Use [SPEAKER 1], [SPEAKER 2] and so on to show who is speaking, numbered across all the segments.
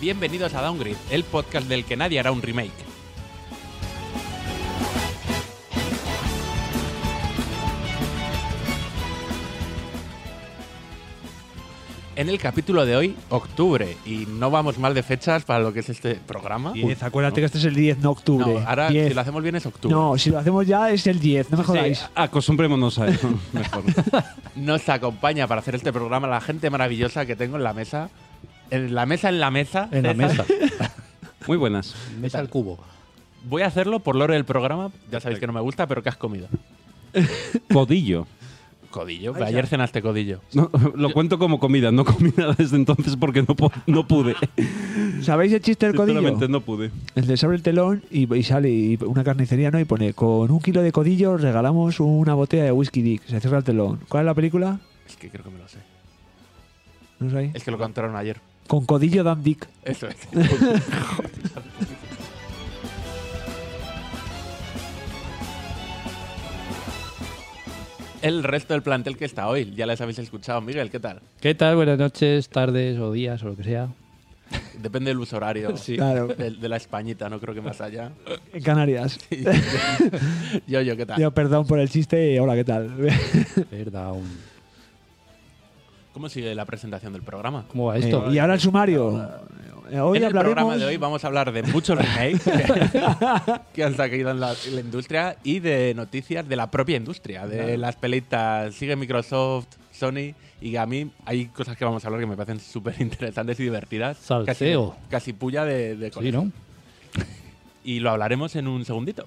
[SPEAKER 1] bienvenidos a Downgrade, el podcast del que nadie hará un remake. En el capítulo de hoy, octubre, y no vamos mal de fechas para lo que es este programa.
[SPEAKER 2] 10, acuérdate que este es el 10, no octubre.
[SPEAKER 1] No, ahora
[SPEAKER 2] 10.
[SPEAKER 1] si lo hacemos bien es octubre.
[SPEAKER 2] No, si lo hacemos ya es el 10, no me jodáis.
[SPEAKER 3] Sí, acostumbrémonos a eso. Mejor.
[SPEAKER 1] Nos acompaña para hacer este programa la gente maravillosa que tengo en la mesa. En la mesa, en la mesa.
[SPEAKER 4] En la
[SPEAKER 1] César.
[SPEAKER 4] mesa.
[SPEAKER 3] Muy buenas.
[SPEAKER 4] Mesa al cubo.
[SPEAKER 1] Voy a hacerlo por lo del programa. Ya sabéis que no me gusta, pero ¿qué has comido?
[SPEAKER 3] Codillo.
[SPEAKER 1] Codillo. Ayer cenaste codillo.
[SPEAKER 3] No, lo cuento como comida, no comida desde entonces porque no, po- no pude.
[SPEAKER 2] ¿Sabéis el chiste del codillo?
[SPEAKER 3] Sinceramente no pude.
[SPEAKER 2] El de se abre el telón y, y sale y una carnicería, ¿no? Y pone, con un kilo de codillo regalamos una botella de whisky dick. Se cierra el telón. ¿Cuál es la película?
[SPEAKER 1] Es que creo que me lo sé.
[SPEAKER 2] No sé.
[SPEAKER 1] Es que lo contaron ayer.
[SPEAKER 2] Con codillo dan dick.
[SPEAKER 1] Eso es. El resto del plantel que está hoy, ya les habéis escuchado. Miguel, ¿qué tal?
[SPEAKER 4] ¿Qué tal? Buenas noches, tardes o días o lo que sea.
[SPEAKER 1] Depende del uso horario
[SPEAKER 2] Claro.
[SPEAKER 1] de, de la Españita, no creo que más allá.
[SPEAKER 2] En Canarias.
[SPEAKER 1] Yo, yo, ¿qué tal?
[SPEAKER 2] Yo, perdón por el chiste. Hola, ¿qué tal?
[SPEAKER 4] Verdad. un-
[SPEAKER 1] ¿Cómo sigue la presentación del programa?
[SPEAKER 4] ¿Cómo va esto?
[SPEAKER 2] Eh, y ahora el sumario. Eh, Hoy
[SPEAKER 1] en el
[SPEAKER 2] hablaremos...
[SPEAKER 1] programa de hoy vamos a hablar de muchos remakes que, que han salido en la, en la industria y de noticias de la propia industria, de las peleitas. Sigue Microsoft, Sony y a mí hay cosas que vamos a hablar que me parecen súper interesantes y divertidas.
[SPEAKER 4] Salseo.
[SPEAKER 1] Casi, casi puya de, de
[SPEAKER 4] Sí,
[SPEAKER 1] colegio.
[SPEAKER 4] ¿no?
[SPEAKER 1] Y lo hablaremos en un segundito.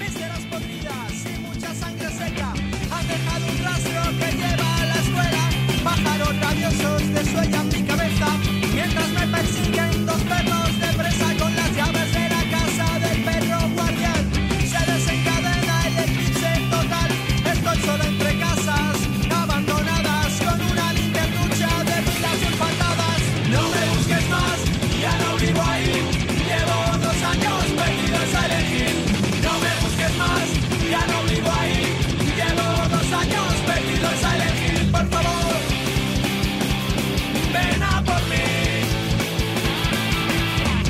[SPEAKER 5] Vísceras podridas y mucha sangre seca han dejado un rastro que lleva a la escuela. Pájaros rabiosos desuellan mi cabeza mientras me persiguen dos perros de presa con las llaves de la casa del perro guardián. Se desencadena el eclipse total. Estoy solo entre casas abandonadas con una linternucha de vidas empatadas. No me busques más, ya no vivo ahí. Llevo dos años perdidos a elegir. No me busques más, ya no vivo ahí. Llevo dos años perdidos a elegir, por favor. Ven a por mí.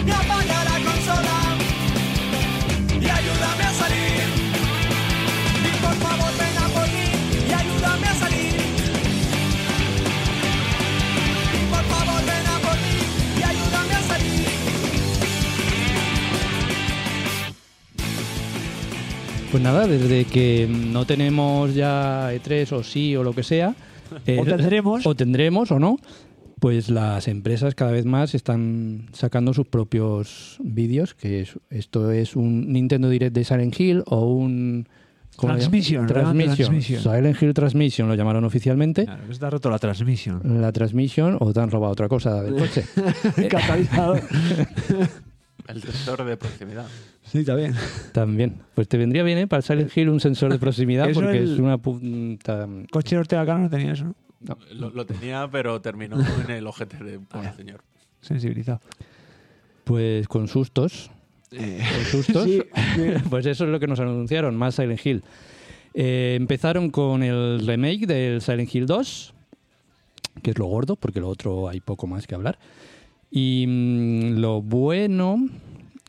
[SPEAKER 5] Y apaga la consola. Y ayúdame a salir. Y por favor, ven a por mí. Y ayúdame a salir. Y por favor, ven a por mí. Y ayúdame a salir.
[SPEAKER 4] Pues nada, desde que no tenemos ya E3 o sí o lo que sea. eh,
[SPEAKER 2] O tendremos.
[SPEAKER 4] O tendremos o no. Pues las empresas cada vez más están sacando sus propios vídeos, que es- esto es un Nintendo Direct de Silent Hill o un... ¿cómo se llama?
[SPEAKER 2] Transmission, ¿verdad?
[SPEAKER 4] Transmission.
[SPEAKER 2] Transmission. Ah.
[SPEAKER 4] Silent Hill Transmission lo llamaron oficialmente.
[SPEAKER 2] Claro, que está roto la transmisión.
[SPEAKER 4] La Transmission o te han robado otra cosa del coche.
[SPEAKER 2] Catalizador.
[SPEAKER 1] El sector de proximidad.
[SPEAKER 2] sí, también.
[SPEAKER 4] También. Pues te vendría bien, ¿eh? Para Silent Hill un sensor de proximidad
[SPEAKER 2] Eso
[SPEAKER 4] porque
[SPEAKER 2] el-
[SPEAKER 4] es una puta...
[SPEAKER 2] Coche Ortega Cano no tenía eso, ¿no?
[SPEAKER 1] Lo, lo tenía, pero terminó en el ojete de
[SPEAKER 4] Ah.
[SPEAKER 1] pobre señor.
[SPEAKER 2] Sensibilizado.
[SPEAKER 4] Pues con sustos. Con sustos.
[SPEAKER 2] Eh. sí.
[SPEAKER 4] pues eso es lo que nos anunciaron, más Silent Hill. Eh, empezaron con el remake del Silent Hill 2, que es lo gordo, porque lo otro hay poco más que hablar. Y mm, lo bueno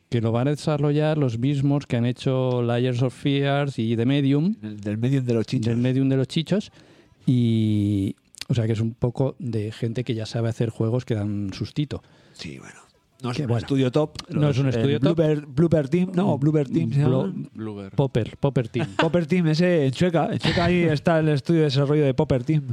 [SPEAKER 4] que lo van a desarrollar los mismos que han hecho Layers of Fears y The Medium,
[SPEAKER 2] Del medio de los chichos.
[SPEAKER 4] del Medium de los chichos, y o sea que es un poco de gente que ya sabe hacer juegos que dan sustito.
[SPEAKER 2] Sí, bueno. No es
[SPEAKER 4] Qué
[SPEAKER 2] un
[SPEAKER 4] bueno.
[SPEAKER 2] estudio top.
[SPEAKER 4] No
[SPEAKER 2] Los,
[SPEAKER 4] es un
[SPEAKER 2] eh,
[SPEAKER 4] estudio top.
[SPEAKER 2] Blooper, Blooper Team, no, Blooper Team se
[SPEAKER 4] Blo-
[SPEAKER 2] llama.
[SPEAKER 1] Bluber.
[SPEAKER 4] Popper, Popper Team,
[SPEAKER 2] Popper Team, ese en Chueca. En Chueca ahí está el estudio de desarrollo de Popper Team.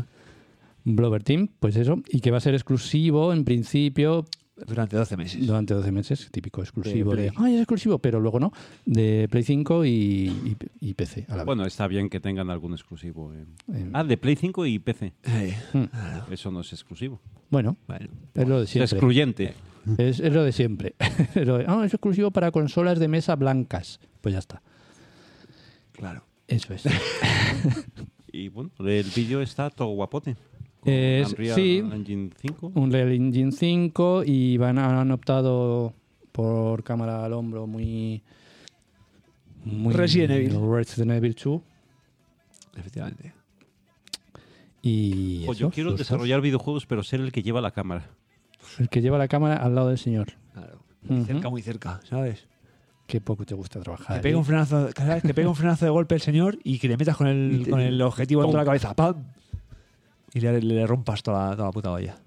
[SPEAKER 4] Blover Team, pues eso, y que va a ser exclusivo en principio
[SPEAKER 2] Durante 12 meses.
[SPEAKER 4] durante 12 meses, típico exclusivo
[SPEAKER 2] De
[SPEAKER 4] de,
[SPEAKER 2] Play.
[SPEAKER 4] ay, es exclusivo, pero luego no, de Play 5 y, y- y PC a la vez.
[SPEAKER 3] Bueno, está bien que tengan algún exclusivo. eh.
[SPEAKER 4] Eh,
[SPEAKER 3] Ah, de Play 5 y PC.
[SPEAKER 2] Eh,
[SPEAKER 3] Eso no es exclusivo.
[SPEAKER 4] bueno,
[SPEAKER 2] bueno.
[SPEAKER 4] es lo de
[SPEAKER 3] Es
[SPEAKER 4] siempre.
[SPEAKER 3] excluyente.
[SPEAKER 4] Es, es lo de siempre. Es lo de, "Ah, es exclusivo para consolas de mesa blancas. Pues ya está.
[SPEAKER 2] Claro.
[SPEAKER 4] Eso es.
[SPEAKER 3] Y bueno, el vídeo está todo guapote. Con
[SPEAKER 4] Es-
[SPEAKER 3] Unreal
[SPEAKER 4] sí.
[SPEAKER 3] Engine 5.
[SPEAKER 4] Un Real Engine 5 y van a- han optado por cámara al hombro muy... muy
[SPEAKER 2] Resident Evil.
[SPEAKER 4] Resident Evil 2.
[SPEAKER 2] Efectivamente.
[SPEAKER 4] Y
[SPEAKER 3] Ojo,
[SPEAKER 4] eso,
[SPEAKER 3] yo quiero
[SPEAKER 4] sus-
[SPEAKER 3] desarrollar videojuegos, pero ser el que lleva la cámara.
[SPEAKER 4] El que lleva la cámara al lado del señor.
[SPEAKER 2] Claro.
[SPEAKER 4] Ujú.
[SPEAKER 2] Cerca, muy cerca, ¿sabes?
[SPEAKER 4] Qué poco te gusta trabajar.
[SPEAKER 2] Te pega, un
[SPEAKER 4] ¿eh?
[SPEAKER 2] frenazo, ¿sabes? Te pega un frenazo de golpe el señor y que le metas con el, con el objetivo en toda la cabeza. ¡Pam! Y le, le rompas toda la, toda la puta valla.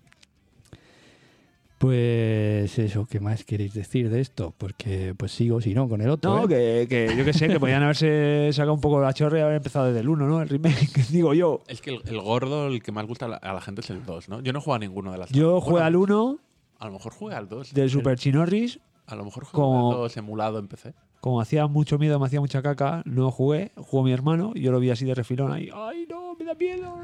[SPEAKER 4] Pues eso, ¿qué más queréis decir de esto? Porque pues sigo, si no, con el otro.
[SPEAKER 2] No,
[SPEAKER 4] ¿eh?
[SPEAKER 2] que, que yo que sé, que podían haberse sacado un poco la chorra y haber empezado desde el 1, ¿no? El remake, digo yo.
[SPEAKER 1] Es que el, el gordo, el que más gusta a la, a la gente es el 2, ¿no? Yo no juego a ninguno de las
[SPEAKER 2] Yo
[SPEAKER 1] dos.
[SPEAKER 2] jugué
[SPEAKER 1] Bueno,
[SPEAKER 2] al 1
[SPEAKER 1] A lo mejor juega al 2.
[SPEAKER 2] del Super Chinorris.
[SPEAKER 1] A lo mejor juega
[SPEAKER 2] Como-
[SPEAKER 1] al 2 emulado en PC.
[SPEAKER 2] Como hacía mucho miedo, me hacía mucha caca, no jugué. Jugó mi hermano y yo lo vi así de refilón ahí. ¡Ay, no! ¡Me da miedo!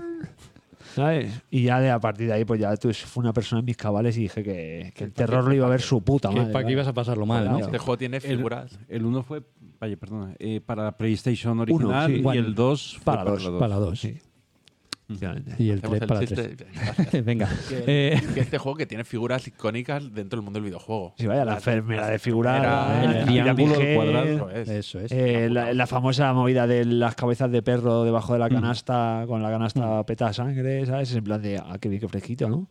[SPEAKER 2] ¿Sabes? Y ya de a partir de ahí, pues ya tú fue una persona en mis cabales y dije que, que el terror lo iba a ver su puta
[SPEAKER 4] Que
[SPEAKER 2] madre.
[SPEAKER 4] para que ibas a pasarlo mal, ¿no?
[SPEAKER 2] Claro.
[SPEAKER 1] Este juego tiene figuras.
[SPEAKER 3] El 1 fue, vaya, perdona, eh, para PlayStation
[SPEAKER 2] sí.
[SPEAKER 3] original y
[SPEAKER 2] One.
[SPEAKER 3] el 2
[SPEAKER 2] Para dos,
[SPEAKER 4] Para la 2.
[SPEAKER 2] Sí. Efectivamente.
[SPEAKER 4] Y el
[SPEAKER 1] Hacemos
[SPEAKER 4] 3 para
[SPEAKER 1] el
[SPEAKER 4] la
[SPEAKER 1] chiste.
[SPEAKER 4] 3. Venga.
[SPEAKER 1] Que,
[SPEAKER 4] Eh,
[SPEAKER 1] que este juego que tiene figuras icónicas dentro del mundo del videojuego.
[SPEAKER 2] Sí, vaya, la enfermera de figurar. ¿eh?
[SPEAKER 1] Era
[SPEAKER 2] la
[SPEAKER 1] el
[SPEAKER 3] triángulo, el
[SPEAKER 2] piramide,
[SPEAKER 3] cuadrado,
[SPEAKER 1] Es-
[SPEAKER 4] eso es.
[SPEAKER 2] eh, la, la famosa movida de las cabezas de perro debajo
[SPEAKER 3] Mm.
[SPEAKER 2] de la canasta, con la canasta peta de sangre, ¿sabes? Es en plan de, ah, qué bien, qué fresquito, ¿no?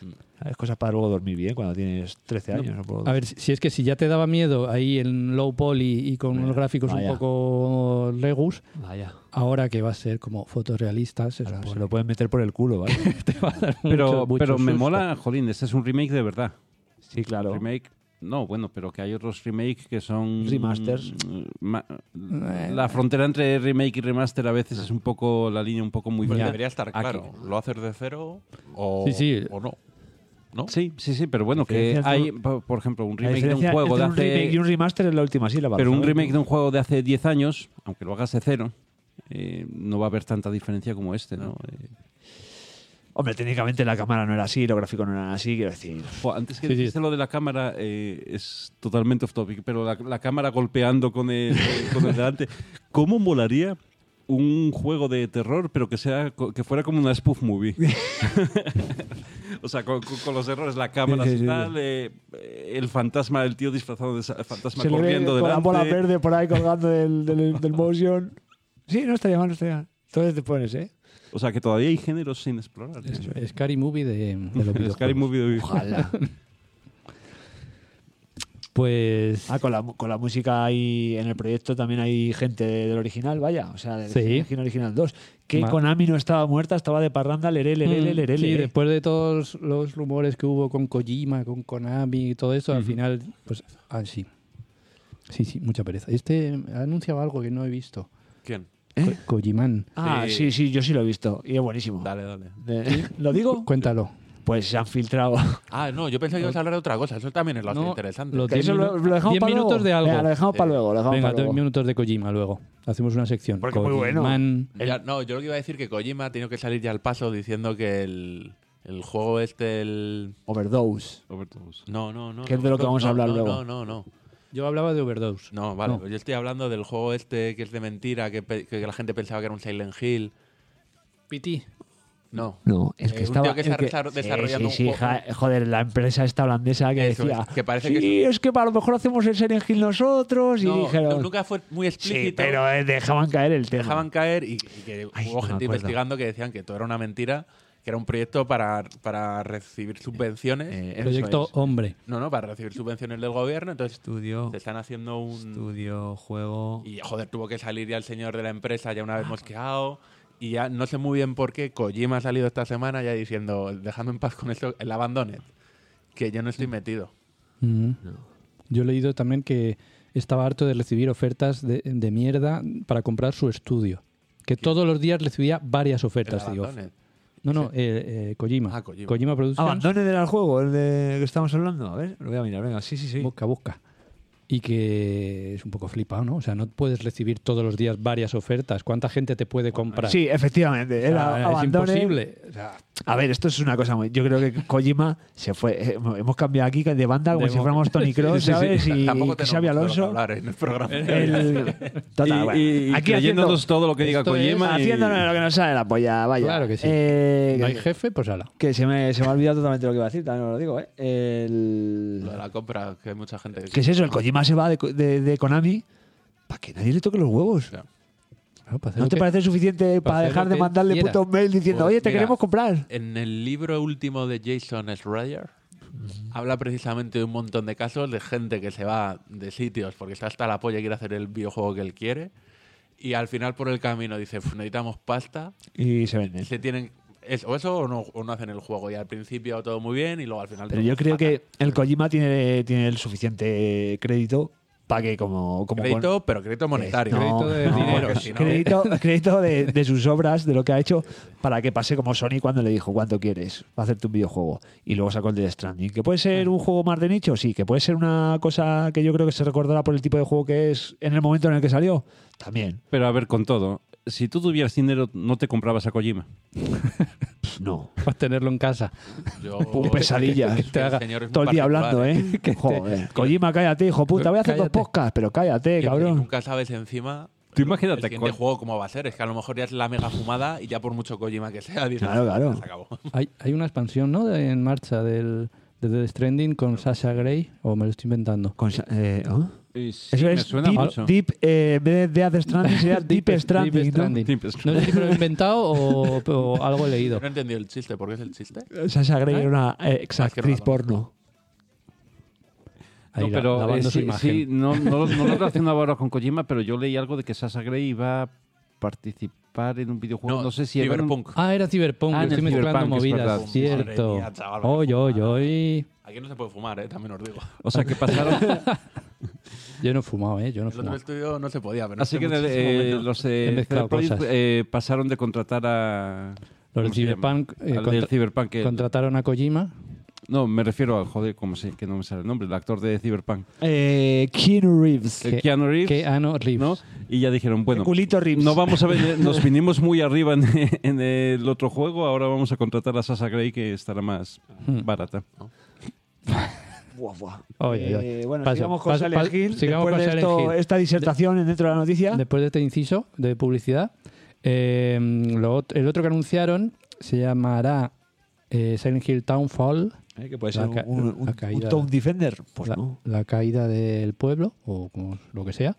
[SPEAKER 3] Mm.
[SPEAKER 2] Es cosas para luego dormir bien cuando tienes 13 años. ¿no? Por-
[SPEAKER 4] A ver, si- si es que si ya te daba miedo ahí en low poly y con unos gráficos
[SPEAKER 2] vaya.
[SPEAKER 4] un poco legus,
[SPEAKER 2] Vaya.
[SPEAKER 4] ahora que va a ser como fotorrealistas, se
[SPEAKER 2] Claro, se
[SPEAKER 4] supone,
[SPEAKER 2] lo pueden meter por el culo, ¿vale?
[SPEAKER 4] te va a dar
[SPEAKER 3] Pero,
[SPEAKER 4] mucho- mucho
[SPEAKER 3] pero me
[SPEAKER 4] susto.
[SPEAKER 3] mola, jolín, este es un remake de verdad.
[SPEAKER 2] sí, claro.
[SPEAKER 3] Remake, no, bueno, pero que hay otros remakes que son...
[SPEAKER 2] Remasters. Eh.
[SPEAKER 3] Mm, ma- la frontera entre remake y remaster a veces es un poco, la línea un poco muy
[SPEAKER 1] Pues
[SPEAKER 3] fina.
[SPEAKER 1] debería estar
[SPEAKER 3] Aquí-
[SPEAKER 1] claro. Lo haces de cero o,
[SPEAKER 4] Sí, sí.
[SPEAKER 1] o no. ¿No?
[SPEAKER 3] Sí, sí, sí, pero bueno, que
[SPEAKER 2] diferencia
[SPEAKER 3] hay,
[SPEAKER 2] entre-
[SPEAKER 3] po- por ejemplo, un
[SPEAKER 2] La
[SPEAKER 3] remake de un
[SPEAKER 2] diferencia
[SPEAKER 3] juego de
[SPEAKER 2] entre un
[SPEAKER 3] hace...
[SPEAKER 2] remake y un remaster es la última sílaba.
[SPEAKER 3] Pero un
[SPEAKER 2] ¿sabes?
[SPEAKER 3] remake de un juego de hace 10 años, aunque lo hagas de cero, eh, no va a haber tanta diferencia como este, ¿no? Eh,
[SPEAKER 2] Hombre, técnicamente la cámara no era así, los gráficos no eran así, quiero decir.
[SPEAKER 3] jo, antes que
[SPEAKER 4] Sí, sí.
[SPEAKER 3] dijiste lo de la cámara, eh, es totalmente off topic, pero la, la cámara golpeando con el, eh, con el delante, ¿cómo molaría un juego de terror, pero que sea co- que fuera como una spoof movie? O sea, con, con- con los errores, la cámara
[SPEAKER 2] Sí, sí,
[SPEAKER 3] así
[SPEAKER 2] sí,
[SPEAKER 3] tal, eh, el fantasma, el tío disfrazado de sa- fantasma
[SPEAKER 2] Se le ve
[SPEAKER 3] corriendo
[SPEAKER 2] con la bola
[SPEAKER 3] delante.
[SPEAKER 2] verde por ahí colgando del, del, del motion. Sí, no estaría mal, no estaría mal. Entonces te pones, ¿eh?
[SPEAKER 3] O sea, que todavía hay géneros sin explorar. ¿eh?
[SPEAKER 4] Scary Movie de, de los videojuegos.
[SPEAKER 3] Scary Movie.
[SPEAKER 2] Ojalá.
[SPEAKER 4] Pues
[SPEAKER 2] Ah, con la, mu- con la música ahí en el proyecto también hay gente de- del original, vaya. O sea, del
[SPEAKER 4] Sí.
[SPEAKER 2] original, original 2. Que
[SPEAKER 4] Ma- Mm,
[SPEAKER 2] Konami no estaba muerta, estaba de parranda, lerele, lerele, lerele.
[SPEAKER 4] Sí,
[SPEAKER 2] eh.
[SPEAKER 4] después de todos los rumores que hubo con Kojima, con Konami y todo eso, al final, pues, ah, sí. Sí, sí, mucha pereza. Este ha anunciado algo que no he visto.
[SPEAKER 1] ¿Quién?
[SPEAKER 2] ¿Eh?
[SPEAKER 4] Ko- Kojiman.
[SPEAKER 2] Ah, sí, sí, yo sí lo he visto. Y es buenísimo.
[SPEAKER 1] Dale, dale.
[SPEAKER 2] De- ¿Lo digo?
[SPEAKER 4] Cuéntalo.
[SPEAKER 2] Pues se han filtrado.
[SPEAKER 1] Ah, no, yo pensé que ibas a hablar de otra cosa. Eso también es lo
[SPEAKER 4] No,
[SPEAKER 1] interesante.
[SPEAKER 4] lo-
[SPEAKER 2] Que
[SPEAKER 4] Diez
[SPEAKER 2] eso lo,
[SPEAKER 4] minu-
[SPEAKER 2] lo dejamos
[SPEAKER 4] diez
[SPEAKER 2] para
[SPEAKER 4] minutos
[SPEAKER 2] luego.
[SPEAKER 4] de algo.
[SPEAKER 2] Venga, lo dejamos
[SPEAKER 1] Sí.
[SPEAKER 2] para luego. Lo dejamos
[SPEAKER 4] Venga,
[SPEAKER 2] para luego.
[SPEAKER 4] dos minutos de Kojima luego. Hacemos una sección.
[SPEAKER 2] Porque muy bueno.
[SPEAKER 4] Kojiman.
[SPEAKER 1] Ya, no, yo lo que iba a decir que Kojima ha tenido que salir ya al paso diciendo que el, el juego este, el...
[SPEAKER 2] Overdose.
[SPEAKER 3] Overdose.
[SPEAKER 1] No, no, no.
[SPEAKER 2] Que es
[SPEAKER 1] no,
[SPEAKER 2] de lo que
[SPEAKER 1] no,
[SPEAKER 2] vamos a
[SPEAKER 1] no,
[SPEAKER 2] hablar
[SPEAKER 1] no,
[SPEAKER 2] luego.
[SPEAKER 1] No, no, no.
[SPEAKER 4] Yo hablaba de Overdose.
[SPEAKER 1] No, vale.
[SPEAKER 4] No.
[SPEAKER 1] pues Yo estoy hablando del juego este que es de mentira, que, pe- que la gente pensaba que era un Silent Hill.
[SPEAKER 4] Piti.
[SPEAKER 1] No.
[SPEAKER 2] No, el
[SPEAKER 1] Eh,
[SPEAKER 2] que
[SPEAKER 1] un
[SPEAKER 2] estaba
[SPEAKER 1] tío que
[SPEAKER 2] el
[SPEAKER 1] está desa- desarrollando
[SPEAKER 2] sí, sí,
[SPEAKER 1] un juego.
[SPEAKER 2] ja- joder, la empresa esta holandesa que
[SPEAKER 1] Eso es,
[SPEAKER 2] decía,
[SPEAKER 1] que parece
[SPEAKER 2] sí,
[SPEAKER 1] que
[SPEAKER 2] es que a lo mejor hacemos el Silent Hill nosotros
[SPEAKER 1] No,
[SPEAKER 2] y dijeron,
[SPEAKER 1] no, nunca fue muy explícito.
[SPEAKER 2] sí, pero eh, dejaban caer el tema.
[SPEAKER 1] dejaban caer y, y que hubo
[SPEAKER 2] Ay, no me
[SPEAKER 1] gente
[SPEAKER 2] acuerdo.
[SPEAKER 1] investigando que decían que todo era una mentira que era un proyecto para, para recibir subvenciones.
[SPEAKER 2] Eh, eso
[SPEAKER 4] Proyecto
[SPEAKER 2] es.
[SPEAKER 4] Hombre.
[SPEAKER 1] no, no, para recibir subvenciones del gobierno. Entonces
[SPEAKER 2] Estudio,
[SPEAKER 1] te están haciendo un.
[SPEAKER 2] estudio, juego.
[SPEAKER 1] Y joder, tuvo que salir ya el señor de la empresa, ya una
[SPEAKER 2] Ah.
[SPEAKER 1] vez mosqueado. Y ya no sé muy bien por qué Kojima ha salido esta semana ya diciendo, déjame en paz con esto, el abandonet. Que yo no estoy metido.
[SPEAKER 4] Mm. Yo he leído también que estaba harto de recibir ofertas de, de mierda para comprar su estudio. Que todos los días recibía varias
[SPEAKER 1] El
[SPEAKER 4] ofertas. digo.
[SPEAKER 1] abandonet.
[SPEAKER 4] No, no, eh, eh, Kojima.
[SPEAKER 1] Ah, Kojima.
[SPEAKER 4] Productions.
[SPEAKER 2] Abandone del juego, el de que estamos hablando. A ver, lo voy a mirar. Venga, sí, sí, sí.
[SPEAKER 4] Busca, busca. Y que es un poco flipado, ¿no? O sea, no puedes recibir todos los días varias ofertas. ¿Cuánta gente te puede comprar?
[SPEAKER 2] Sí, efectivamente.
[SPEAKER 4] O
[SPEAKER 2] Era
[SPEAKER 4] sea, es
[SPEAKER 2] Abandone.
[SPEAKER 4] imposible. O sea,
[SPEAKER 2] A ver, esto es una cosa muy. Yo creo que Kojima se fue. eh, Hemos cambiado aquí de banda como
[SPEAKER 4] De
[SPEAKER 2] si
[SPEAKER 4] mo-
[SPEAKER 2] fuéramos Tony Cross,
[SPEAKER 4] Sí, sí, sí.
[SPEAKER 2] ¿sabes? Y
[SPEAKER 1] Tampoco tenemos
[SPEAKER 2] Xavi
[SPEAKER 1] nosotros
[SPEAKER 2] Alonso.
[SPEAKER 1] hablar en el programa.
[SPEAKER 2] El- Total, bueno.
[SPEAKER 3] y, y
[SPEAKER 2] aquí haciendo,
[SPEAKER 3] creyéndonos todo lo que diga
[SPEAKER 4] Esto es-
[SPEAKER 3] Kojima. y-
[SPEAKER 2] haciéndonos lo que nos sale la polla, vaya.
[SPEAKER 4] Claro que sí.
[SPEAKER 2] Eh,
[SPEAKER 4] no hay jefe, pues ala.
[SPEAKER 2] que se me, se me ha olvidado totalmente lo que iba a decir, también os lo digo, ¿eh? El...
[SPEAKER 1] Lo de la compra, que hay mucha gente.
[SPEAKER 2] ¿Qué es eso? El Kojima se va de, de- de Konami para que nadie le toque los huevos.
[SPEAKER 1] Claro.
[SPEAKER 4] Claro, para hacer
[SPEAKER 2] ¿No
[SPEAKER 4] lo
[SPEAKER 2] te
[SPEAKER 4] que-
[SPEAKER 2] parece suficiente
[SPEAKER 4] para
[SPEAKER 2] para
[SPEAKER 4] hacer
[SPEAKER 2] dejar
[SPEAKER 4] lo
[SPEAKER 2] de
[SPEAKER 4] que
[SPEAKER 2] mandarle
[SPEAKER 4] quiera.
[SPEAKER 2] putos mail diciendo,
[SPEAKER 1] Pues
[SPEAKER 2] oye, te
[SPEAKER 1] mira,
[SPEAKER 2] queremos comprar?
[SPEAKER 1] En el libro último de Jason Schreier habla precisamente de un montón de casos de gente que se va de sitios porque está hasta la polla y quiere hacer el videojuego que él quiere y al final por el camino dice "Uf, necesitamos pasta
[SPEAKER 2] Y se venden.
[SPEAKER 1] se tienen es- o eso o no, o no hacen el juego y al principio todo muy bien y luego al final
[SPEAKER 2] Pero
[SPEAKER 1] todo
[SPEAKER 2] yo creo
[SPEAKER 1] fatal.
[SPEAKER 2] que el Kojima tiene, tiene el suficiente crédito para que como... como
[SPEAKER 1] crédito pero crédito
[SPEAKER 2] con-
[SPEAKER 1] monetario
[SPEAKER 2] No,
[SPEAKER 4] Crédito de
[SPEAKER 2] no,
[SPEAKER 4] dinero,
[SPEAKER 1] porque
[SPEAKER 2] porque
[SPEAKER 1] si no-
[SPEAKER 2] crédito, crédito de, de sus obras, de lo que ha hecho, para que pase como Sony cuando le dijo cuánto quieres para hacerte un videojuego. Y luego sacó el de Stranding. ¿Que puede ser un juego más de nicho? Sí. ¿Que puede ser una cosa que yo creo que se recordará por el tipo de juego que es en el momento en el que salió? También.
[SPEAKER 3] Pero a ver, con todo. Si tú tuvieras dinero, no te comprabas a Kojima.
[SPEAKER 2] Pff, No.
[SPEAKER 4] para tenerlo en casa.
[SPEAKER 1] yo-
[SPEAKER 2] Qué pesadilla.
[SPEAKER 1] el
[SPEAKER 4] haga
[SPEAKER 1] señor es muy
[SPEAKER 2] Todo el
[SPEAKER 1] particular,
[SPEAKER 2] día hablando, ¿eh?
[SPEAKER 4] Que te-
[SPEAKER 2] Joder. Kojima, cállate, hijo puta. Voy a hacer
[SPEAKER 4] Cállate.
[SPEAKER 2] dos podcasts, pero cállate,
[SPEAKER 1] Que
[SPEAKER 2] cabrón.
[SPEAKER 1] Nunca sabes encima.
[SPEAKER 3] Tú imagínate
[SPEAKER 1] El siguiente
[SPEAKER 3] con-
[SPEAKER 1] juego cómo va a ser. Es que a lo mejor ya es la mega fumada y ya por mucho Kojima que sea. dices,
[SPEAKER 2] Claro, claro.
[SPEAKER 1] Se acabó.
[SPEAKER 4] Hay, hay una expansión, ¿no? de- en marcha del de The Stranding con Sasha Grey. O me lo estoy inventando.
[SPEAKER 2] Con sa- eh, ¿ah?
[SPEAKER 3] Eso
[SPEAKER 2] Eso
[SPEAKER 3] me
[SPEAKER 2] es
[SPEAKER 3] suena
[SPEAKER 2] Deep,
[SPEAKER 3] mucho.
[SPEAKER 2] Deep, eh, en vez de Death Stranding sería Deep Stranding,
[SPEAKER 4] Deep
[SPEAKER 2] ¿no?
[SPEAKER 4] Stranding.
[SPEAKER 3] Deep
[SPEAKER 4] No
[SPEAKER 3] Stranding.
[SPEAKER 4] sé si me lo he inventado o, o algo he leído.
[SPEAKER 1] No he entendido el chiste. ¿Por qué es el chiste?
[SPEAKER 2] Sasha Grey era una
[SPEAKER 1] actriz
[SPEAKER 2] exactriz porno.
[SPEAKER 4] Ahí
[SPEAKER 3] No,
[SPEAKER 4] la-
[SPEAKER 3] pero
[SPEAKER 4] lavando
[SPEAKER 3] eh,
[SPEAKER 4] su
[SPEAKER 3] sí,
[SPEAKER 4] imagen.
[SPEAKER 3] sí, no, no, no lo relacionaba ahora con Kojima, pero yo leí algo de que Sasha Grey iba a participar en un videojuego. No, sé si era un-
[SPEAKER 1] Cyberpunk.
[SPEAKER 4] Ah, era Cyberpunk,
[SPEAKER 3] Ah,
[SPEAKER 4] yo
[SPEAKER 3] en
[SPEAKER 4] estoy
[SPEAKER 3] el
[SPEAKER 4] mezclando
[SPEAKER 3] Cyberpunk, es
[SPEAKER 4] movidas,
[SPEAKER 3] verdad.
[SPEAKER 4] cierto.
[SPEAKER 1] Madre mía, chaval, vaya
[SPEAKER 4] Oy, oy,
[SPEAKER 1] fumada.
[SPEAKER 4] oy.
[SPEAKER 1] Aquí no se puede fumar, ¿eh? también os digo.
[SPEAKER 3] O sea, que pasaron.
[SPEAKER 4] Yo no he fumado, ¿eh? Yo no he
[SPEAKER 1] El otro
[SPEAKER 4] fumado.
[SPEAKER 1] estudio no se podía, pero
[SPEAKER 3] así
[SPEAKER 1] hace
[SPEAKER 3] que eh,
[SPEAKER 1] muchísimo menos.
[SPEAKER 3] los eh,
[SPEAKER 4] He mezclado
[SPEAKER 3] Third Project,
[SPEAKER 4] cosas.
[SPEAKER 3] eh, pasaron de contratar a. ¿cómo
[SPEAKER 4] Los del
[SPEAKER 3] se llama?
[SPEAKER 4] Cyberpunk, eh,
[SPEAKER 3] Al
[SPEAKER 4] contra-
[SPEAKER 3] del Cyberpunk. que-
[SPEAKER 4] Contrataron a Kojima.
[SPEAKER 3] No, me refiero al joder, como sé que no me sale el nombre, el actor de Cyberpunk.
[SPEAKER 2] Eh, Keanu Reeves.
[SPEAKER 3] El
[SPEAKER 4] Que-
[SPEAKER 3] Keanu Reeves.
[SPEAKER 4] Que Ano Reeves.
[SPEAKER 3] ¿no? Y ya dijeron, bueno,
[SPEAKER 2] Culito Reeves.
[SPEAKER 3] no vamos a ver, nos vinimos muy arriba en, en el otro juego, ahora vamos a contratar a Sasha Grey que estará más barata.
[SPEAKER 2] Buah, buah.
[SPEAKER 4] Oy, oy, oy.
[SPEAKER 2] Eh, bueno,
[SPEAKER 4] Paso,
[SPEAKER 2] sigamos con
[SPEAKER 4] paso,
[SPEAKER 2] Silent
[SPEAKER 4] paso,
[SPEAKER 2] Hill.
[SPEAKER 4] sigamos
[SPEAKER 2] Después
[SPEAKER 4] con
[SPEAKER 2] de
[SPEAKER 4] Silent
[SPEAKER 2] esto-
[SPEAKER 4] Hill.
[SPEAKER 2] esta disertación dentro de la noticia.
[SPEAKER 4] Después de este inciso de publicidad, eh, lo ot- el otro que anunciaron se llamará eh, Silent Hill Townfall,
[SPEAKER 2] Eh, que puede
[SPEAKER 4] La
[SPEAKER 2] ser un,
[SPEAKER 4] ca-
[SPEAKER 2] un,
[SPEAKER 4] la
[SPEAKER 2] un-
[SPEAKER 4] caída.
[SPEAKER 2] un Town Defender. Pues
[SPEAKER 4] la,
[SPEAKER 2] no.
[SPEAKER 4] la caída del pueblo, o como lo que sea.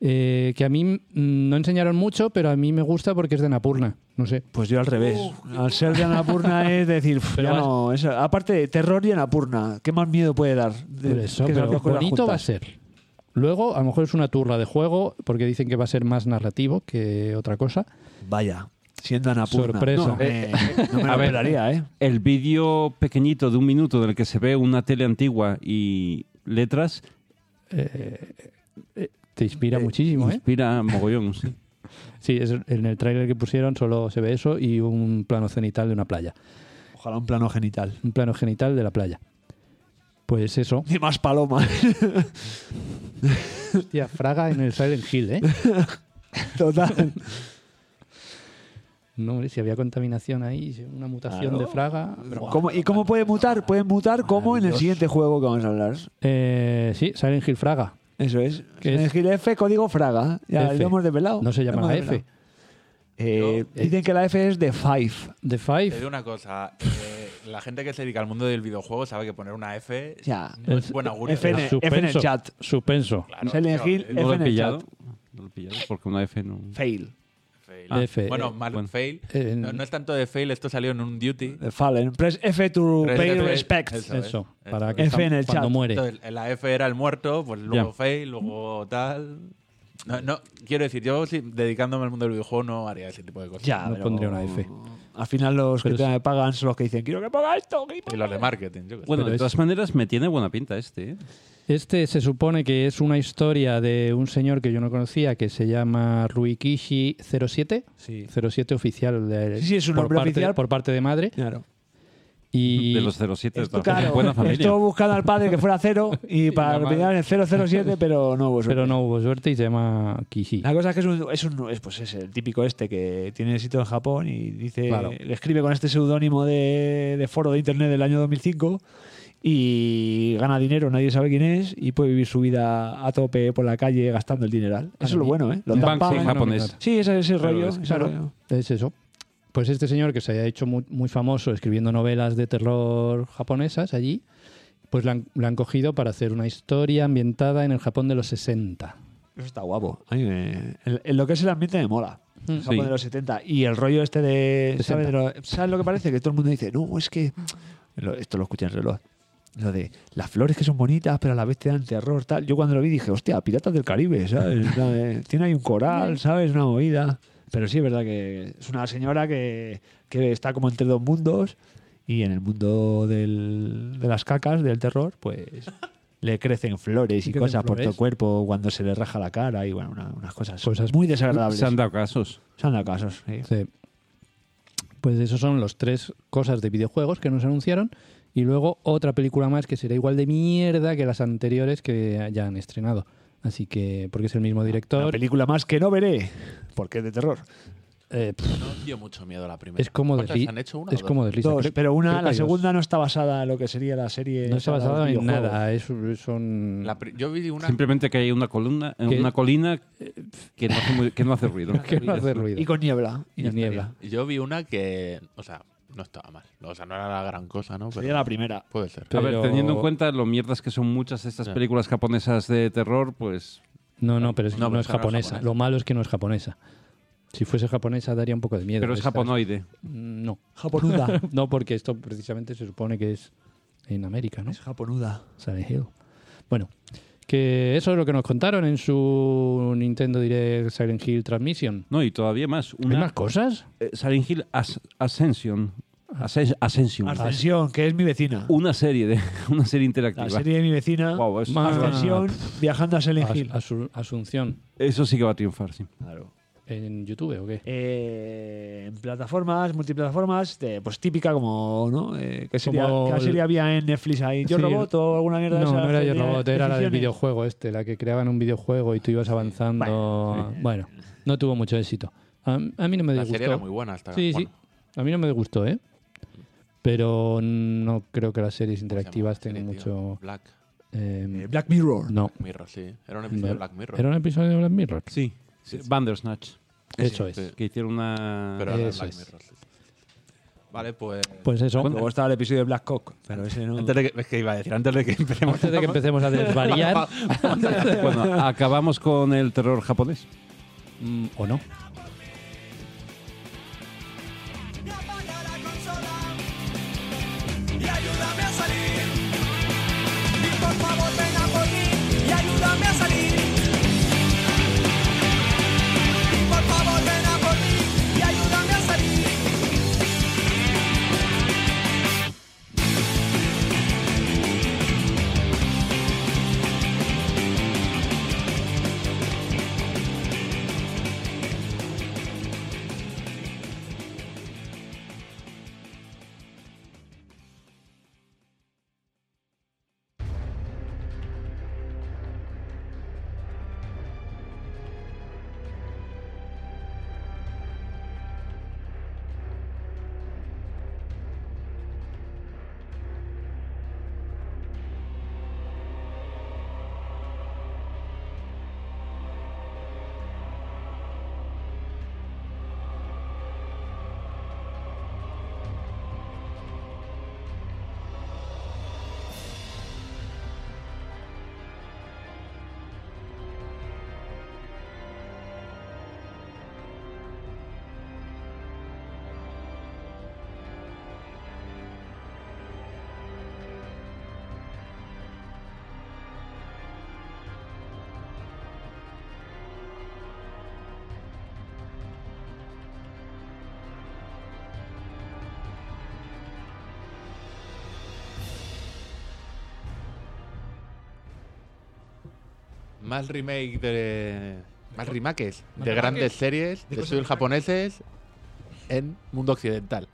[SPEAKER 4] Eh, que a mí mm, no enseñaron mucho, pero a mí me gusta porque es de Napurna. No sé.
[SPEAKER 2] Pues yo al revés. al ser de Anapurna es decir, pf,
[SPEAKER 4] Pero
[SPEAKER 2] ya
[SPEAKER 4] vas-
[SPEAKER 2] no. eso- aparte de terror y Anapurna, ¿qué más miedo puede dar? De-
[SPEAKER 4] Por eso,
[SPEAKER 2] que esas
[SPEAKER 4] pero
[SPEAKER 2] dos cosas
[SPEAKER 4] bonito va a
[SPEAKER 2] juntas?
[SPEAKER 4] ser. Luego, a lo mejor es una turra de juego, porque dicen que va a ser más narrativo que otra cosa.
[SPEAKER 2] Vaya, siendo Anapurna.
[SPEAKER 4] Sorpresa.
[SPEAKER 2] No, me- no me lo
[SPEAKER 3] A ver.
[SPEAKER 2] esperaría, ¿eh?
[SPEAKER 3] El vídeo pequeñito de un minuto en el que se ve una tele antigua y letras
[SPEAKER 4] Te inspira muchísimo, ¿eh?
[SPEAKER 3] inspira mogollón. sí.
[SPEAKER 4] Sí, es- en el tráiler que pusieron solo se ve eso y un plano cenital de una playa.
[SPEAKER 2] Ojalá un plano genital.
[SPEAKER 4] Un plano genital de la playa. Pues eso.
[SPEAKER 2] Ni más palomas.
[SPEAKER 4] Hostia, Fraga en el Silent Hill, ¿eh?
[SPEAKER 2] Total.
[SPEAKER 4] No, hombre, si había contaminación ahí, una mutación de Fraga. pero bueno.
[SPEAKER 2] ¿Cómo- ¿Y cómo puede mutar? Pueden mutar como en el siguiente juego que vamos a hablar.
[SPEAKER 4] Eh, sí, Silent Hill Fraga.
[SPEAKER 2] Eso es.
[SPEAKER 4] ¿Qué es?
[SPEAKER 2] En el Gil F, código Fraga. Ya
[SPEAKER 4] F.
[SPEAKER 2] lo hemos desvelado.
[SPEAKER 4] No se llama
[SPEAKER 2] Lo Oh, hemos
[SPEAKER 4] la F.
[SPEAKER 2] desvelado. Eh, dicen que la F es de Five.
[SPEAKER 1] Te
[SPEAKER 4] The
[SPEAKER 1] digo
[SPEAKER 4] Five.
[SPEAKER 1] una cosa. eh, la gente que se dedica al mundo del videojuego sabe que poner una F
[SPEAKER 2] Ya.
[SPEAKER 1] no es
[SPEAKER 4] Es-
[SPEAKER 1] buen augurio.
[SPEAKER 2] F en el- F
[SPEAKER 4] Suspenso.
[SPEAKER 2] en el chat.
[SPEAKER 4] Suspenso.
[SPEAKER 1] Claro,
[SPEAKER 2] Silent
[SPEAKER 1] tío,
[SPEAKER 2] Hill,
[SPEAKER 1] eh,
[SPEAKER 3] No lo
[SPEAKER 2] F en
[SPEAKER 3] he
[SPEAKER 2] el
[SPEAKER 3] pillado.
[SPEAKER 2] chat.
[SPEAKER 3] No lo he pillado porque una F no.
[SPEAKER 2] Fail.
[SPEAKER 1] Fail.
[SPEAKER 4] Ah, F.
[SPEAKER 1] Bueno,
[SPEAKER 4] Eh,
[SPEAKER 1] Mark
[SPEAKER 3] bueno.
[SPEAKER 1] Fail.
[SPEAKER 4] Eh,
[SPEAKER 1] No, no es tanto de Fail, esto salió en un Duty.
[SPEAKER 2] The Fallen. Press F to
[SPEAKER 1] Press
[SPEAKER 2] pay
[SPEAKER 1] F,
[SPEAKER 2] respect.
[SPEAKER 1] eso.
[SPEAKER 4] Eso,
[SPEAKER 1] es,
[SPEAKER 4] para
[SPEAKER 1] eso
[SPEAKER 4] que
[SPEAKER 2] es. F en
[SPEAKER 4] cuando
[SPEAKER 2] el chat.
[SPEAKER 4] muere.
[SPEAKER 1] Entonces, la F era el muerto, pues luego Fail, luego tal. No, no, quiero decir, yo si dedicándome al mundo del videojuego no haría ese tipo de cosas.
[SPEAKER 2] Ya,
[SPEAKER 4] No
[SPEAKER 2] pero-
[SPEAKER 4] pondría una F.
[SPEAKER 2] Al final los
[SPEAKER 4] Pero
[SPEAKER 2] que te pagan son los que dicen quiero que paga esto. que
[SPEAKER 1] Y
[SPEAKER 2] paga
[SPEAKER 1] los de marketing, yo qué sé.
[SPEAKER 3] Bueno,
[SPEAKER 4] Pero
[SPEAKER 3] de
[SPEAKER 4] es-
[SPEAKER 3] todas maneras, me tiene buena pinta este. ¿eh?
[SPEAKER 4] Este se supone que es una historia de un señor que yo no conocía que se llama Ruikishi 07,
[SPEAKER 2] Sí.
[SPEAKER 4] 07 oficial de
[SPEAKER 2] Sí, sí, es un
[SPEAKER 4] por
[SPEAKER 2] nombre
[SPEAKER 4] parte-
[SPEAKER 2] oficial.
[SPEAKER 4] por parte de madre
[SPEAKER 2] Claro.
[SPEAKER 4] y
[SPEAKER 3] De los 07.
[SPEAKER 2] Esto,
[SPEAKER 3] de
[SPEAKER 2] claro,
[SPEAKER 3] buena familia.
[SPEAKER 2] estuvo buscando al padre que fuera cero y para
[SPEAKER 3] la madre.
[SPEAKER 2] rellenar el 007, pero no hubo suerte.
[SPEAKER 4] pero no hubo suerte y se llama Kishi.
[SPEAKER 2] La cosa es que es, un, es, un- es, pues es el típico este que tiene éxito en Japón y dice,
[SPEAKER 4] Claro.
[SPEAKER 2] le escribe con este seudónimo de, de foro de internet del año 2005 y gana dinero, nadie sabe quién es y puede vivir su vida a tope por la calle gastando el dineral. Eso es lo bueno, ¿eh? Lo
[SPEAKER 3] Un
[SPEAKER 2] tapan.
[SPEAKER 3] banco japonés.
[SPEAKER 2] Sí, ese es el
[SPEAKER 3] Claro,
[SPEAKER 2] rollo.
[SPEAKER 3] es-
[SPEAKER 2] ese
[SPEAKER 4] claro.
[SPEAKER 2] rollo.
[SPEAKER 4] Es eso. Pues este señor que se había hecho muy, muy famoso escribiendo novelas de terror japonesas allí, pues la han, la han cogido para hacer una historia ambientada en el Japón de los 60.
[SPEAKER 2] Eso está guapo. A mí me- en, en lo que es el ambiente me mola. El Japón
[SPEAKER 3] Sí.
[SPEAKER 2] de los 70. Y el rollo este de.
[SPEAKER 4] 60.
[SPEAKER 2] ¿sabes, de lo, ¿sabes lo que parece? Que todo el mundo dice, no, es que. lo- esto lo escuché en el reloj. Lo de las flores que son bonitas, pero a la vez te dan terror, tal. Yo cuando lo vi dije, hostia, Piratas del Caribe, ¿sabes? En plan de, Tiene ahí un coral, ¿sabes? Una movida. Pero sí, es verdad que es una señora que, que está como entre dos mundos. Y en el mundo del- de las cacas, del terror, pues le crecen flores y
[SPEAKER 4] Crecen
[SPEAKER 2] cosas por todo
[SPEAKER 4] flores.
[SPEAKER 2] el cuerpo cuando se le raja la cara y bueno, una- unas cosas,
[SPEAKER 4] Cosas
[SPEAKER 2] muy desagradables.
[SPEAKER 3] Se han dado casos.
[SPEAKER 2] Se han dado casos. sí.
[SPEAKER 4] Sí. Pues esos son los tres cosas de videojuegos que nos anunciaron. Y luego otra película más que será igual de mierda que las anteriores que ya han estrenado. Así que, porque es el
[SPEAKER 1] Ah,
[SPEAKER 4] mismo
[SPEAKER 2] Una
[SPEAKER 4] director.
[SPEAKER 2] película más que no veré, porque es de terror.
[SPEAKER 4] eh, pf,
[SPEAKER 1] No dio mucho miedo la primera.
[SPEAKER 4] es como
[SPEAKER 1] ¿Cuántas
[SPEAKER 4] desliza.
[SPEAKER 1] han hecho? ¿Una o
[SPEAKER 4] Es
[SPEAKER 1] dos?
[SPEAKER 4] como desliza.
[SPEAKER 2] Dos,
[SPEAKER 4] Creo-
[SPEAKER 2] pero
[SPEAKER 4] creo
[SPEAKER 2] una,
[SPEAKER 4] que
[SPEAKER 2] la
[SPEAKER 4] hay dos.
[SPEAKER 2] segunda no está basada en lo que sería la serie.
[SPEAKER 4] no está
[SPEAKER 2] basada
[SPEAKER 4] basada en
[SPEAKER 2] videojuegos.
[SPEAKER 4] nada. Es, son
[SPEAKER 1] La pri- yo vi una.
[SPEAKER 3] Simplemente que hay una columna, eh,
[SPEAKER 4] ¿Qué?
[SPEAKER 3] una colina eh, que no hace, muy- que no hace ruido.
[SPEAKER 4] que no hace ruido.
[SPEAKER 2] Y con niebla.
[SPEAKER 4] Y
[SPEAKER 2] ya
[SPEAKER 4] niebla.
[SPEAKER 2] estaría.
[SPEAKER 1] Yo vi una que. O sea, no estaba mal. O sea, no era la gran cosa, ¿no?
[SPEAKER 2] Sería
[SPEAKER 1] Pero
[SPEAKER 2] la primera.
[SPEAKER 1] puede ser.
[SPEAKER 3] A ver,
[SPEAKER 4] Pero-
[SPEAKER 3] teniendo en cuenta lo mierdas que son muchas de estas
[SPEAKER 1] Ya.
[SPEAKER 3] películas japonesas de terror, pues
[SPEAKER 4] No, no, pero es, que
[SPEAKER 1] No,
[SPEAKER 4] no,
[SPEAKER 1] pero
[SPEAKER 4] es
[SPEAKER 1] esa no es
[SPEAKER 4] japonesa.
[SPEAKER 1] japonesa.
[SPEAKER 4] Lo malo es que no es japonesa. Si fuese japonesa daría un poco de miedo.
[SPEAKER 3] pero es
[SPEAKER 4] Esta-
[SPEAKER 3] japonoide.
[SPEAKER 4] No,
[SPEAKER 2] Japonuda.
[SPEAKER 4] no, porque esto precisamente se supone que es en América, ¿no?
[SPEAKER 2] es japonuda.
[SPEAKER 4] Silent Hill. Bueno, que eso es lo que nos contaron en su Nintendo Direct Silent Hill Transmission.
[SPEAKER 3] No, y todavía más.
[SPEAKER 4] ¿Hay
[SPEAKER 3] Una
[SPEAKER 4] más cosas?
[SPEAKER 3] eh, Silent Hill As- Ascension.
[SPEAKER 4] Ah.
[SPEAKER 3] Ascen- Ascension.
[SPEAKER 2] Ascensión, que es mi vecina.
[SPEAKER 3] Una serie de una serie
[SPEAKER 2] La
[SPEAKER 3] interactiva.
[SPEAKER 2] serie de mi vecina.
[SPEAKER 3] Guau, es-
[SPEAKER 4] Ma-
[SPEAKER 2] Ascensión, viajando a Silent
[SPEAKER 4] As-
[SPEAKER 2] Hill.
[SPEAKER 4] Asu- Asunción.
[SPEAKER 3] Eso sí que va a triunfar, sí.
[SPEAKER 2] Claro.
[SPEAKER 4] ¿En YouTube o qué?
[SPEAKER 2] eh, en plataformas, multiplataformas, de- pues típica como, ¿no? Eh, ¿qué, sería,
[SPEAKER 4] Como
[SPEAKER 2] qué
[SPEAKER 4] el-
[SPEAKER 2] serie había en Netflix ahí? ¿Yo
[SPEAKER 4] Sí.
[SPEAKER 2] Robot o alguna mierda de
[SPEAKER 4] No,
[SPEAKER 2] esas
[SPEAKER 4] no era
[SPEAKER 2] que
[SPEAKER 4] yo
[SPEAKER 2] tenía
[SPEAKER 4] robot, era la del
[SPEAKER 2] decisiones?
[SPEAKER 4] videojuego este, la que creaban un videojuego y tú ibas avanzando. Bueno, no tuvo mucho éxito. A, a mí no me
[SPEAKER 1] la
[SPEAKER 4] disgustó.
[SPEAKER 1] serie era muy buena hasta.
[SPEAKER 4] Sí,
[SPEAKER 1] bueno,
[SPEAKER 4] sí. A mí no me gustó, ¿eh? Pero no creo que las series
[SPEAKER 1] ¿cómo se
[SPEAKER 4] interactivas
[SPEAKER 1] llama la
[SPEAKER 4] tengan
[SPEAKER 1] Pues serie, tío?
[SPEAKER 4] mucho...
[SPEAKER 1] Black
[SPEAKER 4] eh,
[SPEAKER 2] Black Mirror.
[SPEAKER 4] no.
[SPEAKER 1] Mirror, sí. Era un episodio de Black Mirror.
[SPEAKER 4] ¿Era un episodio de Black Mirror?
[SPEAKER 3] Sí. Bandersnatch.
[SPEAKER 4] Eso es.
[SPEAKER 1] sí.
[SPEAKER 3] Que hicieron una.
[SPEAKER 1] Pero era
[SPEAKER 4] Eso
[SPEAKER 1] Black
[SPEAKER 4] es.
[SPEAKER 1] Mirror. sí. Vale, pues.
[SPEAKER 4] Pues eso.
[SPEAKER 2] Luego estaba el episodio de Black Cock, pero ese no.
[SPEAKER 1] Antes de que, es que iba a decir, antes de que empecemos.
[SPEAKER 4] Antes de que empecemos a desvariar,
[SPEAKER 3] bueno, acabamos con el terror japonés.
[SPEAKER 4] mm, o no.
[SPEAKER 5] Y apaga la consola Y ayúdame a salir Y por favor ven a por mí Y ayúdame a salir Y por favor ven a por mí Y ayúdame a salir
[SPEAKER 1] Más remake de. Más remakes
[SPEAKER 6] Más
[SPEAKER 1] de
[SPEAKER 6] remakes.
[SPEAKER 1] grandes series
[SPEAKER 6] De
[SPEAKER 1] de,
[SPEAKER 6] cosas
[SPEAKER 1] estudios
[SPEAKER 6] remakes.
[SPEAKER 1] japoneses en mundo occidental.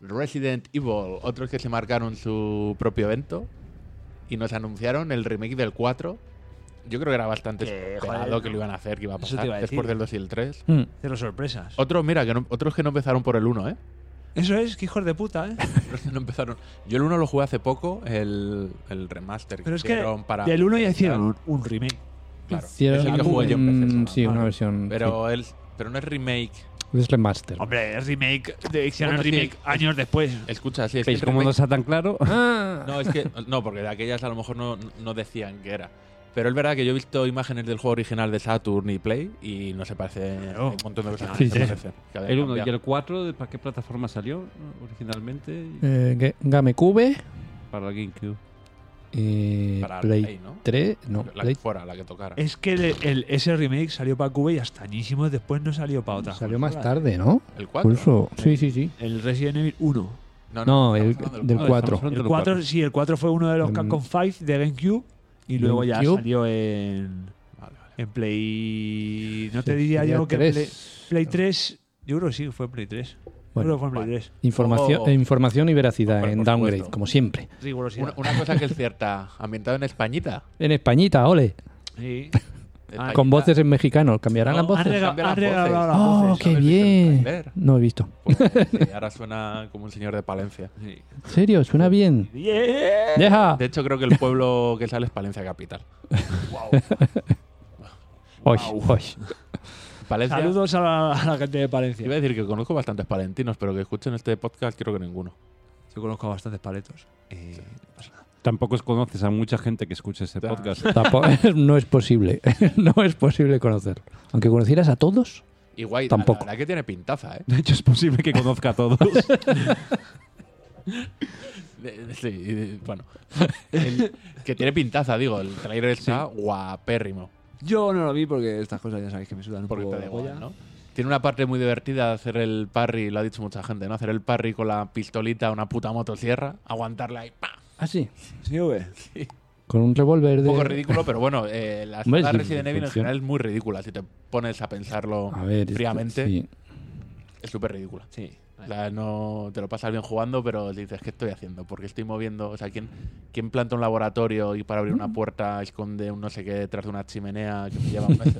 [SPEAKER 1] Resident Evil, otros que se marcaron su propio evento y nos anunciaron el remake del 4. Yo creo que era bastante
[SPEAKER 2] Que,
[SPEAKER 1] esperado
[SPEAKER 2] joder,
[SPEAKER 1] que lo iban a hacer, que iba a
[SPEAKER 2] eso
[SPEAKER 1] pasar
[SPEAKER 2] te iba a
[SPEAKER 1] después
[SPEAKER 2] decir.
[SPEAKER 1] del 2 y el 3.
[SPEAKER 4] Mm.
[SPEAKER 2] Cero sorpresas.
[SPEAKER 1] Otros, mira, que no- otros que no empezaron por el 1, ¿eh?
[SPEAKER 2] Eso es, que hijos de puta, ¿eh?
[SPEAKER 1] Otros que no empezaron. Yo el 1 lo jugué hace poco, el, el remaster
[SPEAKER 2] Pero es que
[SPEAKER 1] hicieron para.
[SPEAKER 2] del 1 ya hicieron un, un remake.
[SPEAKER 1] Claro,
[SPEAKER 4] Hicieron
[SPEAKER 1] es el que jugué yo en
[SPEAKER 4] un-
[SPEAKER 1] PC, ¿no?
[SPEAKER 4] Sí,
[SPEAKER 1] Vale.
[SPEAKER 4] una versión.
[SPEAKER 1] Pero, el, pero no es remake.
[SPEAKER 4] sí. Es remaster.
[SPEAKER 2] Hombre, es remake. De, hicieron
[SPEAKER 1] Bueno,
[SPEAKER 2] el remake
[SPEAKER 1] sí.
[SPEAKER 2] años después.
[SPEAKER 1] Escucha, sí, es que
[SPEAKER 3] ¿Veis
[SPEAKER 1] el
[SPEAKER 3] cómo no
[SPEAKER 1] remake-
[SPEAKER 3] está tan claro?
[SPEAKER 4] Ah.
[SPEAKER 1] No, es que. No, porque de aquellas a lo mejor no, no decían que era. Pero es verdad que yo he visto imágenes del juego original de Saturn y Play y no se parece a un montón de cosas. que
[SPEAKER 4] Sí,
[SPEAKER 1] se
[SPEAKER 4] sí.
[SPEAKER 1] parecen, que habían
[SPEAKER 3] El 1 y
[SPEAKER 1] cambiado.
[SPEAKER 3] el 4, ¿para qué plataforma salió originalmente?
[SPEAKER 4] Eh, Ga- GameCube.
[SPEAKER 3] Para la GameCube.
[SPEAKER 4] eh,
[SPEAKER 1] Para
[SPEAKER 4] Play
[SPEAKER 1] Play, ¿no?
[SPEAKER 4] 3. No,
[SPEAKER 1] La
[SPEAKER 4] Play
[SPEAKER 1] que fuera, la que tocara.
[SPEAKER 2] Es que el, el- ese remake salió para Cuba y hasta añísimos después no salió para otra.
[SPEAKER 4] salió más
[SPEAKER 2] consola.
[SPEAKER 4] tarde, ¿no?
[SPEAKER 1] ¿El 4?
[SPEAKER 4] Pulso. Sí, sí, sí.
[SPEAKER 2] El Resident Evil 1.
[SPEAKER 4] No, el-
[SPEAKER 1] estamos hablando
[SPEAKER 4] del
[SPEAKER 1] cuatro.
[SPEAKER 4] 4.
[SPEAKER 3] estamos hablando
[SPEAKER 2] El
[SPEAKER 3] del
[SPEAKER 2] 4, sí, el 4 fue uno de los
[SPEAKER 4] Mm.
[SPEAKER 2] Capcom 5 de GameCube y luego ya
[SPEAKER 4] GameCube.
[SPEAKER 2] salió en,
[SPEAKER 1] Vale, vale.
[SPEAKER 2] en Play. No te
[SPEAKER 4] Sí,
[SPEAKER 2] diría
[SPEAKER 4] sería
[SPEAKER 2] yo que
[SPEAKER 4] tres.
[SPEAKER 2] Play, Play 3. Yo creo que sí, fue Play 3.
[SPEAKER 4] Bueno,
[SPEAKER 2] yo creo que fue en Play 3.
[SPEAKER 4] Información,
[SPEAKER 1] Oh.
[SPEAKER 4] eh, información y veracidad
[SPEAKER 1] Hombre,
[SPEAKER 4] en
[SPEAKER 1] por
[SPEAKER 4] Downgrade,
[SPEAKER 1] supuesto.
[SPEAKER 4] como siempre.
[SPEAKER 2] Rigurosidad.
[SPEAKER 1] Una, una cosa que es cierta, ambientado en Españita.
[SPEAKER 4] En Españita, ole.
[SPEAKER 2] Sí.
[SPEAKER 1] Españita.
[SPEAKER 4] Ah, Con voces en mexicano. ¿Cambiarán
[SPEAKER 1] No,
[SPEAKER 4] las voces?
[SPEAKER 2] Han rega-
[SPEAKER 1] Cambian las
[SPEAKER 2] han regalado las
[SPEAKER 4] ¡Oh,
[SPEAKER 2] voces.
[SPEAKER 4] qué
[SPEAKER 1] ¿Habéis visto el
[SPEAKER 4] bien!
[SPEAKER 1] tráiler?
[SPEAKER 4] No he visto.
[SPEAKER 1] Pues, sí, ahora suena como un señor de Palencia.
[SPEAKER 4] ¿En serio? ¿Suena bien?
[SPEAKER 2] Yeah.
[SPEAKER 4] ¡Deja!
[SPEAKER 1] De hecho, creo que el pueblo que sale es Palencia Capital.
[SPEAKER 4] Oy, oy.
[SPEAKER 1] Palencia.
[SPEAKER 2] Saludos a la, a la gente de Palencia.
[SPEAKER 1] Iba a decir que conozco bastantes palentinos, pero que escuchen este podcast creo que ninguno.
[SPEAKER 2] Yo conozco a bastantes paletos. Eh,
[SPEAKER 3] Tampoco conoces a mucha gente que escucha este
[SPEAKER 1] Ah.
[SPEAKER 3] podcast.
[SPEAKER 4] Tampoco- no es posible. no es posible conocerlo. Aunque conocieras a todos.
[SPEAKER 1] Y guay,
[SPEAKER 4] Tampoco.
[SPEAKER 1] la verdad que tiene pintaza, ¿eh?
[SPEAKER 3] De hecho, es posible que conozca a todos.
[SPEAKER 1] De- de- Sí, y de- bueno. El- que tiene pintaza, digo. El trailer está guapérrimo.
[SPEAKER 2] Yo no lo vi porque estas cosas ya sabéis que me sudan un
[SPEAKER 1] Porque
[SPEAKER 2] poco
[SPEAKER 1] te da
[SPEAKER 2] la
[SPEAKER 1] igual,
[SPEAKER 2] polla.
[SPEAKER 1] ¿no? Tiene una parte muy divertida de hacer el parry, lo ha dicho mucha gente, ¿no? Hacer el parry con la pistolita, una puta motosierra, aguantarla ahí, ¡pam!
[SPEAKER 4] Ah, sí.
[SPEAKER 2] Sí, güey.
[SPEAKER 4] Con un revólver de.
[SPEAKER 1] Un poco ridículo, pero bueno, eh, la
[SPEAKER 4] Hombre,
[SPEAKER 1] saga
[SPEAKER 4] sí,
[SPEAKER 1] Resident Evil en
[SPEAKER 4] funciona.
[SPEAKER 1] general es muy ridícula. Si te pones a pensarlo
[SPEAKER 4] A ver, esto-
[SPEAKER 1] fríamente,
[SPEAKER 4] sí.
[SPEAKER 1] es súper ridícula.
[SPEAKER 2] Sí.
[SPEAKER 1] O sea, no te lo pasas bien jugando, pero dices, ¿qué estoy haciendo? Porque estoy moviendo. O sea, ¿quién, quién planta un laboratorio y para abrir
[SPEAKER 4] Mm.
[SPEAKER 1] una puerta esconde un no sé qué detrás de una chimenea que me lleva un mes?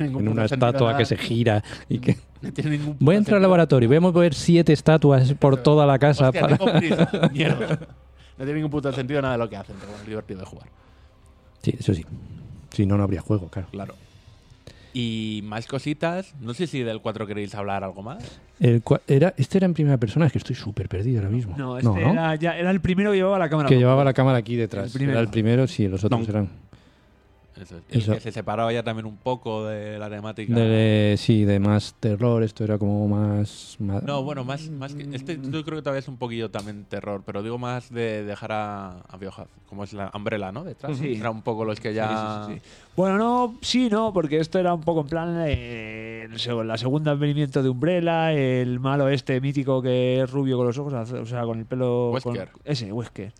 [SPEAKER 4] En una estatua que se gira y que.
[SPEAKER 1] No tiene ningún
[SPEAKER 4] Voy a entrar al laboratorio y voy a mover siete estatuas por toda la casa.
[SPEAKER 1] Hostia,
[SPEAKER 4] para-
[SPEAKER 1] tengo prisa, mierda. No tiene ningún puto sentido nada de lo que hacen, pero bueno, es divertido de jugar.
[SPEAKER 4] Sí, eso sí. Si no, no habría juego, claro.
[SPEAKER 1] Claro. Y más cositas. No sé si del 4 queréis hablar algo más.
[SPEAKER 4] El cua- era, este era en primera persona, es que estoy súper perdido ahora mismo.
[SPEAKER 2] No, este Era, ya, era el primero que llevaba la cámara.
[SPEAKER 4] Que
[SPEAKER 2] oculta.
[SPEAKER 4] llevaba la cámara aquí detrás.
[SPEAKER 2] El primero.
[SPEAKER 4] Era el primero, sí, los otros
[SPEAKER 3] No.
[SPEAKER 4] eran.
[SPEAKER 1] Eso es.
[SPEAKER 4] Eso.
[SPEAKER 1] El que se separaba ya también un poco de la temática.
[SPEAKER 4] De, sí, de más terror, esto era como más. más-
[SPEAKER 1] No, bueno, más, más que. Este yo creo que todavía es un poquillo también terror, pero digo más de dejar a, a Biohazard, como es la Umbrella, ¿no? Detrás.
[SPEAKER 2] Sí.
[SPEAKER 1] Era un poco los que ya.
[SPEAKER 2] Sí, sí, sí, sí. Bueno, no, sí, no, porque esto era un poco en plan eh, el seg- la segunda advenimiento de Umbrella, el malo este mítico que es rubio con los ojos, o sea, con el pelo. con-
[SPEAKER 1] Wesker.
[SPEAKER 2] ese, Wesker.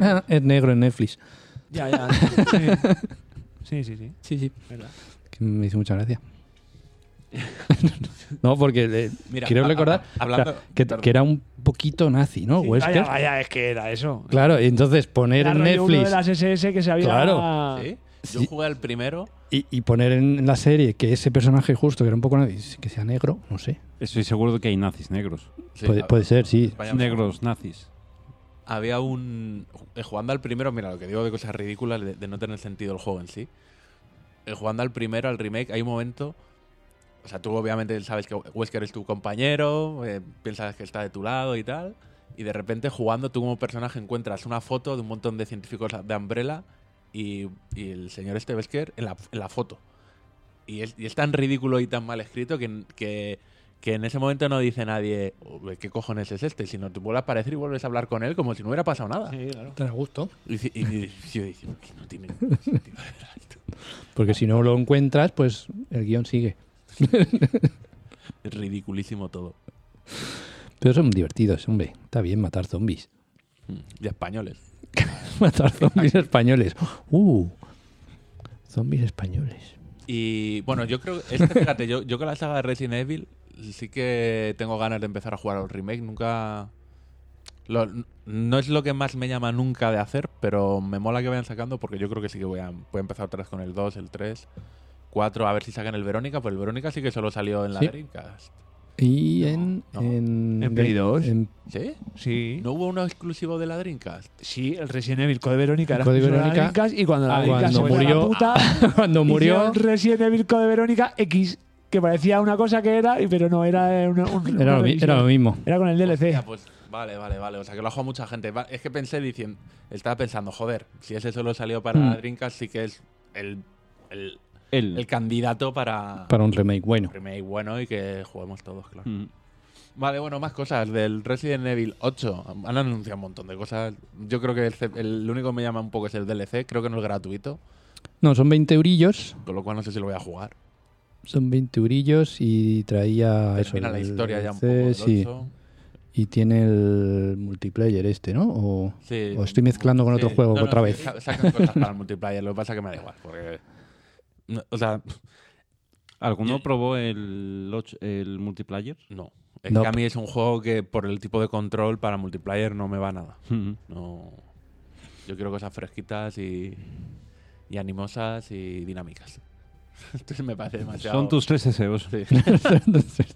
[SPEAKER 4] Ah, es negro en Netflix.
[SPEAKER 2] Ya, ya. sí. Sí, sí, sí.
[SPEAKER 4] Sí, sí.
[SPEAKER 2] verdad.
[SPEAKER 4] Que me hizo mucha gracia. no, porque le-
[SPEAKER 1] Mira,
[SPEAKER 4] quiero
[SPEAKER 1] ha-
[SPEAKER 4] recordar
[SPEAKER 1] ha- hablando-
[SPEAKER 4] o sea, que,
[SPEAKER 1] perdón.
[SPEAKER 4] que era un poquito nazi, ¿no?
[SPEAKER 2] Sí,
[SPEAKER 4] Wesker.
[SPEAKER 2] Vaya, vaya, es que era eso.
[SPEAKER 4] Claro, y entonces poner
[SPEAKER 2] Era
[SPEAKER 4] en
[SPEAKER 2] rollo uno
[SPEAKER 4] Netflix
[SPEAKER 2] de las SS que se había.
[SPEAKER 4] Claro.
[SPEAKER 1] ¿Sí? Yo
[SPEAKER 4] Ah, Sí.
[SPEAKER 1] jugué al primero.
[SPEAKER 4] y, y poner en la serie que ese personaje justo, que era un poco nazi, que sea negro, no sé.
[SPEAKER 3] Estoy seguro de que hay nazis negros.
[SPEAKER 1] Sí,
[SPEAKER 4] puede,
[SPEAKER 1] a-
[SPEAKER 4] puede ser, sí.
[SPEAKER 1] España-
[SPEAKER 3] Negros, nazis.
[SPEAKER 1] Había un. eh, Jugando al primero, mira lo que digo de cosas ridículas, de, de no tener sentido el juego en sí. Eh, jugando al primero, al remake, hay un momento. O sea, tú obviamente sabes que Wesker es tu compañero, eh, piensas que está de tu lado y tal. Y de repente jugando, tú como personaje encuentras una foto de un montón de científicos de Umbrella y, y el señor este Wesker en la, en la foto. Y es, y es tan ridículo y tan mal escrito que, que, que en ese momento no dice nadie "Uy, qué cojones es este, sino te vuelve a aparecer y vuelves a hablar con él como si no hubiera pasado nada.
[SPEAKER 2] Sí, claro.
[SPEAKER 4] Te gusto.
[SPEAKER 1] Y, si- y yo dije, "Aquí no tiene ningún sentido, de verdad, esto".
[SPEAKER 4] Porque si no lo encuentras, pues el guión sigue.
[SPEAKER 1] Es ridiculísimo todo.
[SPEAKER 4] Pero son divertidos, hombre. Está bien matar zombies.
[SPEAKER 1] Y Mm, españoles.
[SPEAKER 4] matar zombies españoles. Uh. Zombies españoles.
[SPEAKER 1] Y bueno, yo creo. Este, fíjate, yo, yo con la saga de Resident Evil sí que tengo ganas de empezar a jugar al remake. Nunca. lo- no es lo que más me llama nunca de hacer, pero me mola que vayan sacando porque yo creo que sí que voy a, voy a empezar otra vez con el 2, el 3, 4, a ver si sacan el Verónica, pues el Verónica sí que solo salió en la
[SPEAKER 4] Sí.
[SPEAKER 1] Dreamcast.
[SPEAKER 4] Y en.
[SPEAKER 1] no.
[SPEAKER 4] En,
[SPEAKER 2] En Play
[SPEAKER 4] de-
[SPEAKER 2] 2.
[SPEAKER 4] en-
[SPEAKER 1] ¿Sí?
[SPEAKER 2] Sí.
[SPEAKER 1] ¿No hubo uno exclusivo de la Dreamcast?
[SPEAKER 2] Sí, el Resident Evil Code Verónica era
[SPEAKER 4] Code
[SPEAKER 2] exclusivo de la
[SPEAKER 4] Verónica.
[SPEAKER 2] Dreamcast, y cuando la
[SPEAKER 4] Ah,
[SPEAKER 2] Dreamcast
[SPEAKER 4] cuando
[SPEAKER 2] se fue a
[SPEAKER 4] murió-
[SPEAKER 2] la puta,
[SPEAKER 4] cuando murió.
[SPEAKER 2] hicieron Resident Evil Code Verónica X, que parecía una cosa que era, y- pero no, era eh, una- un- una
[SPEAKER 4] Era lo, mi-
[SPEAKER 2] revisión.
[SPEAKER 4] era lo mismo.
[SPEAKER 2] Era con el DLC.
[SPEAKER 1] Hostia, pues vale, vale, vale. O sea, que lo ha jugado mucha gente. Va- Es que pensé diciendo, estaba pensando, joder, si ese solo salió para
[SPEAKER 4] Mm.
[SPEAKER 1] la Dreamcast, sí que es el, el,
[SPEAKER 3] Él.
[SPEAKER 1] el candidato para,
[SPEAKER 4] Para un remake, bueno.
[SPEAKER 1] remake bueno y que juguemos todos, claro.
[SPEAKER 3] Mm.
[SPEAKER 1] Vale, bueno, más cosas del Resident Evil 8. Han anunciado un montón de cosas. Yo creo que el, ce- el único que me llama un poco es el DLC. Creo que no es gratuito,
[SPEAKER 4] No, son 20 eurillos.
[SPEAKER 1] con lo cual no sé si lo voy a jugar.
[SPEAKER 4] Son 20 eurillos y traía Ah, eso.
[SPEAKER 1] Termina la
[SPEAKER 4] el
[SPEAKER 1] historia ya un poco.
[SPEAKER 4] DLC,
[SPEAKER 1] del
[SPEAKER 4] sí.
[SPEAKER 1] 8.
[SPEAKER 4] Y tiene el multiplayer este, ¿no? O,
[SPEAKER 1] Sí.
[SPEAKER 4] o estoy mezclando con otro
[SPEAKER 1] Sí.
[SPEAKER 4] juego
[SPEAKER 1] No, no,
[SPEAKER 4] otra
[SPEAKER 1] sí,
[SPEAKER 4] vez.
[SPEAKER 1] sa- Sacan cosas para el multiplayer, lo que pasa que me da igual. Porque, no, o sea,
[SPEAKER 3] ¿Alguno
[SPEAKER 1] Yo-
[SPEAKER 3] probó el, och- el multiplayer?
[SPEAKER 1] no. Es
[SPEAKER 4] No.
[SPEAKER 1] que a mí es un juego que por el tipo de control para multiplayer no me va nada.
[SPEAKER 3] Mm.
[SPEAKER 1] No. Yo quiero cosas fresquitas y, y animosas y dinámicas. Entonces me parece demasiado.
[SPEAKER 3] Son tus tres deseos.
[SPEAKER 1] Sí.
[SPEAKER 4] Entonces,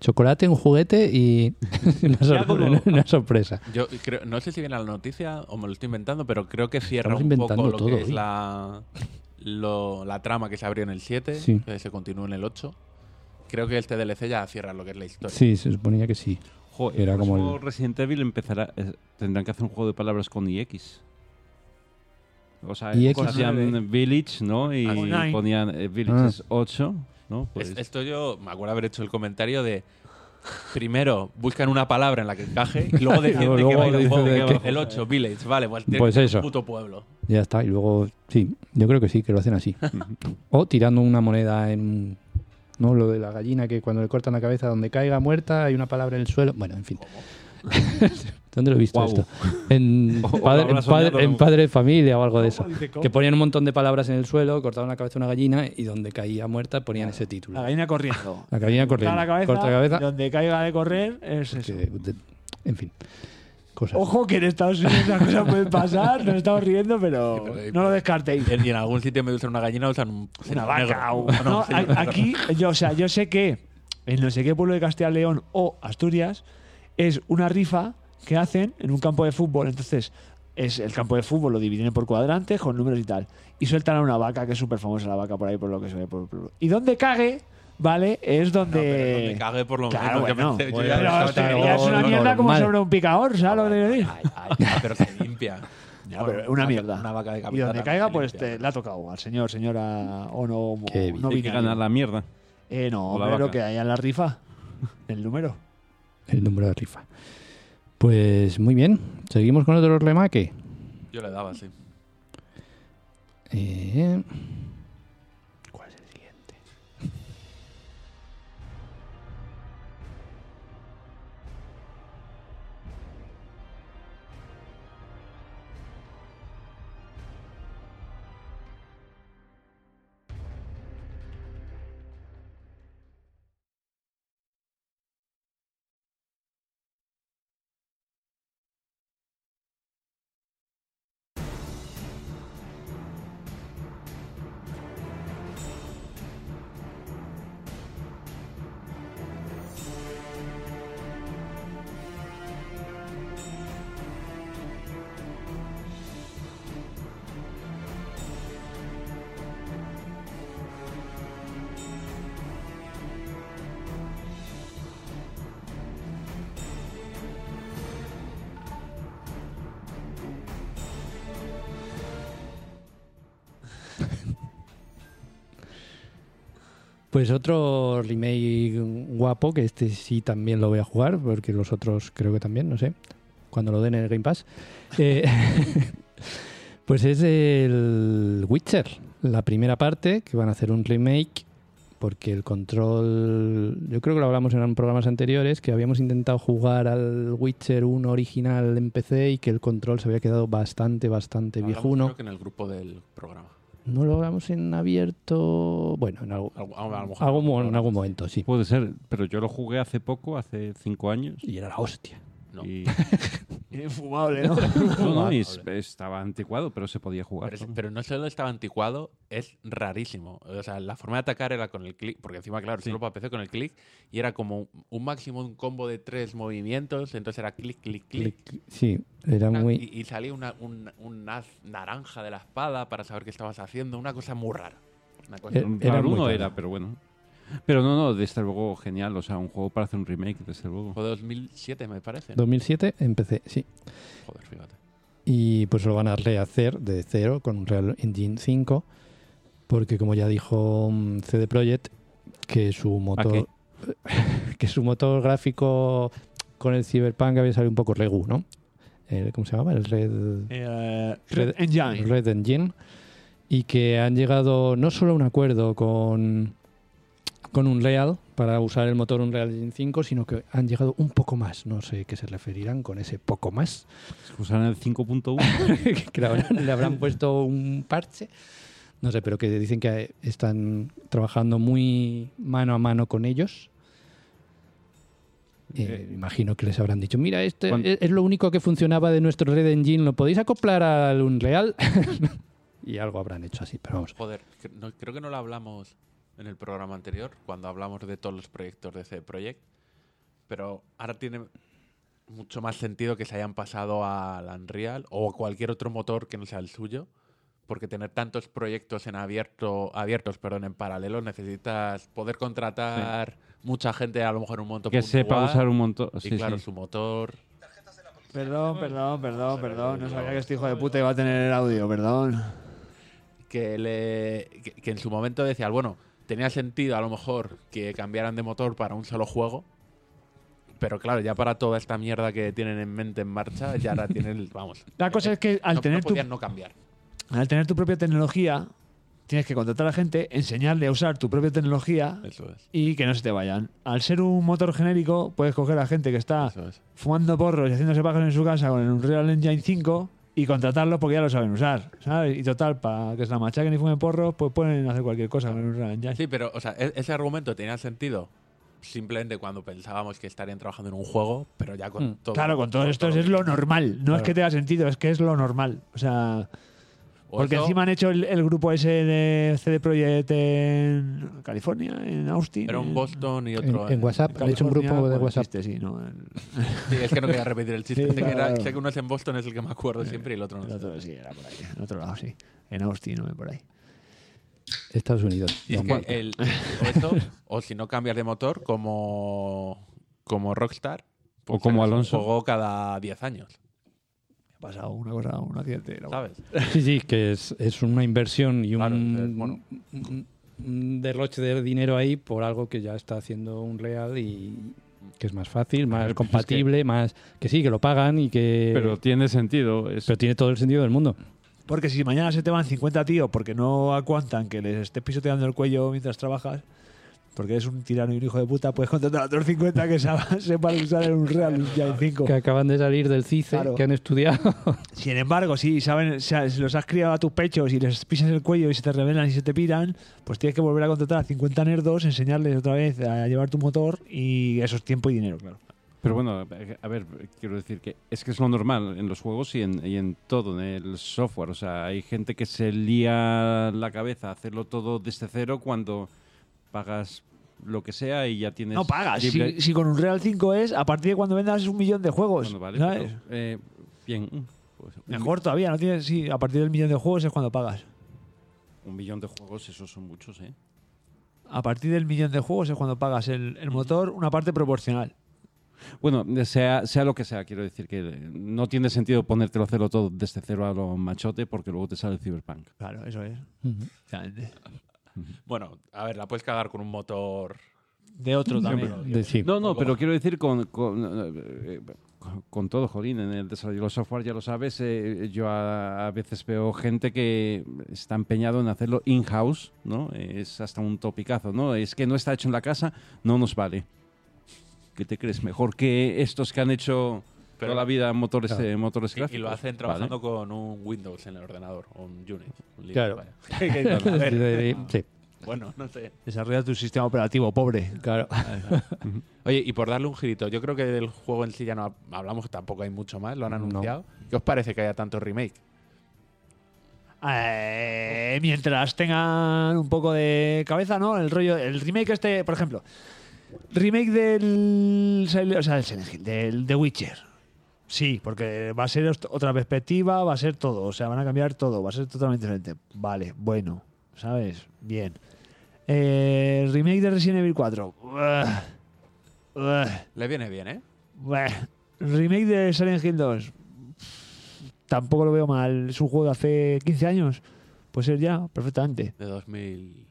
[SPEAKER 4] chocolate, un juguete y una, sor-
[SPEAKER 3] como-
[SPEAKER 4] una sorpresa.
[SPEAKER 1] Yo creo, no sé si viene a la noticia o me lo estoy inventando, pero creo que cierra
[SPEAKER 4] Estamos
[SPEAKER 1] un poco
[SPEAKER 4] inventando
[SPEAKER 1] lo
[SPEAKER 4] todo ¿eh?
[SPEAKER 1] que es
[SPEAKER 4] hoy.
[SPEAKER 1] la, lo- la trama que se abrió en el 7,
[SPEAKER 4] Sí.
[SPEAKER 1] que se continúa en el 8. Creo que este DLC ya cierra lo que es la historia.
[SPEAKER 4] Sí, se suponía que sí.
[SPEAKER 3] Jo, el
[SPEAKER 4] Era como
[SPEAKER 3] próximo
[SPEAKER 4] el-
[SPEAKER 3] Resident Evil empezará. eh, tendrán que hacer un juego de palabras con IX. O sea,
[SPEAKER 4] IX.
[SPEAKER 3] ponían Village, ¿no? Y
[SPEAKER 2] Online.
[SPEAKER 3] ponían eh, Village
[SPEAKER 4] Ah.
[SPEAKER 3] es 8, ¿no? Pues,
[SPEAKER 1] Ah, Es- esto yo me acuerdo haber hecho el comentario de primero buscan una palabra en la que encaje y luego deciden de qué
[SPEAKER 4] Luego
[SPEAKER 1] va el
[SPEAKER 4] deciden
[SPEAKER 1] juego,
[SPEAKER 4] de qué
[SPEAKER 1] que
[SPEAKER 4] va.
[SPEAKER 1] es el 8, Village, vale, pues, tiene
[SPEAKER 4] Pues
[SPEAKER 1] que ser
[SPEAKER 4] eso.
[SPEAKER 1] un puto pueblo.
[SPEAKER 4] Ya está. Y luego, sí, yo creo que sí, que lo hacen así. o tirando una moneda en. ¿No? Lo de la gallina que cuando le cortan la cabeza donde caiga muerta hay una palabra en el suelo. Bueno, en fin. ¿Dónde lo he visto
[SPEAKER 3] Guau.
[SPEAKER 4] esto? En,
[SPEAKER 3] O- o lo
[SPEAKER 4] padre,
[SPEAKER 3] habrá
[SPEAKER 4] en padre-
[SPEAKER 3] soñado,
[SPEAKER 4] en
[SPEAKER 3] ¿no?
[SPEAKER 4] Padre de familia o algo de eso.
[SPEAKER 2] dice, ¿cómo?
[SPEAKER 4] Que ponían un montón de palabras en el suelo, cortaban la cabeza de una gallina y donde caía muerta ponían ese título.
[SPEAKER 2] La gallina corriendo.
[SPEAKER 4] La gallina
[SPEAKER 2] Corta
[SPEAKER 4] corriendo.
[SPEAKER 2] la cabeza,
[SPEAKER 4] Corta la cabeza.
[SPEAKER 2] Donde caiga de correr es eso.
[SPEAKER 4] que- de- en fin. Cosas.
[SPEAKER 2] Ojo que en Estados Unidos esas cosas pueden pasar, nos estamos riendo, pero
[SPEAKER 1] Sí, pero-
[SPEAKER 2] no lo descartéis.
[SPEAKER 1] Y en algún sitio en vez de usar una gallina usan un,
[SPEAKER 2] Una
[SPEAKER 1] un
[SPEAKER 2] vaca.
[SPEAKER 1] negro.
[SPEAKER 2] o-
[SPEAKER 1] No,
[SPEAKER 2] No,
[SPEAKER 1] sí,
[SPEAKER 2] a-
[SPEAKER 1] negro.
[SPEAKER 2] aquí, yo, o sea, yo sé que en no sé qué pueblo de Castilla y León o Asturias es una rifa que hacen en un campo de fútbol. Entonces, es el campo de fútbol lo dividen por cuadrantes con números y tal. Y sueltan a una vaca, que es súper famosa la vaca por ahí, por lo que se ve. Por, por- y donde cague, ¿vale?
[SPEAKER 1] No,
[SPEAKER 2] Es
[SPEAKER 1] pero donde
[SPEAKER 2] donde.
[SPEAKER 1] cague por lo menos.
[SPEAKER 2] Claro,
[SPEAKER 1] que
[SPEAKER 2] bueno.
[SPEAKER 1] pensé, yo
[SPEAKER 4] Bueno, pues
[SPEAKER 1] ya
[SPEAKER 2] pero
[SPEAKER 1] estaba
[SPEAKER 2] hostia,
[SPEAKER 4] está
[SPEAKER 1] teniendo-
[SPEAKER 2] ya es una
[SPEAKER 4] normal.
[SPEAKER 2] mierda como sobre un picador, ¿sabes lo que te
[SPEAKER 1] Ay,
[SPEAKER 2] digo?
[SPEAKER 1] ay, ay, pero se limpia.
[SPEAKER 2] Ya,
[SPEAKER 1] Bueno,
[SPEAKER 2] pero una mierda.
[SPEAKER 1] Ah, Una vaca de
[SPEAKER 2] Y
[SPEAKER 1] capital
[SPEAKER 2] donde
[SPEAKER 1] también
[SPEAKER 2] caiga,
[SPEAKER 1] se
[SPEAKER 2] pues
[SPEAKER 1] limpia.
[SPEAKER 2] te, la ha tocado al señor, señora o no, o
[SPEAKER 4] Qué bien.
[SPEAKER 2] no
[SPEAKER 3] hay que
[SPEAKER 2] binario.
[SPEAKER 3] ganar la mierda.
[SPEAKER 2] Eh, no,
[SPEAKER 3] O la
[SPEAKER 2] pero
[SPEAKER 3] vaca.
[SPEAKER 2] que haya en la rifa. El número.
[SPEAKER 4] El número de rifa. Pues muy bien. Seguimos con otro remake.
[SPEAKER 1] Yo le daba, sí.
[SPEAKER 4] Eh, ¿Cuál es el siguiente? Pues otro remake guapo, que este sí también lo voy a jugar, porque los otros creo que también, no sé, cuando lo den en el Game Pass. Eh, pues es el Witcher, la primera parte, que van a hacer un remake, porque el control, yo creo que lo hablamos en programas anteriores, que habíamos intentado jugar al Witcher 1 original en PC y que el control se había quedado bastante, bastante
[SPEAKER 1] Hablamos,
[SPEAKER 4] viejuno.
[SPEAKER 1] creo que en el grupo del programa.
[SPEAKER 4] No lo hagamos en abierto. Bueno, en algo-
[SPEAKER 1] Algu- a lo mejor-
[SPEAKER 4] algún mo- en algún momento, sí.
[SPEAKER 3] Puede ser, pero yo lo jugué hace poco, hace cinco años.
[SPEAKER 4] Y era la hostia.
[SPEAKER 1] No.
[SPEAKER 3] Y,
[SPEAKER 2] Infumable, ¿no?
[SPEAKER 3] no, no, y es- estaba anticuado, pero se podía jugar.
[SPEAKER 1] Pero, es- pero no solo estaba anticuado, es rarísimo. O sea, la forma de atacar era con el clic, porque encima, claro, solo para PC con el clic, y era como un, un máximo, un combo de tres movimientos, entonces era clic, clic, clic.
[SPEAKER 4] Sí, era
[SPEAKER 1] Una-
[SPEAKER 4] muy.
[SPEAKER 1] Y, y salía una, un, un haz naranja de la espada para saber qué estabas haciendo, una cosa muy rara. Una cosa-
[SPEAKER 4] Eh,
[SPEAKER 3] Era
[SPEAKER 4] muy
[SPEAKER 3] uno
[SPEAKER 4] raro.
[SPEAKER 3] era, pero bueno. Pero no, no, desde luego genial. O sea, un juego para hacer un remake, desde luego.
[SPEAKER 1] Fue 2007, me parece. ¿no?
[SPEAKER 4] 2007 empecé, sí.
[SPEAKER 1] Joder, fíjate.
[SPEAKER 4] Y pues lo van a rehacer de cero con un Real Engine 5, porque como ya dijo mm, CD Projekt, que su motor que su motor gráfico con el Cyberpunk había salido un poco regu, ¿no? El- ¿Cómo se llamaba? El Red
[SPEAKER 2] Eh,
[SPEAKER 4] Red-
[SPEAKER 2] Red Engine.
[SPEAKER 4] Red Engine y que han llegado no solo a un acuerdo con con Unreal para usar el motor Unreal Engine 5, sino que han llegado un poco más. No sé qué se referirán con ese poco más.
[SPEAKER 3] Usaron el 5.1.
[SPEAKER 4] que le habrán, le habrán puesto un parche. No sé, pero que dicen que eh, están trabajando muy mano a mano con ellos. Eh, imagino que les habrán dicho, mira, este
[SPEAKER 3] ¿Cuán-
[SPEAKER 4] es, es lo único que funcionaba de nuestro Red Engine, ¿lo podéis acoplar al Unreal? y algo habrán hecho así, pero vamos.
[SPEAKER 1] Joder, cre- no- creo que no lo hablamos en el programa anterior, cuando hablamos de todos los proyectos de CD Projekt, pero ahora tiene mucho más sentido que se hayan pasado al Unreal o a cualquier otro motor que no sea el suyo, porque tener tantos proyectos en abierto, abiertos perdón, en paralelo necesitas poder contratar mucha gente, a lo mejor en un montón
[SPEAKER 3] que sepa usar un montón.
[SPEAKER 1] Y
[SPEAKER 3] Sí,
[SPEAKER 1] claro,
[SPEAKER 3] sí.
[SPEAKER 1] su motor...
[SPEAKER 2] Perdón, perdón, perdón, perdón. No sabía que este hijo de puta iba a tener el audio, perdón.
[SPEAKER 1] que, le, que, que en su momento decías, bueno, tenía sentido a lo mejor que cambiaran de motor para un solo juego, pero claro, ya para toda esta mierda que tienen en mente en marcha, ya ahora tienen, el- vamos.
[SPEAKER 2] La cosa es que al
[SPEAKER 1] no,
[SPEAKER 2] tener
[SPEAKER 1] no
[SPEAKER 2] tu-
[SPEAKER 1] podían no cambiar.
[SPEAKER 2] Al tener tu propia tecnología, tienes que contratar a gente, enseñarle a usar tu propia tecnología
[SPEAKER 1] Eso es.
[SPEAKER 2] y que no se te vayan. Al ser un motor genérico, puedes coger a gente que está
[SPEAKER 1] Eso es.
[SPEAKER 2] fumando porros y haciéndose pajas en su casa con el Unreal Engine 5 y contratarlos porque ya lo saben usar, ¿sabes? Y total, para que se la machaquen y fumen porros, pues pueden hacer cualquier cosa con el Unreal Engine.
[SPEAKER 1] Sí, pero, o sea, e- ese argumento tenía sentido simplemente cuando pensábamos que estarían trabajando en un juego, pero ya con
[SPEAKER 4] Mm.
[SPEAKER 1] todo.
[SPEAKER 2] Claro, con todo esto es lo normal. No es que tenga sentido, es que es lo normal. O sea,
[SPEAKER 1] O
[SPEAKER 2] porque
[SPEAKER 1] eso,
[SPEAKER 2] encima han hecho el, el grupo ese de CD Projekt en California, en Austin.
[SPEAKER 1] Era un
[SPEAKER 2] en-
[SPEAKER 1] Boston y
[SPEAKER 4] En-
[SPEAKER 1] otro.
[SPEAKER 4] en WhatsApp, han hecho un
[SPEAKER 2] California,
[SPEAKER 4] grupo de
[SPEAKER 2] por el
[SPEAKER 4] WhatsApp.
[SPEAKER 2] chiste, sí, no, el-
[SPEAKER 1] Sí, es que no quería repetir el chiste.
[SPEAKER 2] Sí,
[SPEAKER 1] sé, que era-
[SPEAKER 2] claro.
[SPEAKER 1] sé que uno es en Boston, es el que me acuerdo siempre, y el otro no.
[SPEAKER 2] el otro sí, era por ahí. En otro lado, sí. En Austin, no por ahí.
[SPEAKER 4] Estados Unidos.
[SPEAKER 1] Y es
[SPEAKER 4] Don
[SPEAKER 1] que
[SPEAKER 4] Walter.
[SPEAKER 1] el- o eso, o si no cambias de motor, como, como Rockstar. pues
[SPEAKER 3] O como
[SPEAKER 1] sacas un
[SPEAKER 3] Alonso.
[SPEAKER 1] Juego cada 10 años,
[SPEAKER 2] Ha pasado una cosa, un accidente. la-
[SPEAKER 3] Oh.
[SPEAKER 1] ¿sabes?
[SPEAKER 4] Sí, sí, que es, es una inversión y un,
[SPEAKER 1] Claro, es- bueno.
[SPEAKER 4] un- un derroche de dinero ahí por algo que ya está haciendo un real y que es más fácil, más
[SPEAKER 3] Pero es
[SPEAKER 4] compatible, más que sí, que lo pagan y que
[SPEAKER 3] Pero tiene sentido. es-
[SPEAKER 4] Eh, pero tiene todo el sentido del mundo.
[SPEAKER 2] Porque si mañana se te van 50 tíos porque no aguantan que les estés pisoteando el cuello mientras trabajas, porque eres un tirano y un hijo de puta, puedes contratar a otros 50 que sa- sepan usar en un Real Engine 5.
[SPEAKER 4] Que acaban de salir del CICE,
[SPEAKER 2] Claro.
[SPEAKER 4] que han estudiado.
[SPEAKER 2] Sin embargo, si saben, o sea, si los has criado a tus pechos y les pisas el cuello y se te rebelan y se te piran, pues tienes que volver a contratar a 50 nerdos, enseñarles otra vez a llevar tu motor y eso es tiempo y dinero, claro.
[SPEAKER 3] Pero bueno, a ver, quiero decir que es que es lo normal en los juegos y en, y en todo, en el software. O sea, hay gente que se lía la cabeza a hacerlo todo desde cero cuando pagas lo que sea y ya tienes...
[SPEAKER 2] No pagas.
[SPEAKER 3] libre-
[SPEAKER 2] Si, si con un Real 5 es, a partir de cuando vendas un millón de juegos.
[SPEAKER 3] Bueno, vale,
[SPEAKER 2] ¿sabes?
[SPEAKER 3] pero, eh, bien, pues, un
[SPEAKER 2] Mejor todavía, no tienes, sí, a partir del millón de juegos es cuando pagas.
[SPEAKER 3] mi- Un millón de juegos, esos son muchos, ¿eh?
[SPEAKER 2] A partir del millón de juegos es cuando pagas el, el motor una parte proporcional.
[SPEAKER 3] Bueno, sea, sea lo que sea, quiero decir que no tiene sentido ponértelo a hacerlo todo desde cero a lo machote porque luego te sale el Cyberpunk.
[SPEAKER 2] Claro, eso es.
[SPEAKER 1] Bueno, a ver, la puedes cagar con un motor.
[SPEAKER 2] De otro también.
[SPEAKER 4] De- sí.
[SPEAKER 3] No, no, pero quiero decir con, con, eh, con- con todo, Jolín, en el desarrollo del software, ya lo sabes, eh, yo a, a veces veo gente que está empeñado en hacerlo in-house, ¿no? Es hasta un topicazo, ¿no? Es que no está hecho en la casa, no nos vale. ¿Qué te crees? Mejor que estos que han hecho
[SPEAKER 1] pero-
[SPEAKER 3] toda la vida motores,
[SPEAKER 4] Claro.
[SPEAKER 3] eh, motores
[SPEAKER 1] Y, y
[SPEAKER 3] gráficos.
[SPEAKER 1] lo hacen trabajando
[SPEAKER 3] Vale.
[SPEAKER 1] con un Windows en el ordenador, o un Unix. un Linux,
[SPEAKER 4] Claro.
[SPEAKER 1] vaya. Que no, a ver,
[SPEAKER 4] sí,
[SPEAKER 1] bueno, no sé.
[SPEAKER 2] Desarrolla tu sistema operativo, pobre.
[SPEAKER 4] claro.
[SPEAKER 1] Oye, y por darle un girito, yo creo que del juego en sí ya no ha- hablamos, tampoco hay mucho más, lo han anunciado. ¿Qué os parece que haya tanto remake?
[SPEAKER 2] Eh, mientras tengan un poco de cabeza, ¿no? El rollo, el remake este, por ejemplo, remake del, Sil- o sea, del Silent Hill, del The Witcher. Sí, porque va a ser ost- otra perspectiva, va a ser todo, o sea, van a cambiar todo, va a ser totalmente diferente. Vale, bueno, ¿sabes? Bien. Eh, el remake de Resident Evil 4. Buah. Buah.
[SPEAKER 1] Le viene bien, ¿eh?
[SPEAKER 2] Buah. Remake de Silent Hill 2. Tampoco lo veo mal. Es un juego de hace 15 años. Puede ser ya, perfectamente.
[SPEAKER 1] De 2000.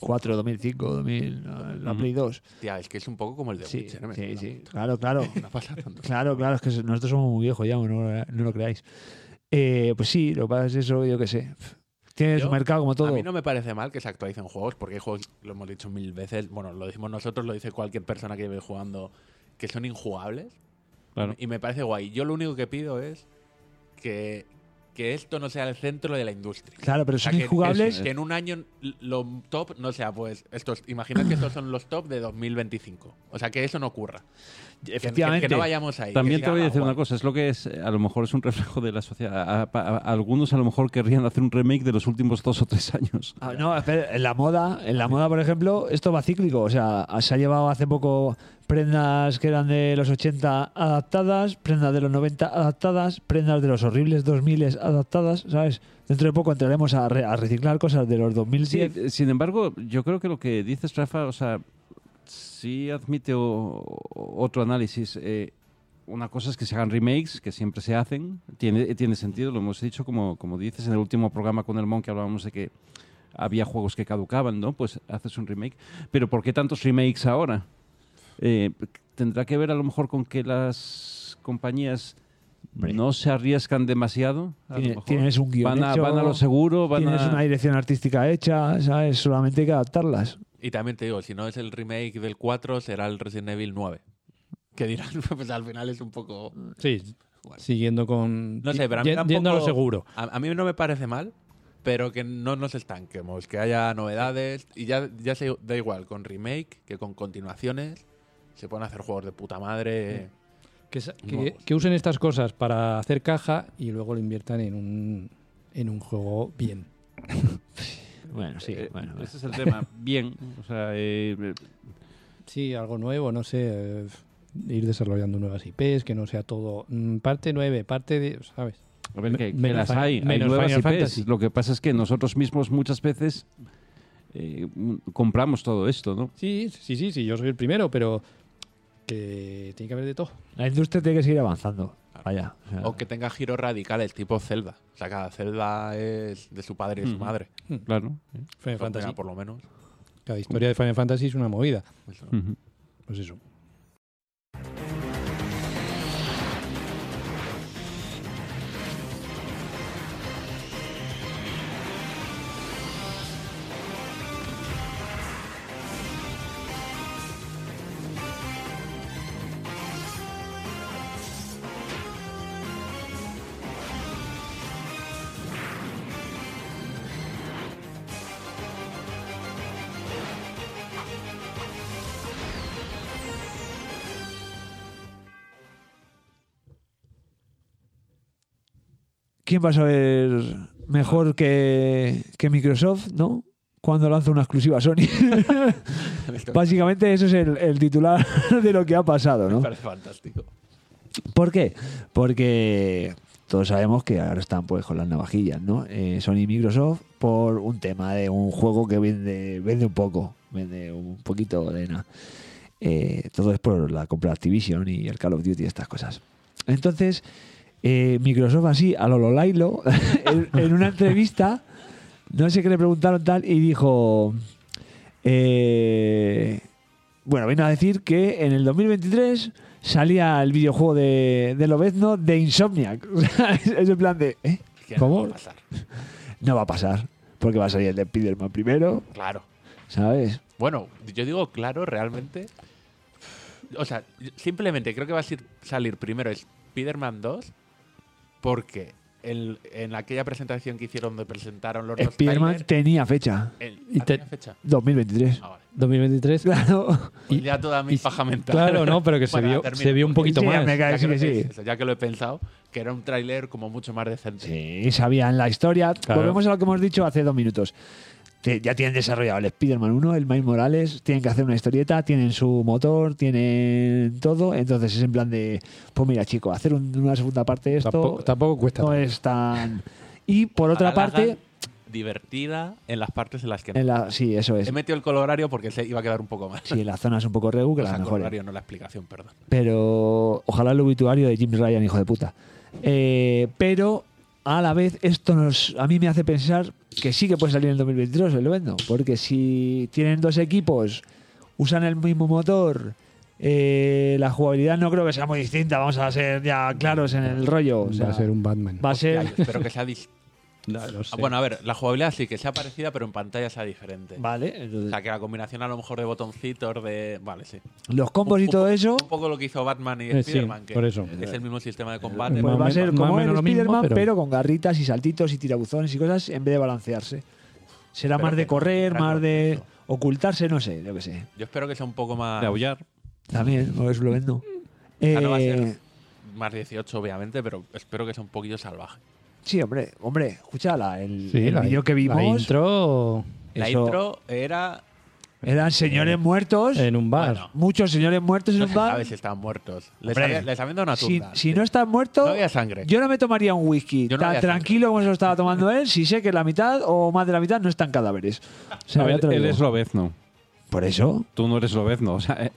[SPEAKER 2] 4, 2005, 2000, eh, la
[SPEAKER 3] Ujú.
[SPEAKER 2] Play 2.
[SPEAKER 1] Tía, es que es un poco como el de
[SPEAKER 2] Sí,
[SPEAKER 1] Witcher. ¿eh? Me
[SPEAKER 2] sí,
[SPEAKER 1] mola
[SPEAKER 2] sí.
[SPEAKER 1] mucho.
[SPEAKER 2] Claro, claro.
[SPEAKER 1] No pasa tanto.
[SPEAKER 2] Claro, claro, es que nosotros somos muy viejos ya, no, lo- no lo creáis. Eh, pues sí, lo que pasa es eso, yo qué sé. Tiene
[SPEAKER 1] Yo-
[SPEAKER 2] su mercado como
[SPEAKER 1] A
[SPEAKER 2] todo.
[SPEAKER 1] mí no me parece mal que se actualicen juegos, porque hay juegos, lo hemos dicho mil veces, bueno, lo decimos nosotros, lo dice cualquier persona que lleve jugando, que son injugables.
[SPEAKER 3] Claro.
[SPEAKER 1] Y me parece guay. Yo lo único que pido es que, que esto no sea el centro de la industria.
[SPEAKER 2] Claro, pero
[SPEAKER 1] O sea,
[SPEAKER 2] son
[SPEAKER 1] que-
[SPEAKER 2] injugables.
[SPEAKER 1] Que, que en un año l- lo top no sea, pues, estos, imaginad que estos son los top de 2025. O sea, que eso no ocurra. Que- que-
[SPEAKER 2] Efectivamente.
[SPEAKER 1] Que, no vayamos ahí.
[SPEAKER 3] También
[SPEAKER 1] que
[SPEAKER 3] te voy a
[SPEAKER 1] sea,
[SPEAKER 3] decir
[SPEAKER 1] ah,
[SPEAKER 3] una
[SPEAKER 1] guay.
[SPEAKER 3] cosa, es lo que es, eh, a lo mejor es un reflejo de la sociedad. A- a- a- algunos a lo mejor querrían hacer un remake de los últimos dos o tres años.
[SPEAKER 2] Ah, no, espera, en la moda, en la moda, por ejemplo, esto va cíclico. O sea, se ha llevado hace poco prendas que eran de los 80 adaptadas, prendas de los 90 adaptadas, prendas de los horribles 2000 adaptadas, ¿sabes? Dentro de poco entraremos a, re- a reciclar cosas de los 2010.
[SPEAKER 3] Sí, eh, sin embargo, yo creo que lo que dices, Rafa, o sea, sí admite o- o- otro análisis. Eh, una cosa es que se hagan remakes, que siempre se hacen, tiene, tiene sentido, lo hemos dicho, como, como dices en el último programa con el Mon que hablábamos de que había juegos que caducaban, ¿no? Pues haces un remake. Pero ¿por qué tantos remakes ahora? Eh, ¿Tendrá que ver a lo mejor con que las compañías
[SPEAKER 2] Hombre.
[SPEAKER 3] no se arriesgan demasiado? A lo
[SPEAKER 2] Tiene-
[SPEAKER 3] mejor.
[SPEAKER 2] tienes un guion
[SPEAKER 3] van a,
[SPEAKER 2] hecho,
[SPEAKER 3] van a lo seguro, van
[SPEAKER 2] Tienes
[SPEAKER 3] a...
[SPEAKER 2] una dirección artística hecha, ¿sabes? Solamente hay que adaptarlas.
[SPEAKER 1] Y también te digo, si no es el remake del 4, será el Resident Evil 9. Que dirán, pues al final es un poco.
[SPEAKER 4] Sí,
[SPEAKER 1] Bueno.
[SPEAKER 4] siguiendo con.
[SPEAKER 1] No sé, pero a mí
[SPEAKER 4] y-
[SPEAKER 1] tampoco.
[SPEAKER 4] Yendo a lo seguro.
[SPEAKER 1] A, a mí no me parece mal, pero que no nos estanquemos, que haya novedades. Y ya, ya se, da igual con remake que con continuaciones. Se pueden hacer juegos de puta madre. eh,
[SPEAKER 4] Que, sa- que-
[SPEAKER 1] Nuevos.
[SPEAKER 4] que usen estas cosas para hacer caja y luego lo inviertan en un, en un juego bien.
[SPEAKER 2] Bueno, sí,
[SPEAKER 3] Eh,
[SPEAKER 2] bueno.
[SPEAKER 3] Ese es el tema. Bien. O sea, eh, eh,
[SPEAKER 4] Sí, algo nuevo, no sé. eh, ir desarrollando nuevas IPs, que no sea todo. mm, parte 9, parte de. ¿Sabes?
[SPEAKER 3] a ver, que, que
[SPEAKER 4] Menos
[SPEAKER 3] las
[SPEAKER 4] Fi-
[SPEAKER 3] hay. hay
[SPEAKER 4] menos
[SPEAKER 3] nuevas
[SPEAKER 4] Final
[SPEAKER 3] IPs.
[SPEAKER 4] Fantasy.
[SPEAKER 3] Lo que pasa es que nosotros mismos muchas veces eh, mm, compramos todo esto, ¿no?
[SPEAKER 4] Sí, sí, sí, sí, yo soy el primero, pero. Que tiene que haber de todo.
[SPEAKER 2] La industria tiene que seguir avanzando. Vaya. o sea,
[SPEAKER 1] O que tenga giros radicales, tipo Zelda. O sea, cada Zelda es de su padre y su
[SPEAKER 3] Ujú.
[SPEAKER 1] madre.
[SPEAKER 3] Claro.
[SPEAKER 4] Final
[SPEAKER 1] Pues mira,
[SPEAKER 4] Fantasy.
[SPEAKER 1] por lo menos.
[SPEAKER 4] Cada historia de Final Fantasy es una movida.
[SPEAKER 1] Eso.
[SPEAKER 3] Ujú.
[SPEAKER 4] Pues eso.
[SPEAKER 2] ¿Quién va a saber mejor que, que Microsoft, no? Cuando lanza una exclusiva Sony. Básicamente eso es el, el titular de lo que ha pasado,
[SPEAKER 1] Me
[SPEAKER 2] ¿no?
[SPEAKER 1] parece fantástico.
[SPEAKER 2] ¿Por qué? Porque todos sabemos que ahora están pues con las navajillas, ¿no? Eh, Sony y Microsoft por un tema de un juego que vende, vende un poco, vende un poquito de nada. Eh, todo es por la compra de Activision y el Call of Duty y estas cosas. Entonces, eh, Microsoft así, a lo Lolailo, en, en una entrevista, no sé qué le preguntaron tal, y dijo... eh, bueno, vino a decir que en el 2023 salía el videojuego de, de Lobezno de Insomniac. O sea, es, es en plan de... ¿eh?
[SPEAKER 1] Que
[SPEAKER 2] ¿Cómo?
[SPEAKER 1] No va a pasar.
[SPEAKER 2] No va a pasar, porque va a salir el de Spiderman primero,
[SPEAKER 1] Claro.
[SPEAKER 2] ¿sabes?
[SPEAKER 1] Bueno, yo digo claro, realmente. O sea, simplemente creo que va a ser- salir primero es Spider-Man 2 porque el- en aquella presentación que hicieron donde presentaron los dos
[SPEAKER 2] Spider-Man
[SPEAKER 1] trailers,
[SPEAKER 2] tenía fecha.
[SPEAKER 1] el-
[SPEAKER 4] y
[SPEAKER 1] ¿ah, tenía
[SPEAKER 4] te-
[SPEAKER 1] fecha?
[SPEAKER 2] 2023.
[SPEAKER 1] Ah, vale.
[SPEAKER 4] 2023.
[SPEAKER 2] Claro.
[SPEAKER 1] Pues ya toda mi
[SPEAKER 4] y-
[SPEAKER 1] paja mental.
[SPEAKER 4] Claro, no, pero que se
[SPEAKER 1] Bueno,
[SPEAKER 4] vio,
[SPEAKER 1] termino,
[SPEAKER 4] se vio un
[SPEAKER 1] porque-
[SPEAKER 4] poquito
[SPEAKER 2] Sí,
[SPEAKER 4] más.
[SPEAKER 2] me cae
[SPEAKER 1] ya,
[SPEAKER 2] sí
[SPEAKER 1] que
[SPEAKER 2] que
[SPEAKER 1] lo-
[SPEAKER 2] sí.
[SPEAKER 1] es eso, ya que lo he pensado, que era un tráiler como mucho más decente.
[SPEAKER 2] Sí, sabían la historia.
[SPEAKER 4] Claro.
[SPEAKER 2] Volvemos a lo que hemos dicho hace dos minutos. Te- ya tienen desarrollado el Spider-Man 1, el Miles Morales, tienen que hacer una historieta, tienen su motor, tienen todo. Entonces es en plan de, pues mira, chico, hacer un- una segunda parte de esto
[SPEAKER 4] Tampoco, tampoco cuesta.
[SPEAKER 2] no
[SPEAKER 4] tanto.
[SPEAKER 2] es tan... Y por otra
[SPEAKER 1] Ahora la
[SPEAKER 2] parte,
[SPEAKER 1] hagan divertida en las partes en las que no.
[SPEAKER 2] en la, sí, eso es.
[SPEAKER 1] He metido el colorario porque se iba a quedar un poco mal.
[SPEAKER 2] Sí, en la zona es un poco regu, que
[SPEAKER 1] O
[SPEAKER 2] la
[SPEAKER 1] sea,
[SPEAKER 2] mejor.
[SPEAKER 1] colorario, no la explicación, perdón.
[SPEAKER 2] pero ojalá el obituario de Jim Ryan, hijo de puta. Eh, pero a la vez esto nos a mí me hace pensar que sí que puede salir en el 2022 el vendo, porque si tienen dos equipos, usan el mismo motor, eh, la jugabilidad no creo que sea muy distinta, vamos a ser ya claros en el rollo. o sea,
[SPEAKER 4] va a ser un Batman.
[SPEAKER 2] va a ser-
[SPEAKER 1] Ya, yo espero que sea dis-
[SPEAKER 4] No lo sé.
[SPEAKER 1] Ah, Bueno, a ver, la jugabilidad sí que sea parecida, pero en pantalla sea diferente.
[SPEAKER 2] Vale,
[SPEAKER 1] O
[SPEAKER 2] entonces,
[SPEAKER 1] sea, que la combinación a lo mejor de botoncitos, de. Vale, sí.
[SPEAKER 2] los combos y
[SPEAKER 1] Un
[SPEAKER 2] todo
[SPEAKER 1] poco-
[SPEAKER 2] eso,
[SPEAKER 1] Un poco lo que hizo Batman y
[SPEAKER 4] Eh, sí,
[SPEAKER 1] Spider-Man, que
[SPEAKER 4] por eso.
[SPEAKER 1] es el mismo sistema de combate.
[SPEAKER 2] pues
[SPEAKER 4] Más o
[SPEAKER 2] va a
[SPEAKER 4] menos-
[SPEAKER 2] ser
[SPEAKER 4] más o
[SPEAKER 2] como
[SPEAKER 4] menos
[SPEAKER 2] el
[SPEAKER 4] lo mismo,
[SPEAKER 2] Spider-Man, pero...
[SPEAKER 4] pero-
[SPEAKER 2] con garritas y saltitos y tirabuzones y cosas en vez de balancearse. Será
[SPEAKER 1] Pero
[SPEAKER 2] más de
[SPEAKER 1] que-
[SPEAKER 2] correr,
[SPEAKER 1] claro,
[SPEAKER 2] más de
[SPEAKER 1] eso.
[SPEAKER 2] ocultarse, no sé, yo qué sé.
[SPEAKER 1] Yo espero que sea un poco más.
[SPEAKER 3] de aullar.
[SPEAKER 2] También, o es lo vendo.
[SPEAKER 1] sea, no va a ser-
[SPEAKER 2] Eh,
[SPEAKER 1] Más 18, obviamente, pero espero que sea un poquillo salvaje.
[SPEAKER 2] sí, hombre, hombre, escúchala, el,
[SPEAKER 4] Sí,
[SPEAKER 2] el
[SPEAKER 4] la-
[SPEAKER 2] vídeo que
[SPEAKER 4] La
[SPEAKER 2] vimos
[SPEAKER 4] intro
[SPEAKER 1] La
[SPEAKER 2] Eso-
[SPEAKER 1] intro era.
[SPEAKER 2] eran señores muertos,
[SPEAKER 4] en un bar.
[SPEAKER 1] Bueno,
[SPEAKER 2] muchos señores muertos en
[SPEAKER 1] No
[SPEAKER 2] un
[SPEAKER 1] se
[SPEAKER 2] bar.
[SPEAKER 1] sabe si están muertos. Les,
[SPEAKER 2] Hombre,
[SPEAKER 1] había- les habían dado una
[SPEAKER 2] si,
[SPEAKER 1] turda.
[SPEAKER 2] si no están muertos,
[SPEAKER 1] No había sangre.
[SPEAKER 2] yo no me tomaría un whisky
[SPEAKER 1] eh. Yo no
[SPEAKER 2] tan
[SPEAKER 1] había
[SPEAKER 2] tranquilo como se lo estaba tomando él, si sé que la mitad o más de la mitad no están cadáveres. O sea,
[SPEAKER 3] A ver,
[SPEAKER 2] ya te lo
[SPEAKER 3] él
[SPEAKER 2] digo.
[SPEAKER 3] es lobezno.
[SPEAKER 2] Por eso,
[SPEAKER 3] Tú no eres lobezno. O sea, eh,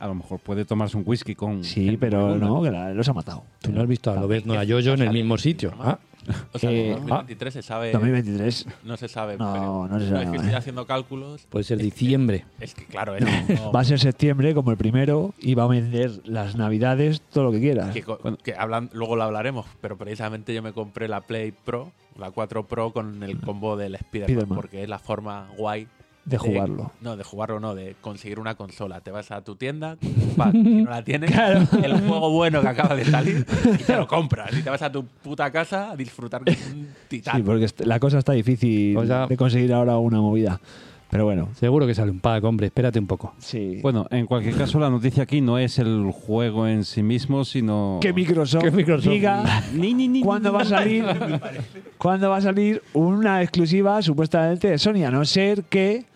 [SPEAKER 3] a lo mejor puede tomarse un whisky con.
[SPEAKER 2] Sí,
[SPEAKER 3] gente
[SPEAKER 2] pero
[SPEAKER 3] buena.
[SPEAKER 2] no, que la- los ha matado.
[SPEAKER 4] Tú no has visto a Lobez, no a Yoyo en el mismo sitio. Ah,
[SPEAKER 1] O sea,
[SPEAKER 2] Eh,
[SPEAKER 1] en 2023 se sabe.
[SPEAKER 2] 2023.
[SPEAKER 1] No se sabe.
[SPEAKER 2] No,
[SPEAKER 1] pero-
[SPEAKER 2] no eh. se
[SPEAKER 1] Es
[SPEAKER 2] sabe.
[SPEAKER 1] que estoy haciendo cálculos.
[SPEAKER 4] puede ser diciembre.
[SPEAKER 1] Es que, claro, es. no-
[SPEAKER 2] Va a ser septiembre como el primero y va a vender las navidades, todo lo que quieras.
[SPEAKER 1] que, co- que hablan, luego lo hablaremos, pero precisamente yo me compré la Play Pro, la 4 Pro con el combo del Spider-Man,
[SPEAKER 2] Ah. Spider-Man.
[SPEAKER 1] porque es la forma guay
[SPEAKER 2] De jugarlo.
[SPEAKER 1] No, de jugarlo no, de conseguir una consola. Te vas a tu tienda, pa, si no la tienes, el juego bueno que acaba de salir y te lo compras. Y te vas a tu puta casa a disfrutar de un titán.
[SPEAKER 2] Sí, pues. porque est- la cosa está difícil
[SPEAKER 4] O sea-
[SPEAKER 2] de conseguir ahora una movida. Pero bueno,
[SPEAKER 4] Seguro que sale un pack, hombre. Espérate un poco.
[SPEAKER 2] sí.
[SPEAKER 3] Bueno, en cualquier caso, la noticia aquí no es el juego en sí mismo, sino.
[SPEAKER 2] que Microsoft,
[SPEAKER 4] que Microsoft-
[SPEAKER 2] diga
[SPEAKER 3] Ni, ni, ni,
[SPEAKER 2] cuándo va a salir cuándo va a salir una exclusiva supuestamente de Sony, a no ser que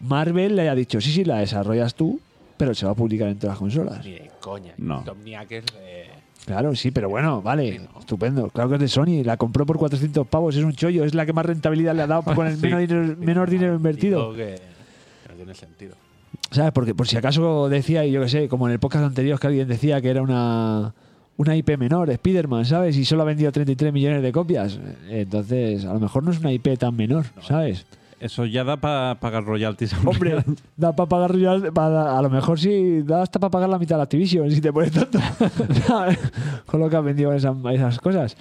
[SPEAKER 2] Marvel le haya dicho, sí, sí, la desarrollas tú, pero se va a publicar en todas las consolas.
[SPEAKER 1] Ni de coña.
[SPEAKER 3] No.
[SPEAKER 1] Insomniac es de-
[SPEAKER 2] Claro, sí, pero bueno, vale,
[SPEAKER 1] Sí, ¿no?
[SPEAKER 2] estupendo. Claro que es de Sony, la compró por 400 pavos, es un chollo, es la que más rentabilidad le ha dado con el menor, dinero, menor dinero invertido.
[SPEAKER 1] Digo Que, que no tiene sentido.
[SPEAKER 2] ¿Sabes? Porque por si acaso decía, y yo qué sé, como en el podcast anterior que alguien decía que era una, una IP menor, Spider-Man, ¿sabes? Y solo ha vendido 33 millones de copias. Entonces, a lo mejor no es una IP tan menor, ¿sabes?
[SPEAKER 3] Eso ya da para pagar royalties.
[SPEAKER 2] Hombre, da para pagar real- para- a lo mejor sí, da hasta para pagar la mitad de la Activision si te pones tonto. ¿Sabes? eh, Con lo que han vendido esas, esas cosas.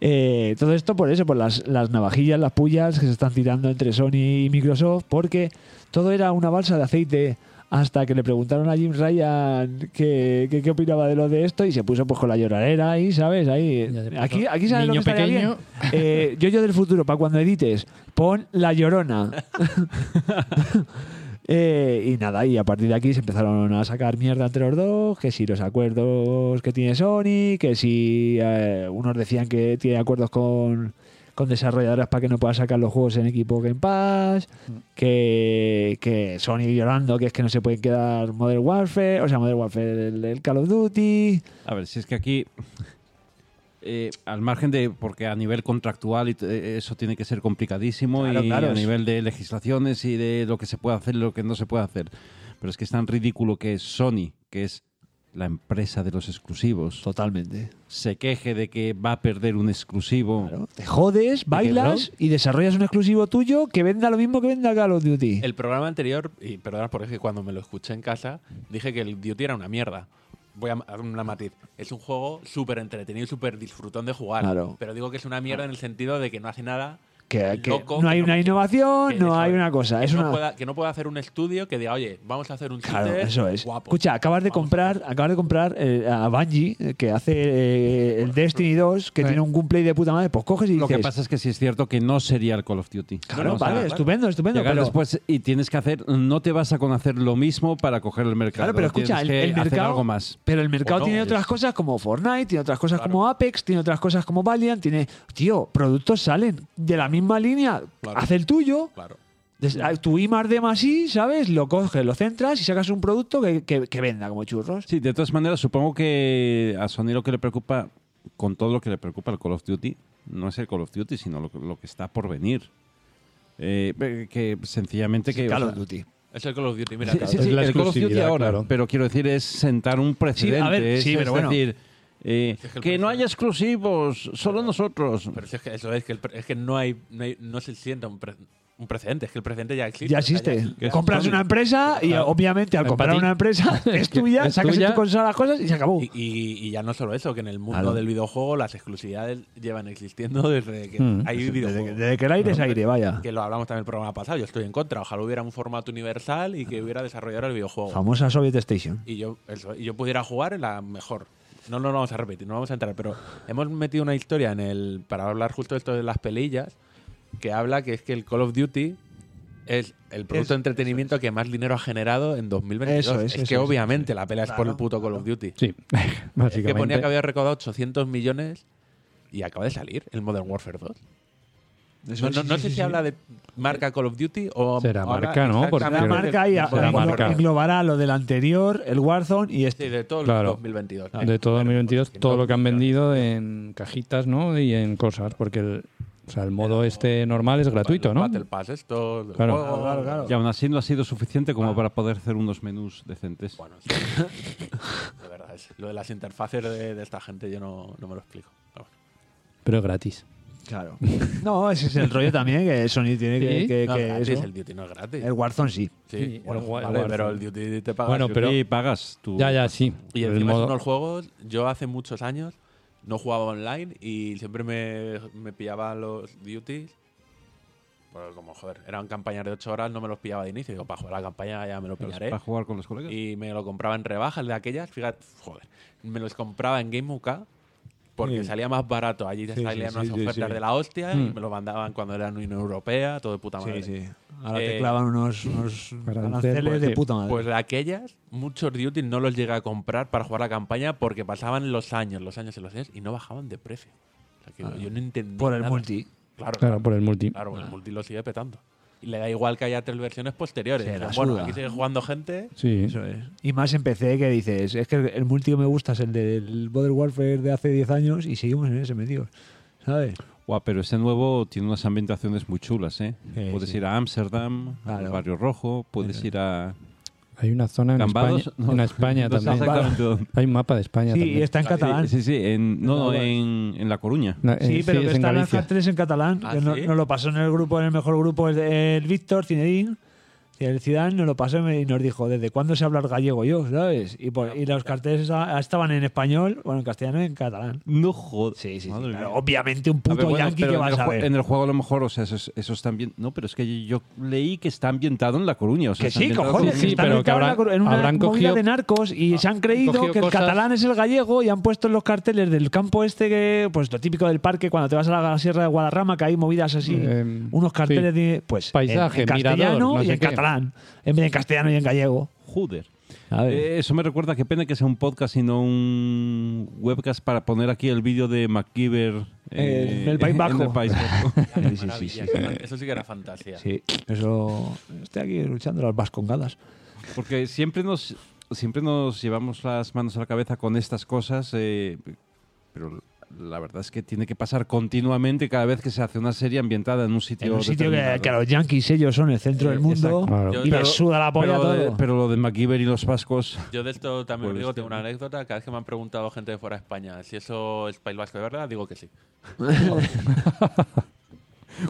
[SPEAKER 2] Eh, todo esto por eso, por las, las navajillas, las pullas que se están tirando entre Sony y Microsoft, porque todo era una balsa de aceite hasta que le preguntaron a Jim Ryan que- que- qué opinaba de lo de esto y se puso pues con la lloradera y, ¿sabes? Ahí,
[SPEAKER 4] Ya se puso
[SPEAKER 2] Eh, aquí, aquí sabes lo que
[SPEAKER 4] niño
[SPEAKER 2] estaría bien.
[SPEAKER 4] pequeño.
[SPEAKER 2] Eh, yo, yo del futuro, para cuando edites, pon la llorona. Eh, y nada, y a partir de aquí se empezaron a sacar mierda entre los dos, que si los acuerdos que tiene Sony, que si eh, unos decían que tiene acuerdos con, con desarrolladoras para que no pueda sacar los juegos en equipo Game Pass, que, que Sony llorando que es que no se pueden quedar Modern Warfare, o sea, Modern Warfare, el, el Call of Duty,
[SPEAKER 3] A ver, si es que aquí, eh, al margen de, porque a nivel contractual y t- eh, eso tiene que ser complicadísimo
[SPEAKER 2] Claro,
[SPEAKER 3] y
[SPEAKER 2] claro,
[SPEAKER 3] a
[SPEAKER 2] es-
[SPEAKER 3] nivel de legislaciones y de lo que se puede hacer y lo que no se puede hacer. Pero es que es tan ridículo que Sony, que es la empresa de los exclusivos,
[SPEAKER 2] totalmente.
[SPEAKER 3] se queje de que va a perder un exclusivo.
[SPEAKER 2] Claro. Te jodes, bailas y desarrollas un exclusivo tuyo que venda lo mismo que venda Call of Duty.
[SPEAKER 1] El programa anterior, y perdonad porque es que cuando me lo escuché en casa, dije que el Duty era una mierda. Voy a ma- hacer una matiz. Es un juego súper entretenido y súper disfrutón de jugar.
[SPEAKER 2] Claro.
[SPEAKER 1] Pero digo que es una mierda en el sentido de que no hace nada
[SPEAKER 2] que, que
[SPEAKER 1] Loco,
[SPEAKER 2] no hay
[SPEAKER 1] que
[SPEAKER 2] una innovación,
[SPEAKER 1] que
[SPEAKER 2] no
[SPEAKER 1] eso
[SPEAKER 2] hay
[SPEAKER 1] es.
[SPEAKER 2] una cosa. Es
[SPEAKER 1] que,
[SPEAKER 2] una,
[SPEAKER 1] no pueda, que no pueda hacer un estudio que diga, oye, vamos a hacer un
[SPEAKER 2] Claro,
[SPEAKER 1] shooter
[SPEAKER 2] eso es.
[SPEAKER 1] guapo.
[SPEAKER 2] Escucha, acabas de
[SPEAKER 1] Vamos.
[SPEAKER 2] comprar, acabas de comprar eh, a Bungie, eh, que hace eh, el Destiny 2, que
[SPEAKER 4] Sí.
[SPEAKER 2] tiene un gameplay de puta madre, pues coges y
[SPEAKER 3] Lo
[SPEAKER 2] dices,
[SPEAKER 3] que pasa es que sí es cierto que no sería el Call of Duty.
[SPEAKER 2] claro,
[SPEAKER 1] No, no,
[SPEAKER 2] vale,
[SPEAKER 1] claro,
[SPEAKER 2] estupendo, estupendo,
[SPEAKER 3] Llegar
[SPEAKER 2] pero,
[SPEAKER 3] después y tienes que hacer, no te vas a con hacer lo mismo para coger el mercado.
[SPEAKER 2] claro, pero escucha, el,
[SPEAKER 3] Tienes que
[SPEAKER 2] el
[SPEAKER 3] hacer
[SPEAKER 2] mercado
[SPEAKER 3] algo más.
[SPEAKER 2] Pero el mercado
[SPEAKER 1] O Pues no,
[SPEAKER 2] tiene
[SPEAKER 1] es-
[SPEAKER 2] otras cosas como Fortnite, tiene otras cosas
[SPEAKER 1] Claro.
[SPEAKER 2] como Apex, tiene otras cosas como Valiant, tiene, tío, productos salen de la misma línea,
[SPEAKER 1] Claro.
[SPEAKER 2] haz el tuyo,
[SPEAKER 1] Claro.
[SPEAKER 2] Des- a- tu I más D más I, ¿sabes? Lo coges, lo centras y sacas un producto que, que- que venda como churros.
[SPEAKER 3] Sí, de todas maneras, supongo que a Sony lo que le preocupa, con todo lo que le preocupa al Call of Duty, no es el Call of Duty, sino lo, que- lo que está por venir. Eh, pe- que sencillamente que...
[SPEAKER 2] Call
[SPEAKER 3] o
[SPEAKER 2] of
[SPEAKER 3] sea,
[SPEAKER 2] Duty.
[SPEAKER 1] Es el Call of Duty, mira.
[SPEAKER 3] sí,
[SPEAKER 1] claro.
[SPEAKER 3] sí,
[SPEAKER 4] Es
[SPEAKER 3] sí,
[SPEAKER 4] la
[SPEAKER 3] el Call of Duty
[SPEAKER 4] exclusividad,
[SPEAKER 3] ahora,
[SPEAKER 4] claro.
[SPEAKER 3] pero quiero decir es sentar un precedente.
[SPEAKER 2] ver, sí,
[SPEAKER 3] es,
[SPEAKER 2] pero
[SPEAKER 3] es
[SPEAKER 2] bueno.
[SPEAKER 3] decir, eh,
[SPEAKER 1] Es que el
[SPEAKER 3] que
[SPEAKER 1] precedente-
[SPEAKER 3] no haya exclusivos, solo nosotros.
[SPEAKER 1] Pero si es que eso es que, el pre- es que no, hay, no hay- no se sienta un, pre- un precedente, es que el precedente ya existe.
[SPEAKER 2] Ya
[SPEAKER 1] o sea,
[SPEAKER 2] existe.
[SPEAKER 1] ya-
[SPEAKER 2] Compras una empresa y obviamente al
[SPEAKER 4] Es
[SPEAKER 2] comprar
[SPEAKER 4] para ti.
[SPEAKER 2] una empresa es tuya,
[SPEAKER 4] Es
[SPEAKER 2] sacas en
[SPEAKER 4] tuya.
[SPEAKER 2] tu consola las cosas y se acabó.
[SPEAKER 1] Y, y- y ya no solo eso, que en el mundo
[SPEAKER 2] Claro.
[SPEAKER 1] del videojuego las exclusividades llevan existiendo desde que
[SPEAKER 4] Mm.
[SPEAKER 1] hay
[SPEAKER 2] Desde que,
[SPEAKER 1] videojuegos.
[SPEAKER 2] desde que el aire es aire, vaya.
[SPEAKER 1] Que lo hablamos también en el programa pasado, yo estoy en contra. Ojalá hubiera un formato universal y que hubiera desarrollado el videojuego.
[SPEAKER 2] Famosa Soviet Station.
[SPEAKER 1] y yo, eso, y yo pudiera jugar en la mejor. No no lo vamos a repetir, no vamos a entrar, pero hemos metido una historia en el. para hablar justo de esto de las pelillas, que habla que es que el Call of Duty es el producto de entretenimiento que más dinero ha generado en 2022.
[SPEAKER 2] Eso
[SPEAKER 1] es
[SPEAKER 2] es, eso
[SPEAKER 1] que
[SPEAKER 2] es,
[SPEAKER 1] obviamente la pelea es por el puto Call of Duty. Es
[SPEAKER 4] Sí,
[SPEAKER 1] que
[SPEAKER 4] básicamente.
[SPEAKER 1] ponía que había recaudado 800 millones y acaba de salir el Modern Warfare 2. No, no- no sé si habla de marca Call of Duty o.
[SPEAKER 4] Será
[SPEAKER 1] habla
[SPEAKER 4] marca, ¿no? Porque-
[SPEAKER 2] La
[SPEAKER 1] exactamente
[SPEAKER 4] Pero-
[SPEAKER 2] marca y
[SPEAKER 1] de-
[SPEAKER 2] a-
[SPEAKER 4] la
[SPEAKER 2] englo-
[SPEAKER 4] marca.
[SPEAKER 2] englobará lo del anterior, el Warzone y
[SPEAKER 1] Sí,
[SPEAKER 2] este.
[SPEAKER 1] de todo el
[SPEAKER 4] Claro.
[SPEAKER 1] 2022.
[SPEAKER 4] Ah, de todo
[SPEAKER 1] Pero,
[SPEAKER 4] 2022,
[SPEAKER 1] pues,
[SPEAKER 4] todo lo que han
[SPEAKER 1] no-
[SPEAKER 4] vendido en cajitas, ¿no? Y en cosas, porque el, o sea, el modo este normal es gratuito,
[SPEAKER 1] Los
[SPEAKER 4] ¿no?
[SPEAKER 1] Battle Pass estos, los
[SPEAKER 4] Claro.
[SPEAKER 1] juegos.
[SPEAKER 2] Claro, claro.
[SPEAKER 3] Y aún así no ha sido suficiente como para poder hacer unos menús decentes.
[SPEAKER 1] Bueno, sí. de verdad, es, lo de las interfaces de, de esta gente yo no, no me lo explico. Pero bueno.
[SPEAKER 2] Eh,
[SPEAKER 4] Pero es gratis.
[SPEAKER 2] Claro. No, ese es el rollo también que Sony tiene que.
[SPEAKER 4] Sí.
[SPEAKER 2] que-
[SPEAKER 1] No este
[SPEAKER 2] que
[SPEAKER 1] es gratis,
[SPEAKER 2] eso.
[SPEAKER 1] el Duty no es gratis.
[SPEAKER 2] El Warzone sí.
[SPEAKER 1] sí,
[SPEAKER 4] sí,
[SPEAKER 1] bueno,
[SPEAKER 4] el Wa-
[SPEAKER 1] vale,
[SPEAKER 4] Warzone.
[SPEAKER 1] pero el Duty te paga.
[SPEAKER 4] Bueno, pero-
[SPEAKER 3] y pagas tú.
[SPEAKER 4] Ya, ya, sí.
[SPEAKER 1] y
[SPEAKER 4] Pero el
[SPEAKER 1] encima
[SPEAKER 4] modo-
[SPEAKER 1] son los juegos, yo hace muchos años no jugaba online y siempre me, me pillaba los Duties. Bueno, como, joder, eran campañas de 8 horas, no me los pillaba de inicio. Digo, para jugar la campaña ya me lo
[SPEAKER 3] Pero es
[SPEAKER 1] pillaré.
[SPEAKER 3] Para jugar con los colegas.
[SPEAKER 1] y me lo compraba en rebajas de aquellas, fíjate, joder, me los compraba en Game UK porque
[SPEAKER 2] Sí.
[SPEAKER 1] salía más barato, allí te
[SPEAKER 2] Sí, sí,
[SPEAKER 1] salían
[SPEAKER 2] sí,
[SPEAKER 1] unas
[SPEAKER 2] sí, Hmm.
[SPEAKER 1] ofertas
[SPEAKER 2] sí.
[SPEAKER 1] de la hostia y
[SPEAKER 4] Mm.
[SPEAKER 1] me lo mandaban cuando era en Unión Europea, todo de puta madre.
[SPEAKER 2] Ahora te
[SPEAKER 1] Eh,
[SPEAKER 2] clavan unos, unos
[SPEAKER 4] Aranceles,
[SPEAKER 2] aranceles
[SPEAKER 4] pues,
[SPEAKER 2] de
[SPEAKER 4] sí.
[SPEAKER 2] puta madre.
[SPEAKER 1] Pues de aquellas, muchos Duty no los llegué a comprar para jugar la campaña porque pasaban los años, los años y los años y no bajaban de precio. O sea, que yo no entendí.
[SPEAKER 2] por el
[SPEAKER 1] nada.
[SPEAKER 2] multi. Ah.
[SPEAKER 1] Claro,
[SPEAKER 4] Claro, por el multi.
[SPEAKER 1] Claro, el multi lo sigue petando. Y le da igual que haya tres versiones posteriores.
[SPEAKER 2] Se la
[SPEAKER 1] Dicen, bueno,
[SPEAKER 2] suda.
[SPEAKER 1] aquí sigue jugando gente.
[SPEAKER 4] Sí.
[SPEAKER 2] Eso es. Y más en PC que dices, es que el multi que me gusta es el del Modern Warfare de hace 10 años y seguimos en ese metido. ¿Sabes?
[SPEAKER 3] Guau, pero ese nuevo tiene unas ambientaciones muy chulas, ¿eh?
[SPEAKER 2] Sí,
[SPEAKER 3] puedes
[SPEAKER 2] sí.
[SPEAKER 3] ir a Ámsterdam,
[SPEAKER 2] Claro.
[SPEAKER 3] al Barrio Rojo, puedes ir a...
[SPEAKER 4] Hay una zona en
[SPEAKER 3] Gambados,
[SPEAKER 4] España,
[SPEAKER 3] no.
[SPEAKER 4] en España
[SPEAKER 3] No sé
[SPEAKER 4] también.
[SPEAKER 3] exactamente dónde.
[SPEAKER 4] Hay un mapa de España
[SPEAKER 2] Sí, y
[SPEAKER 4] también.
[SPEAKER 2] está en catalán.
[SPEAKER 3] Sí, sí, en, no, no, en, en La Coruña.
[SPEAKER 4] Na- eh,
[SPEAKER 2] Sí, pero
[SPEAKER 4] es
[SPEAKER 2] que
[SPEAKER 4] en
[SPEAKER 2] está en
[SPEAKER 4] Galicia.
[SPEAKER 2] Alcatraz en catalán.
[SPEAKER 1] ¿Ah,
[SPEAKER 2] que no-
[SPEAKER 1] sí?
[SPEAKER 2] Nos lo pasó en el grupo, en el mejor grupo, el, el Víctor Cinedín. y El Zidane nos lo pasó y me- y nos dijo, ¿desde cuándo sé hablar gallego yo? ¿Sabes? Y, por- y los carteles esta- estaban en español, bueno, en castellano y en catalán.
[SPEAKER 3] No jodas. Madre
[SPEAKER 2] Claro,
[SPEAKER 3] mía.
[SPEAKER 2] obviamente un
[SPEAKER 3] A ver,
[SPEAKER 2] puto
[SPEAKER 3] bueno,
[SPEAKER 2] yanqui
[SPEAKER 3] pero
[SPEAKER 2] que
[SPEAKER 3] en,
[SPEAKER 2] vas
[SPEAKER 3] el
[SPEAKER 2] a
[SPEAKER 3] ju-
[SPEAKER 2] ver.
[SPEAKER 3] en el juego a lo mejor, o sea, eso, es- eso está bien. No, pero es que yo leí que está ambientado en La Coruña. O sea,
[SPEAKER 2] Que
[SPEAKER 3] está
[SPEAKER 2] sí,
[SPEAKER 3] ambientado-
[SPEAKER 2] cojones,
[SPEAKER 4] sí,
[SPEAKER 2] que están
[SPEAKER 4] pero que
[SPEAKER 2] metidos en
[SPEAKER 4] habrán-
[SPEAKER 2] la cor- en una
[SPEAKER 4] habrán
[SPEAKER 2] movida
[SPEAKER 4] cogido-
[SPEAKER 2] de narcos y se han creído
[SPEAKER 4] cogido
[SPEAKER 2] que el
[SPEAKER 4] cosas-
[SPEAKER 2] catalán es el gallego y han puesto en los carteles del campo este, que pues lo típico del parque, cuando te vas a la Sierra de Guadarrama, que hay movidas así,
[SPEAKER 4] Eh,
[SPEAKER 2] unos carteles
[SPEAKER 4] sí.
[SPEAKER 2] de pues
[SPEAKER 4] Paisaje,
[SPEAKER 2] en, en
[SPEAKER 4] mirador,
[SPEAKER 2] castellano
[SPEAKER 4] no
[SPEAKER 2] y
[SPEAKER 4] sé
[SPEAKER 2] en
[SPEAKER 4] qué.
[SPEAKER 2] catalán, en vez de en castellano y en gallego.
[SPEAKER 3] Joder.
[SPEAKER 2] A ver.
[SPEAKER 3] Eh, eso me recuerda que pena que sea un podcast y no un webcast para poner aquí el vídeo de MacGyver
[SPEAKER 2] Eh, del País
[SPEAKER 3] en
[SPEAKER 2] Bajo.
[SPEAKER 3] el País Bajo.
[SPEAKER 2] Sí, sí, sí,
[SPEAKER 1] Maravilla,
[SPEAKER 2] sí.
[SPEAKER 1] Eso sí que era fantasía.
[SPEAKER 2] Sí, eso estoy aquí luchando las vascongadas.
[SPEAKER 3] Porque siempre nos, siempre nos llevamos las manos a la cabeza con estas cosas, eh, pero la verdad es que tiene que pasar continuamente cada vez que se hace una serie ambientada en un sitio.
[SPEAKER 2] En un sitio que,
[SPEAKER 3] determinado.
[SPEAKER 2] que a los yanquis ellos son el centro
[SPEAKER 4] Eh,
[SPEAKER 2] del mundo
[SPEAKER 3] exacto.
[SPEAKER 4] Claro.
[SPEAKER 2] y
[SPEAKER 1] Yo-
[SPEAKER 2] les
[SPEAKER 1] pero-
[SPEAKER 2] suda la polla
[SPEAKER 3] Pero,
[SPEAKER 2] todo.
[SPEAKER 4] eh,
[SPEAKER 3] de- pero lo de MacGyver y los vascos.
[SPEAKER 1] Yo de esto también os
[SPEAKER 3] Pues,
[SPEAKER 1] digo, tengo
[SPEAKER 3] tío.
[SPEAKER 1] una anécdota. Cada vez que me han preguntado gente de fuera de España si eso es País Vasco de verdad, digo que sí.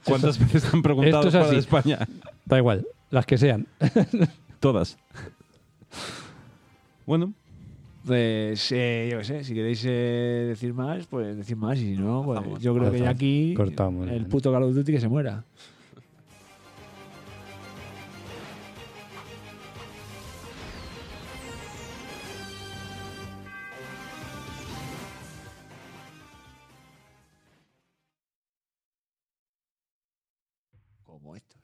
[SPEAKER 3] ¿Cuántas veces te han preguntado
[SPEAKER 4] Esto es
[SPEAKER 3] para
[SPEAKER 4] así.
[SPEAKER 3] España?
[SPEAKER 4] Da igual, las que sean.
[SPEAKER 3] Todas. Bueno,
[SPEAKER 2] Pues, eh, yo qué sé, si queréis eh, decir más, pues decir más. Y si no, pues
[SPEAKER 1] Cortamos.
[SPEAKER 2] yo creo que ya
[SPEAKER 4] Cortamos.
[SPEAKER 2] aquí
[SPEAKER 4] Cortamos,
[SPEAKER 2] el
[SPEAKER 4] bueno.
[SPEAKER 2] puto Call of Duty que se muera. Como estos.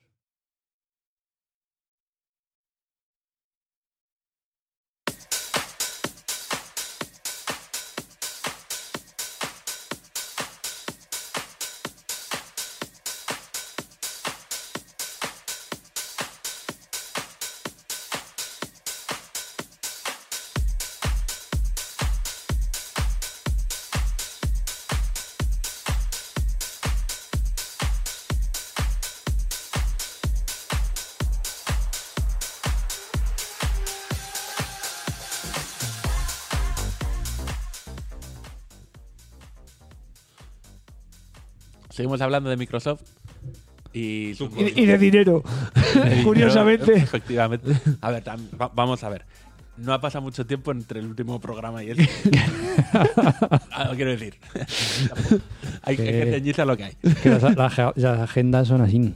[SPEAKER 1] Seguimos hablando de Microsoft y su-
[SPEAKER 2] Y, de dinero, curiosamente.
[SPEAKER 1] Efectivamente. A ver, tam- va- vamos a ver. No ha pasado mucho tiempo entre el último programa y este. Ah, lo quiero decir. hay, hay que
[SPEAKER 2] Eh.
[SPEAKER 4] Sí.
[SPEAKER 1] ceñirse a lo que hay.
[SPEAKER 4] Que las, las- las agendas son así.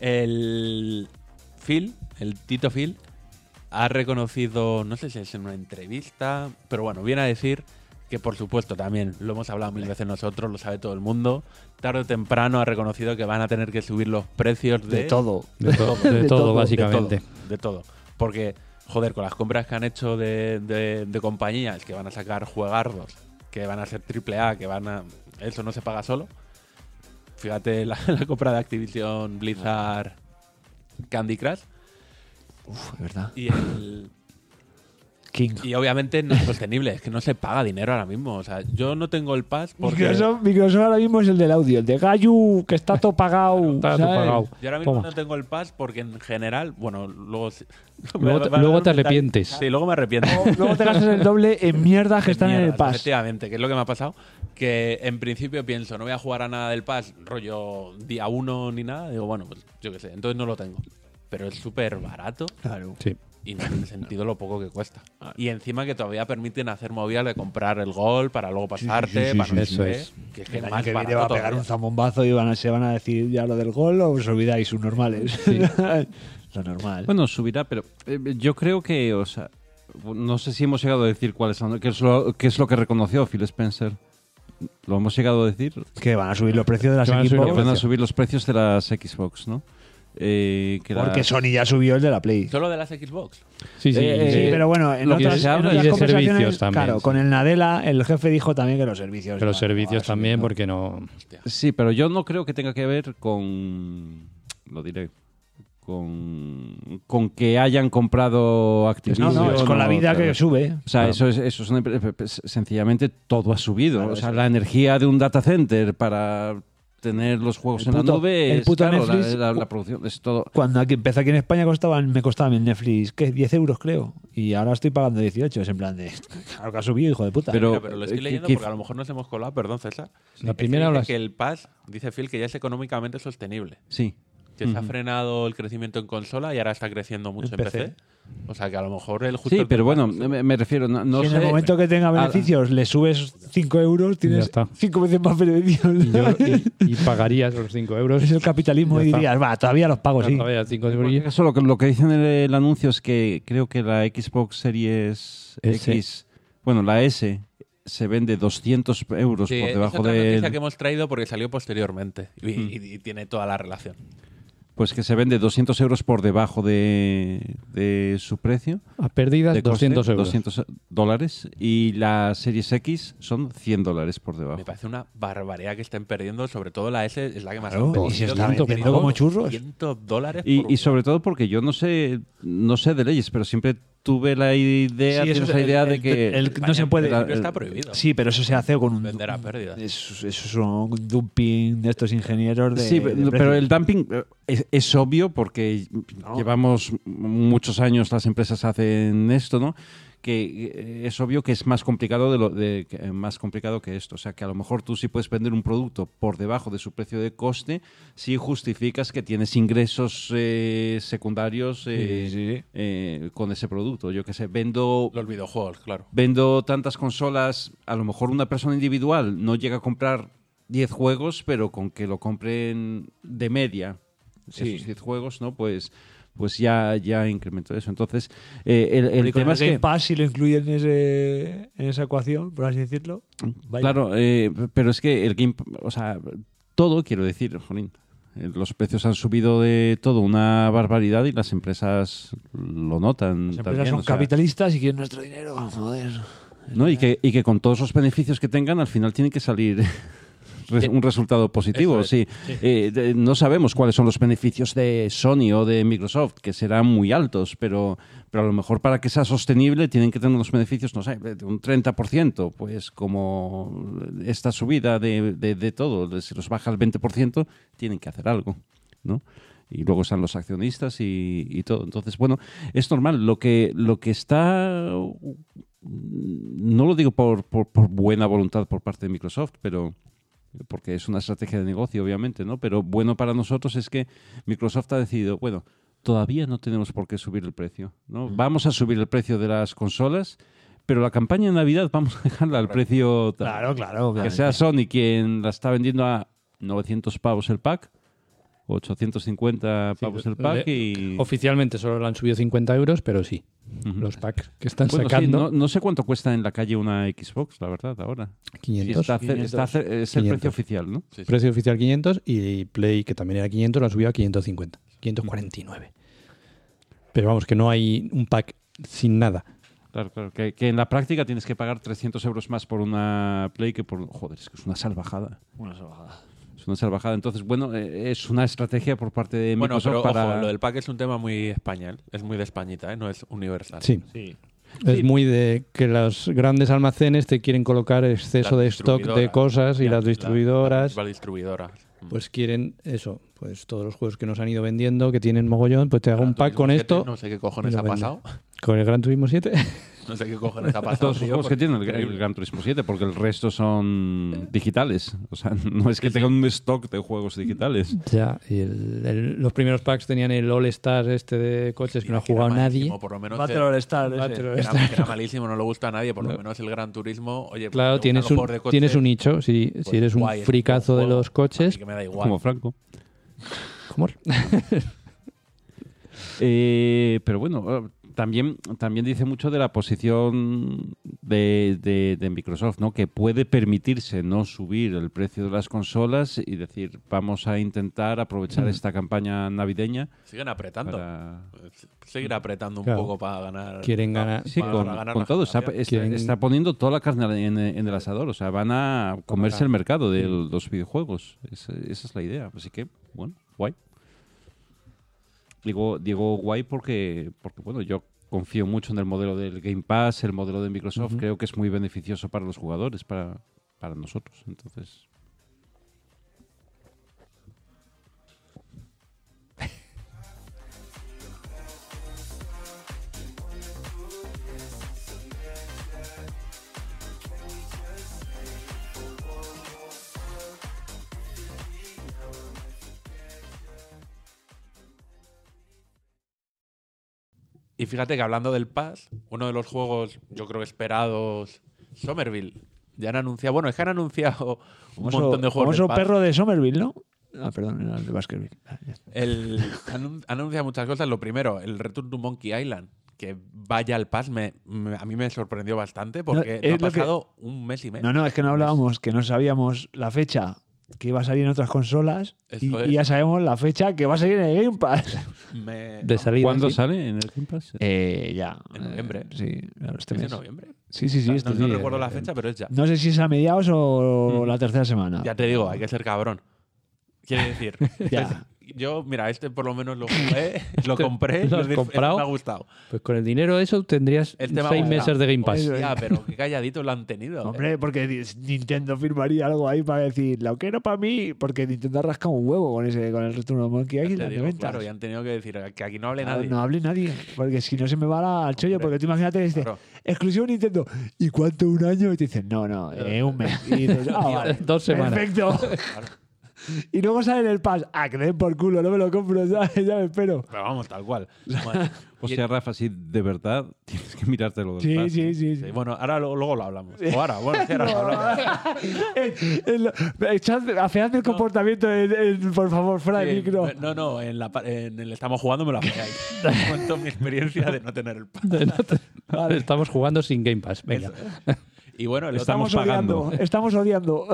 [SPEAKER 1] El Phil, el Tito Phil, ha reconocido, no sé si es en una entrevista, pero bueno, viene a decir que por supuesto también, lo hemos hablado mil veces nosotros, lo sabe todo el mundo, tarde o temprano ha reconocido que van a tener que subir los precios de,
[SPEAKER 2] todo.
[SPEAKER 4] De, to- de
[SPEAKER 2] De
[SPEAKER 4] todo,
[SPEAKER 2] todo, de
[SPEAKER 4] básicamente.
[SPEAKER 1] de todo, de todo. Porque, joder, con las compras que han hecho de, de- de compañías que van a sacar juegardos, que van a ser triple A, que van a. Eso no se paga solo. Fíjate la, la compra de Activision, Blizzard, Candy Crush.
[SPEAKER 2] Uf, es verdad.
[SPEAKER 1] Y, el-
[SPEAKER 2] King.
[SPEAKER 1] y obviamente no es sostenible, es que no se paga dinero ahora mismo. O sea, yo no tengo el pass porque.
[SPEAKER 2] Microsoft, Microsoft ahora mismo es el del audio, el de Gayu, que está todo pagado.
[SPEAKER 4] Está
[SPEAKER 2] ¿sabes?
[SPEAKER 4] topagao.
[SPEAKER 1] Yo ahora mismo
[SPEAKER 4] Toma.
[SPEAKER 1] no tengo el pass porque en general, bueno, luego... se-
[SPEAKER 4] Luego te-
[SPEAKER 1] va a dar
[SPEAKER 4] luego
[SPEAKER 1] un
[SPEAKER 4] te
[SPEAKER 1] mental-
[SPEAKER 4] arrepientes.
[SPEAKER 1] Sí, luego me arrepiento.
[SPEAKER 2] Luego te gastas el doble en mierdas que están en el
[SPEAKER 1] Mierdas,
[SPEAKER 2] pass.
[SPEAKER 1] Efectivamente, que es lo que me ha pasado. Que en principio pienso, no voy a jugar a nada del pass, rollo día uno ni nada. Digo, bueno, pues yo qué sé, entonces no lo tengo. Pero es súper barato
[SPEAKER 2] Claro.
[SPEAKER 4] Sí.
[SPEAKER 1] y no tiene sentido lo poco que cuesta. Y encima que todavía permiten hacer movidas de comprar el gol para luego pasarte, para no sé
[SPEAKER 4] eso
[SPEAKER 1] qué,
[SPEAKER 4] es.
[SPEAKER 1] Que es que
[SPEAKER 2] El año
[SPEAKER 1] más
[SPEAKER 2] que viene
[SPEAKER 1] barato
[SPEAKER 2] va a pegar
[SPEAKER 1] todavía.
[SPEAKER 2] un zambombazo y van a- se van a decir ya lo del gol o os olvidáis sus normales. lo normal.
[SPEAKER 3] Bueno, subirá, pero eh, yo creo que, o sea, no sé si hemos llegado a decir cuáles son, qué es lo, qué es lo que reconoció Phil Spencer. ¿Lo hemos llegado a decir?
[SPEAKER 2] que van a subir los precios de las
[SPEAKER 4] Que van a subir
[SPEAKER 3] Que
[SPEAKER 2] equipos
[SPEAKER 3] van a
[SPEAKER 4] precio.
[SPEAKER 3] subir los precios de las Xbox, ¿no? Eh, que la-
[SPEAKER 2] porque Sony ya subió el de la Play.
[SPEAKER 1] Solo de las Xbox.
[SPEAKER 4] Sí, sí.
[SPEAKER 2] Eh, sí,
[SPEAKER 4] sí.
[SPEAKER 2] pero bueno, en
[SPEAKER 4] Lo que
[SPEAKER 2] otras,
[SPEAKER 4] se
[SPEAKER 2] en
[SPEAKER 4] habla
[SPEAKER 2] otras
[SPEAKER 4] y de
[SPEAKER 2] conversaciones,
[SPEAKER 4] servicios también,
[SPEAKER 2] Claro,
[SPEAKER 4] sí.
[SPEAKER 2] con el Nadela, el jefe dijo también que los servicios.
[SPEAKER 4] Que los
[SPEAKER 2] iban a-
[SPEAKER 4] servicios
[SPEAKER 2] iban a
[SPEAKER 4] también,
[SPEAKER 2] subir, ¿no?
[SPEAKER 4] porque no.
[SPEAKER 3] Sí, pero yo no creo que tenga que ver con. Lo diré. Con, con que hayan comprado Activision.
[SPEAKER 2] No, no, es con la vida
[SPEAKER 3] tal.
[SPEAKER 2] que sube.
[SPEAKER 3] O sea, eso es, eso es una impre- pe- pe- sencillamente todo ha subido.
[SPEAKER 2] Claro,
[SPEAKER 3] o sea,
[SPEAKER 2] eso.
[SPEAKER 3] la energía de un data center para tener los juegos
[SPEAKER 2] El
[SPEAKER 3] en
[SPEAKER 2] puto-
[SPEAKER 3] la nube,
[SPEAKER 2] el
[SPEAKER 3] es
[SPEAKER 2] puto
[SPEAKER 3] caro, la-
[SPEAKER 2] Netflix-
[SPEAKER 3] la, la producción es todo.
[SPEAKER 2] Cuando aquí, empecé aquí en España costaban, me costaba el Netflix ¿qué? 10 euros, creo. Y ahora estoy pagando 18. Es en plan de. Claro que ha subido, hijo de puta.
[SPEAKER 3] Pero-
[SPEAKER 1] Pero, pero lo estoy
[SPEAKER 3] eh,
[SPEAKER 1] leyendo
[SPEAKER 3] que-
[SPEAKER 1] porque a lo mejor nos hemos colado, perdón César.
[SPEAKER 4] La
[SPEAKER 1] Es que
[SPEAKER 4] primera o
[SPEAKER 1] dice
[SPEAKER 4] las-
[SPEAKER 1] que el pass, dice Phil, que ya es económicamente sostenible.
[SPEAKER 3] Sí.
[SPEAKER 1] que se ha frenado el crecimiento en consola y ahora está creciendo mucho en
[SPEAKER 2] En
[SPEAKER 1] PC.
[SPEAKER 2] PC.
[SPEAKER 1] O sea que a lo mejor el justo
[SPEAKER 3] Sí,
[SPEAKER 1] el
[SPEAKER 3] pero bueno,
[SPEAKER 1] mercado-
[SPEAKER 3] me, me refiero, no, no
[SPEAKER 2] Si en
[SPEAKER 3] sé. ah,
[SPEAKER 2] el momento que tenga beneficios le subes 5 euros, tienes
[SPEAKER 4] está.
[SPEAKER 2] 5 veces más beneficios.
[SPEAKER 4] Y, yo- y- y pagarías los 5 euros.
[SPEAKER 2] es el capitalismo
[SPEAKER 4] Ya
[SPEAKER 2] y
[SPEAKER 4] está.
[SPEAKER 2] dirías, va, todavía los pago, sí.
[SPEAKER 4] Todavía cinco
[SPEAKER 3] En cualquier
[SPEAKER 4] euros.
[SPEAKER 3] caso, lo que, lo que dicen en el anuncio es que creo que la Xbox Series
[SPEAKER 4] S.
[SPEAKER 3] X, bueno, la S, se vende 200 euros
[SPEAKER 1] Sí,
[SPEAKER 3] por
[SPEAKER 1] es
[SPEAKER 3] debajo
[SPEAKER 1] otra noticia
[SPEAKER 3] de.
[SPEAKER 1] que hemos traído porque salió posteriormente y, y- y tiene toda la relación.
[SPEAKER 3] Pues que se vende 200 euros por debajo de, de su precio.
[SPEAKER 4] A pérdidas,
[SPEAKER 3] de coste,
[SPEAKER 4] 200 euros.
[SPEAKER 3] 200 dólares. Y la Series X son 100 dólares por debajo.
[SPEAKER 1] Me parece una barbaridad que estén perdiendo, sobre todo la S es la que más
[SPEAKER 2] Claro,
[SPEAKER 1] han
[SPEAKER 2] y
[SPEAKER 1] vendido,
[SPEAKER 2] se está
[SPEAKER 1] que han
[SPEAKER 2] vendiendo
[SPEAKER 1] vendido
[SPEAKER 2] como churros.
[SPEAKER 1] 200 dólares por
[SPEAKER 3] Y, y
[SPEAKER 1] un-
[SPEAKER 3] sobre todo porque yo no sé, no sé de leyes, pero siempre tuve la idea,
[SPEAKER 2] Sí, eso es
[SPEAKER 3] tienes la
[SPEAKER 2] el-
[SPEAKER 3] idea
[SPEAKER 2] el-
[SPEAKER 3] de que
[SPEAKER 2] el- no se puede-
[SPEAKER 1] En principio está prohibido
[SPEAKER 2] Sí, pero eso se hace con un.
[SPEAKER 1] vender a pérdida.
[SPEAKER 2] Eso, eso es un dumping de estos ingenieros de.
[SPEAKER 3] Sí,
[SPEAKER 2] de
[SPEAKER 3] pero
[SPEAKER 2] precios.
[SPEAKER 3] el dumping eh, es, es obvio porque llevamos muchos años las empresas hacen esto, ¿no? que eh, es obvio que es más complicado de lo de, que- eh, más complicado que esto. O sea, que a lo mejor tú sí puedes vender un producto por debajo de su precio de coste si justificas que tienes ingresos eh, secundarios eh, eh, con ese producto. Yo que sé, vendo
[SPEAKER 1] Los videojuegos, claro.
[SPEAKER 3] vendo tantas consolas, a lo mejor una persona individual no llega a comprar 10 juegos, pero con que lo compren de media esos 10 juegos, ¿no? Pues pues ya, ya incrementó eso. Entonces, eh, el, el
[SPEAKER 2] Y con
[SPEAKER 3] tema es
[SPEAKER 2] Game
[SPEAKER 3] que...
[SPEAKER 2] Pass, si lo incluyen en, ese- en esa ecuación, por así decirlo. vaya.
[SPEAKER 3] Claro, eh, pero es que el Game... O sea, todo, quiero decir, jolín, eh, los precios han subido de todo, una barbaridad, y las empresas lo notan.
[SPEAKER 2] Las
[SPEAKER 3] también,
[SPEAKER 2] empresas son
[SPEAKER 3] o sea, Ah,
[SPEAKER 2] capitalistas y quieren nuestro dinero. Joder.
[SPEAKER 3] ¿no? Y, que, y que con todos los beneficios que tengan, al final tiene que salir res- un resultado positivo.
[SPEAKER 1] Eso es.
[SPEAKER 3] sí. Eh, de- no sabemos cuáles son los beneficios de Sony o de Microsoft, que serán muy altos, pero, pero a lo mejor para que sea sostenible tienen que tener unos beneficios, no sé, de un 30%, pues como esta subida de, de- de todo, si los baja al 20%, tienen que hacer algo, ¿no? y luego están los accionistas y, y todo. Entonces, bueno, es normal. Lo que, lo que está. No lo digo por, por- por buena voluntad por parte de Microsoft, pero porque es una estrategia de negocio, obviamente, ¿no? Pero bueno para nosotros es que Microsoft ha decidido, bueno, todavía no tenemos por qué subir el precio, ¿no? Vamos a subir el precio de las consolas, pero la campaña de Navidad vamos a dejarla al precio tal.
[SPEAKER 2] Claro, claro.
[SPEAKER 3] Que
[SPEAKER 2] obviamente.
[SPEAKER 3] sea Sony quien la está vendiendo a 900 pavos el pack, 850 pavos el pack
[SPEAKER 4] le-
[SPEAKER 3] y...
[SPEAKER 4] Oficialmente solo lo han subido 50 euros, pero sí.
[SPEAKER 3] Ujú.
[SPEAKER 4] Los packs que están
[SPEAKER 3] Bueno, sí,
[SPEAKER 4] sacando.
[SPEAKER 3] no, no sé cuánto cuesta en la calle una Xbox, la verdad, ahora. Sí,
[SPEAKER 4] 500.
[SPEAKER 3] está cer- está cer- es el
[SPEAKER 4] 500.
[SPEAKER 3] precio oficial, ¿no?
[SPEAKER 1] Sí, sí.
[SPEAKER 4] Precio oficial 500 y Play, que también era 500, lo han subido a 550. 549. Pero vamos, que no hay un pack sin nada.
[SPEAKER 3] Claro, claro. Que, que en la práctica tienes que pagar 300 euros más por una Play que por... Joder, es que es una salvajada.
[SPEAKER 2] Una salvajada.
[SPEAKER 3] Es una salvajada. Entonces, bueno, eh, es una estrategia por parte de
[SPEAKER 1] Bueno, pero
[SPEAKER 3] Microsoft para...
[SPEAKER 1] ojo, lo del pack es un tema muy español. Es muy de Españita, ¿eh? No es universal.
[SPEAKER 4] Sí.
[SPEAKER 2] Sí.
[SPEAKER 4] Es muy de que los grandes almacenes te quieren colocar exceso
[SPEAKER 1] Las
[SPEAKER 4] de stock de
[SPEAKER 1] distribuidoras.
[SPEAKER 4] cosas y
[SPEAKER 1] Ya,
[SPEAKER 4] las
[SPEAKER 1] la- las
[SPEAKER 4] distribuidoras.
[SPEAKER 1] principales distribuidoras. Mm.
[SPEAKER 4] pues quieren eso, pues todos los juegos que nos han ido vendiendo, que tienen mogollón, pues te hago
[SPEAKER 1] Gran
[SPEAKER 4] un pack
[SPEAKER 1] Turismo
[SPEAKER 4] con
[SPEAKER 1] 7,
[SPEAKER 4] esto,
[SPEAKER 1] No sé qué cojones
[SPEAKER 4] me
[SPEAKER 1] ha
[SPEAKER 4] lo vende.
[SPEAKER 1] pasado.
[SPEAKER 4] con el Gran Turismo 7.
[SPEAKER 1] No sé qué cojones ha pasado.
[SPEAKER 3] Todos los juegos que tiene el, el Gran Turismo 7, porque el resto son digitales. O sea, no es que tengan un stock de juegos digitales.
[SPEAKER 4] ya, y el- el- los primeros packs tenían el All Stars este de coches que no ha jugado nadie.
[SPEAKER 1] Por lo menos
[SPEAKER 2] Battle
[SPEAKER 1] era,
[SPEAKER 2] All Star. ese.
[SPEAKER 4] Battle All
[SPEAKER 1] era-
[SPEAKER 4] Star.
[SPEAKER 1] era malísimo, no le gusta a nadie. Por lo menos el Gran Turismo. Oye, pues, te
[SPEAKER 4] este. Claro,
[SPEAKER 1] gustan
[SPEAKER 4] tienes
[SPEAKER 1] los
[SPEAKER 4] un,
[SPEAKER 1] juegos de coches,
[SPEAKER 4] tienes un nicho. Si,
[SPEAKER 1] pues,
[SPEAKER 4] si eres un
[SPEAKER 1] guay, es
[SPEAKER 4] fricazo de
[SPEAKER 1] juego.
[SPEAKER 4] los
[SPEAKER 1] A
[SPEAKER 4] coches,
[SPEAKER 1] mí que me da igual.
[SPEAKER 3] Como Franco.
[SPEAKER 4] ¿cómo?
[SPEAKER 3] Eh, pero bueno, eh, también, también dice mucho de la posición de, de- de Microsoft, ¿no? Que puede permitirse no subir el precio de las consolas y decir, vamos a intentar aprovechar esta campaña navideña
[SPEAKER 1] Siguen apretando.
[SPEAKER 3] para...
[SPEAKER 1] Seguir apretando un
[SPEAKER 4] Claro.
[SPEAKER 1] poco para ganar.
[SPEAKER 4] Quieren
[SPEAKER 1] para-
[SPEAKER 4] ganar-
[SPEAKER 3] Sí,
[SPEAKER 1] para
[SPEAKER 3] con,
[SPEAKER 1] ganar
[SPEAKER 3] con
[SPEAKER 1] la ¿eh?
[SPEAKER 3] todo. Está,
[SPEAKER 1] generación.
[SPEAKER 3] está-
[SPEAKER 4] Quieren-
[SPEAKER 3] está poniendo toda la carne en, en el asador. O sea, van a comerse el mercado de los videojuegos. Esa, esa es la idea. Así que, bueno, guay. Digo, digo guay porque, porque, bueno, yo confío mucho en el modelo del Game Pass, el modelo de Microsoft. Creo que es muy beneficioso para los jugadores, para, para nosotros. Entonces,
[SPEAKER 1] Y fíjate que hablando del Pass, uno de los juegos, yo creo, esperados, Somerville. Ya han anunciado, bueno, es que han anunciado un
[SPEAKER 2] Famoso-
[SPEAKER 1] montón de juegos.
[SPEAKER 2] famoso
[SPEAKER 1] del Pass.
[SPEAKER 2] perro de Somerville, ¿no? Ah, perdón, era el de Baskerville. Ah,
[SPEAKER 1] El, han han anunciado muchas cosas. Lo primero, el Return to Monkey Island. Que vaya al Pass, me, me- a mí me sorprendió bastante porque
[SPEAKER 2] es
[SPEAKER 1] no ha
[SPEAKER 2] lo que-
[SPEAKER 1] pasado un mes y medio.
[SPEAKER 2] No, no, es que no hablábamos, que no sabíamos la fecha que iba a salir en otras consolas y,
[SPEAKER 1] Eso es.
[SPEAKER 2] y ya sabemos la fecha que va a salir en el Game Pass.
[SPEAKER 1] Me-
[SPEAKER 4] De
[SPEAKER 1] no,
[SPEAKER 4] salida.
[SPEAKER 3] ¿cuándo
[SPEAKER 4] sí.
[SPEAKER 3] sale en el Game Pass?
[SPEAKER 2] Eh, ya.
[SPEAKER 1] En noviembre.
[SPEAKER 2] Eh, sí, claro, este
[SPEAKER 1] ¿Es
[SPEAKER 2] mes.
[SPEAKER 1] en noviembre? Ah,
[SPEAKER 2] Sí, sí, sí.
[SPEAKER 1] No-
[SPEAKER 2] este
[SPEAKER 1] no
[SPEAKER 2] sí.
[SPEAKER 1] recuerdo la fecha, pero es ya.
[SPEAKER 2] No sé si es a mediados o la tercera semana.
[SPEAKER 1] Ya te digo, hay que ser cabrón. Quiero decir,
[SPEAKER 2] Ya.
[SPEAKER 1] es-
[SPEAKER 2] Este,
[SPEAKER 1] yo, mira, este por lo menos lo jugué, lo compré,
[SPEAKER 4] lo has
[SPEAKER 1] es decir,
[SPEAKER 4] comprado.
[SPEAKER 1] me ha gustado. Este
[SPEAKER 4] Pues con el dinero eso tendrías
[SPEAKER 1] El tema
[SPEAKER 4] seis
[SPEAKER 1] guarda.
[SPEAKER 4] meses de Game Pass.
[SPEAKER 2] Eso es.
[SPEAKER 1] Ya, pero qué calladitos lo han tenido. ¿eh?
[SPEAKER 2] Hombre, porque di- Nintendo firmaría algo ahí para decir, lo quiero para mí, porque Nintendo rasca un huevo con ese con el retorno de Monkey
[SPEAKER 1] Ya te
[SPEAKER 2] Island de
[SPEAKER 1] digo,
[SPEAKER 2] ventas.
[SPEAKER 1] claro, y han tenido que decir que aquí no hable
[SPEAKER 2] Claro,
[SPEAKER 1] nadie.
[SPEAKER 2] No hable nadie, porque si no se me va la- al chollo, porque tú imagínate, dices,
[SPEAKER 1] Claro.
[SPEAKER 2] exclusivo Nintendo. ¿Y cuánto? ¿Un año? Y te dicen, no, no, eh, un mes. Y dices, ah, vale.
[SPEAKER 4] Dos semanas.
[SPEAKER 2] Perfecto. Y luego sale en el pass, ah, que le den por culo, no me lo compro, ¿sabes? ya me espero.
[SPEAKER 1] Pero vamos, tal cual.
[SPEAKER 3] O sea, Rafa, si de verdad tienes que mirártelo del
[SPEAKER 2] Sí,
[SPEAKER 3] pase.
[SPEAKER 2] sí, sí. sí.
[SPEAKER 1] Sí, bueno, ahora lo- luego lo hablamos. O ahora, bueno, sí, ahora lo hablamos.
[SPEAKER 2] Eh, eh, lo- echad- afead el comportamiento, en- en- por favor, fuera de
[SPEAKER 1] Sí,
[SPEAKER 2] micro.
[SPEAKER 1] No, no, en, la, pa- en el estamos jugando me lo apoyáis. Os Cuento mi experiencia de no tener el pan.
[SPEAKER 4] Estamos jugando sin Game Pass. Venga.
[SPEAKER 1] Y bueno, el otro,
[SPEAKER 3] Estamos
[SPEAKER 2] Estamos
[SPEAKER 3] pagando.
[SPEAKER 2] odiando, estamos odiando.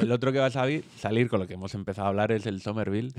[SPEAKER 1] el otro que va a salir, salir con lo que hemos empezado a hablar es el Somerville.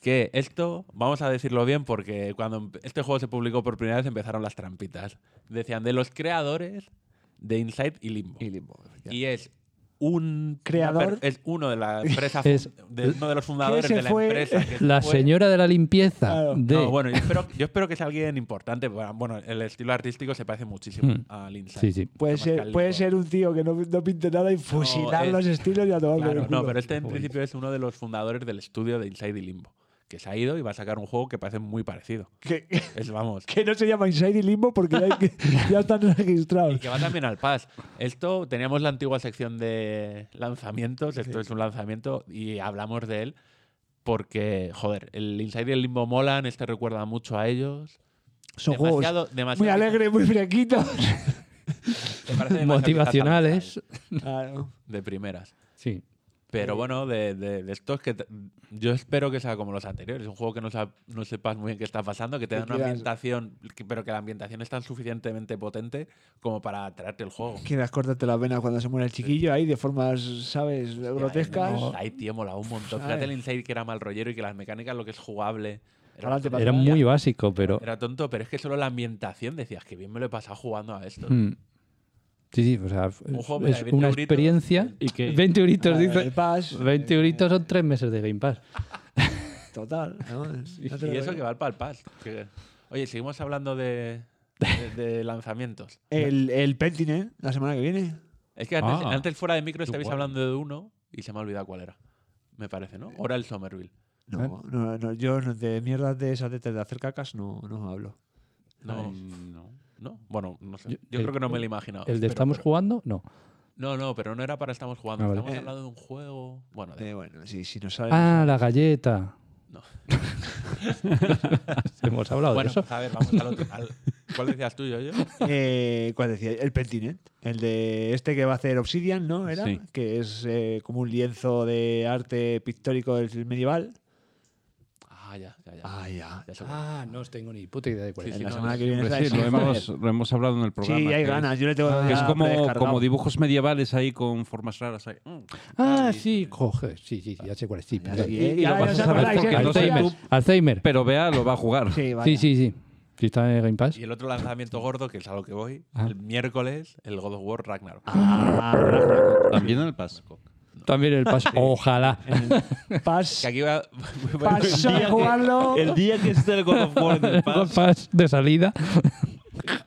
[SPEAKER 1] Que esto, vamos a decirlo bien, porque cuando empe- este juego se publicó por primera vez empezaron las trampitas. Decían de los creadores de Inside y Limbo. Y, es un una
[SPEAKER 2] Creador.
[SPEAKER 1] per- es uno de las empresas
[SPEAKER 4] Es-
[SPEAKER 1] de uno de los fundadores
[SPEAKER 2] se
[SPEAKER 1] de la
[SPEAKER 2] fue-
[SPEAKER 1] empresa. que se
[SPEAKER 4] La
[SPEAKER 1] fue.
[SPEAKER 4] señora de la limpieza
[SPEAKER 2] Claro.
[SPEAKER 4] de
[SPEAKER 1] No, bueno, yo espero, yo espero que sea alguien importante. Bueno, el estilo artístico se parece muchísimo
[SPEAKER 4] Mm.
[SPEAKER 1] al Inside.
[SPEAKER 4] Sí, sí.
[SPEAKER 2] Puede
[SPEAKER 1] Tomás
[SPEAKER 2] ser,
[SPEAKER 1] Calico.
[SPEAKER 2] puede ser un tío que no, no pinte nada y fusilar
[SPEAKER 1] eh,
[SPEAKER 2] los estilos y a tomar por
[SPEAKER 1] Claro,
[SPEAKER 2] el culo.
[SPEAKER 1] no, pero este en principio es uno de los fundadores del estudio de Inside y Limbo, que se ha ido y va a sacar un juego que parece muy parecido.
[SPEAKER 2] que,
[SPEAKER 1] Es, vamos.
[SPEAKER 2] que no se llama Inside y Limbo porque ya, hay que- ya están registrados.
[SPEAKER 1] Y que va también al PAS. Esto, teníamos la antigua sección de lanzamientos, esto es un lanzamiento y hablamos de él porque, joder, el Inside y el Limbo molan, este recuerda mucho a ellos.
[SPEAKER 2] Son
[SPEAKER 1] demasiado,
[SPEAKER 2] juegos
[SPEAKER 1] demasiado
[SPEAKER 2] muy alegres, muy fresquitos.
[SPEAKER 1] me parece demasiado
[SPEAKER 4] Motivacionales.
[SPEAKER 2] Claro.
[SPEAKER 1] de primeras.
[SPEAKER 4] Sí.
[SPEAKER 1] Pero bueno, de, de- de estos que te- yo espero que sea como los anteriores, un juego que no, sa- no sepas muy bien qué está pasando, que te
[SPEAKER 2] Que
[SPEAKER 1] da una
[SPEAKER 2] quieras-
[SPEAKER 1] ambientación, que- pero que la ambientación es tan suficientemente potente como para atraerte el juego.
[SPEAKER 2] Quieras cortarte las venas cuando se muere el chiquillo ahí de formas, ¿sabes? grotescas. Eh,
[SPEAKER 1] Ahí, tío, mola un montón.
[SPEAKER 2] ¿Sabes?
[SPEAKER 1] Fíjate el Inside que era mal rollero y que las mecánicas, lo que es jugable, era,
[SPEAKER 2] Adelante,
[SPEAKER 1] tonto,
[SPEAKER 4] Era muy básico, pero.
[SPEAKER 1] era tonto, pero es que solo la ambientación decías que bien me lo he pasado jugando a esto.
[SPEAKER 4] Mm. Sí, sí, o sea, es
[SPEAKER 1] juego de 20
[SPEAKER 4] una
[SPEAKER 1] euritos
[SPEAKER 4] experiencia.
[SPEAKER 3] Y que-
[SPEAKER 4] 20 euritos,
[SPEAKER 2] Claro,
[SPEAKER 4] dice.
[SPEAKER 2] Ah, el eh, Pass,
[SPEAKER 4] 20 euritos son 3 meses de Game Pass.
[SPEAKER 2] Total. ¿no? No te
[SPEAKER 1] Y
[SPEAKER 2] lo
[SPEAKER 1] eso
[SPEAKER 2] creo.
[SPEAKER 1] que va al palpaz. Oye, seguimos hablando de- de- de lanzamientos.
[SPEAKER 2] El, el Pentine, la semana que viene.
[SPEAKER 1] Es que antes,
[SPEAKER 3] Ah.
[SPEAKER 1] antes fuera de micro estabais
[SPEAKER 3] guay.
[SPEAKER 1] hablando de uno y se me ha olvidado cuál era. Me parece, ¿no? Ahora el Somerville.
[SPEAKER 2] No, no, no, yo no- de mierdas de esas de, de hacer cacas no, no hablo.
[SPEAKER 1] No,
[SPEAKER 3] No.
[SPEAKER 1] no. Bueno, no sé.
[SPEAKER 4] Yo-
[SPEAKER 1] Yo
[SPEAKER 4] el-
[SPEAKER 1] creo que no me lo he imaginado.
[SPEAKER 4] El de
[SPEAKER 1] Espero,
[SPEAKER 4] estamos
[SPEAKER 1] pero-
[SPEAKER 4] jugando, no.
[SPEAKER 1] No, no, pero no era para estamos jugando.
[SPEAKER 4] Ah, vale.
[SPEAKER 1] Estamos
[SPEAKER 2] Eh.
[SPEAKER 1] hablando de un juego. Bueno, de-
[SPEAKER 2] Eh, bueno, si, si nos sale.
[SPEAKER 4] Ah, la galleta.
[SPEAKER 1] no.
[SPEAKER 4] Hemos hablado
[SPEAKER 1] Bueno,
[SPEAKER 4] de eso.
[SPEAKER 1] pues a ver, vamos al otro. al- ¿Cuál decías tú, yo? yo?
[SPEAKER 2] Eh, ¿Cuál decía? El Pentiment. El de este que va a hacer Obsidian, ¿no? Era.
[SPEAKER 3] Sí.
[SPEAKER 2] Que es eh, como un lienzo de arte pictórico del medieval.
[SPEAKER 1] Ah, ya, ya, ya.
[SPEAKER 2] Ah, ya.
[SPEAKER 1] Ya sé cuál.
[SPEAKER 4] Ah, no os tengo ni puta idea de cuál
[SPEAKER 1] Sí,
[SPEAKER 4] es.
[SPEAKER 1] sí,
[SPEAKER 2] la
[SPEAKER 1] no,
[SPEAKER 2] semana
[SPEAKER 1] es-
[SPEAKER 2] que viene
[SPEAKER 3] Hombre,
[SPEAKER 2] sale.
[SPEAKER 3] Pues sí, lo hemos, lo hemos hablado en el
[SPEAKER 2] Sí,
[SPEAKER 3] programa. que
[SPEAKER 2] hay
[SPEAKER 3] es-
[SPEAKER 2] ganas. Yo le tengo
[SPEAKER 4] Ah,
[SPEAKER 2] ya
[SPEAKER 3] que es como,
[SPEAKER 2] predescargado.
[SPEAKER 3] como dibujos medievales ahí con formas raras. Ahí.
[SPEAKER 4] Ah, sí, coge. Sí, sí, sí, ya sé cuál es. Sí,
[SPEAKER 2] Ya
[SPEAKER 4] perdón.
[SPEAKER 2] sé.
[SPEAKER 4] Sí,
[SPEAKER 2] Y- y ahora
[SPEAKER 3] vas
[SPEAKER 2] ya os
[SPEAKER 3] a saber
[SPEAKER 2] acordáis,
[SPEAKER 3] porque
[SPEAKER 2] ¿eh?
[SPEAKER 3] no soy
[SPEAKER 2] Alzheimer.
[SPEAKER 3] tú.
[SPEAKER 4] Alzheimer.
[SPEAKER 3] Pero vea, lo va a jugar.
[SPEAKER 2] Sí, vaya.
[SPEAKER 4] Sí, sí, sí. Si está en Game Pass.
[SPEAKER 1] Y el otro lanzamiento gordo, que es a lo que voy,
[SPEAKER 4] Ah.
[SPEAKER 1] el miércoles, el God of War Ragnarok.
[SPEAKER 2] Ah, Ragnarok.
[SPEAKER 3] También en el paso.
[SPEAKER 4] También el paso. Ojalá.
[SPEAKER 2] Pas-
[SPEAKER 1] Que aquí va.
[SPEAKER 2] Paso a jugarlo.
[SPEAKER 3] día que esté el God of War en el
[SPEAKER 4] Game Pass de salida.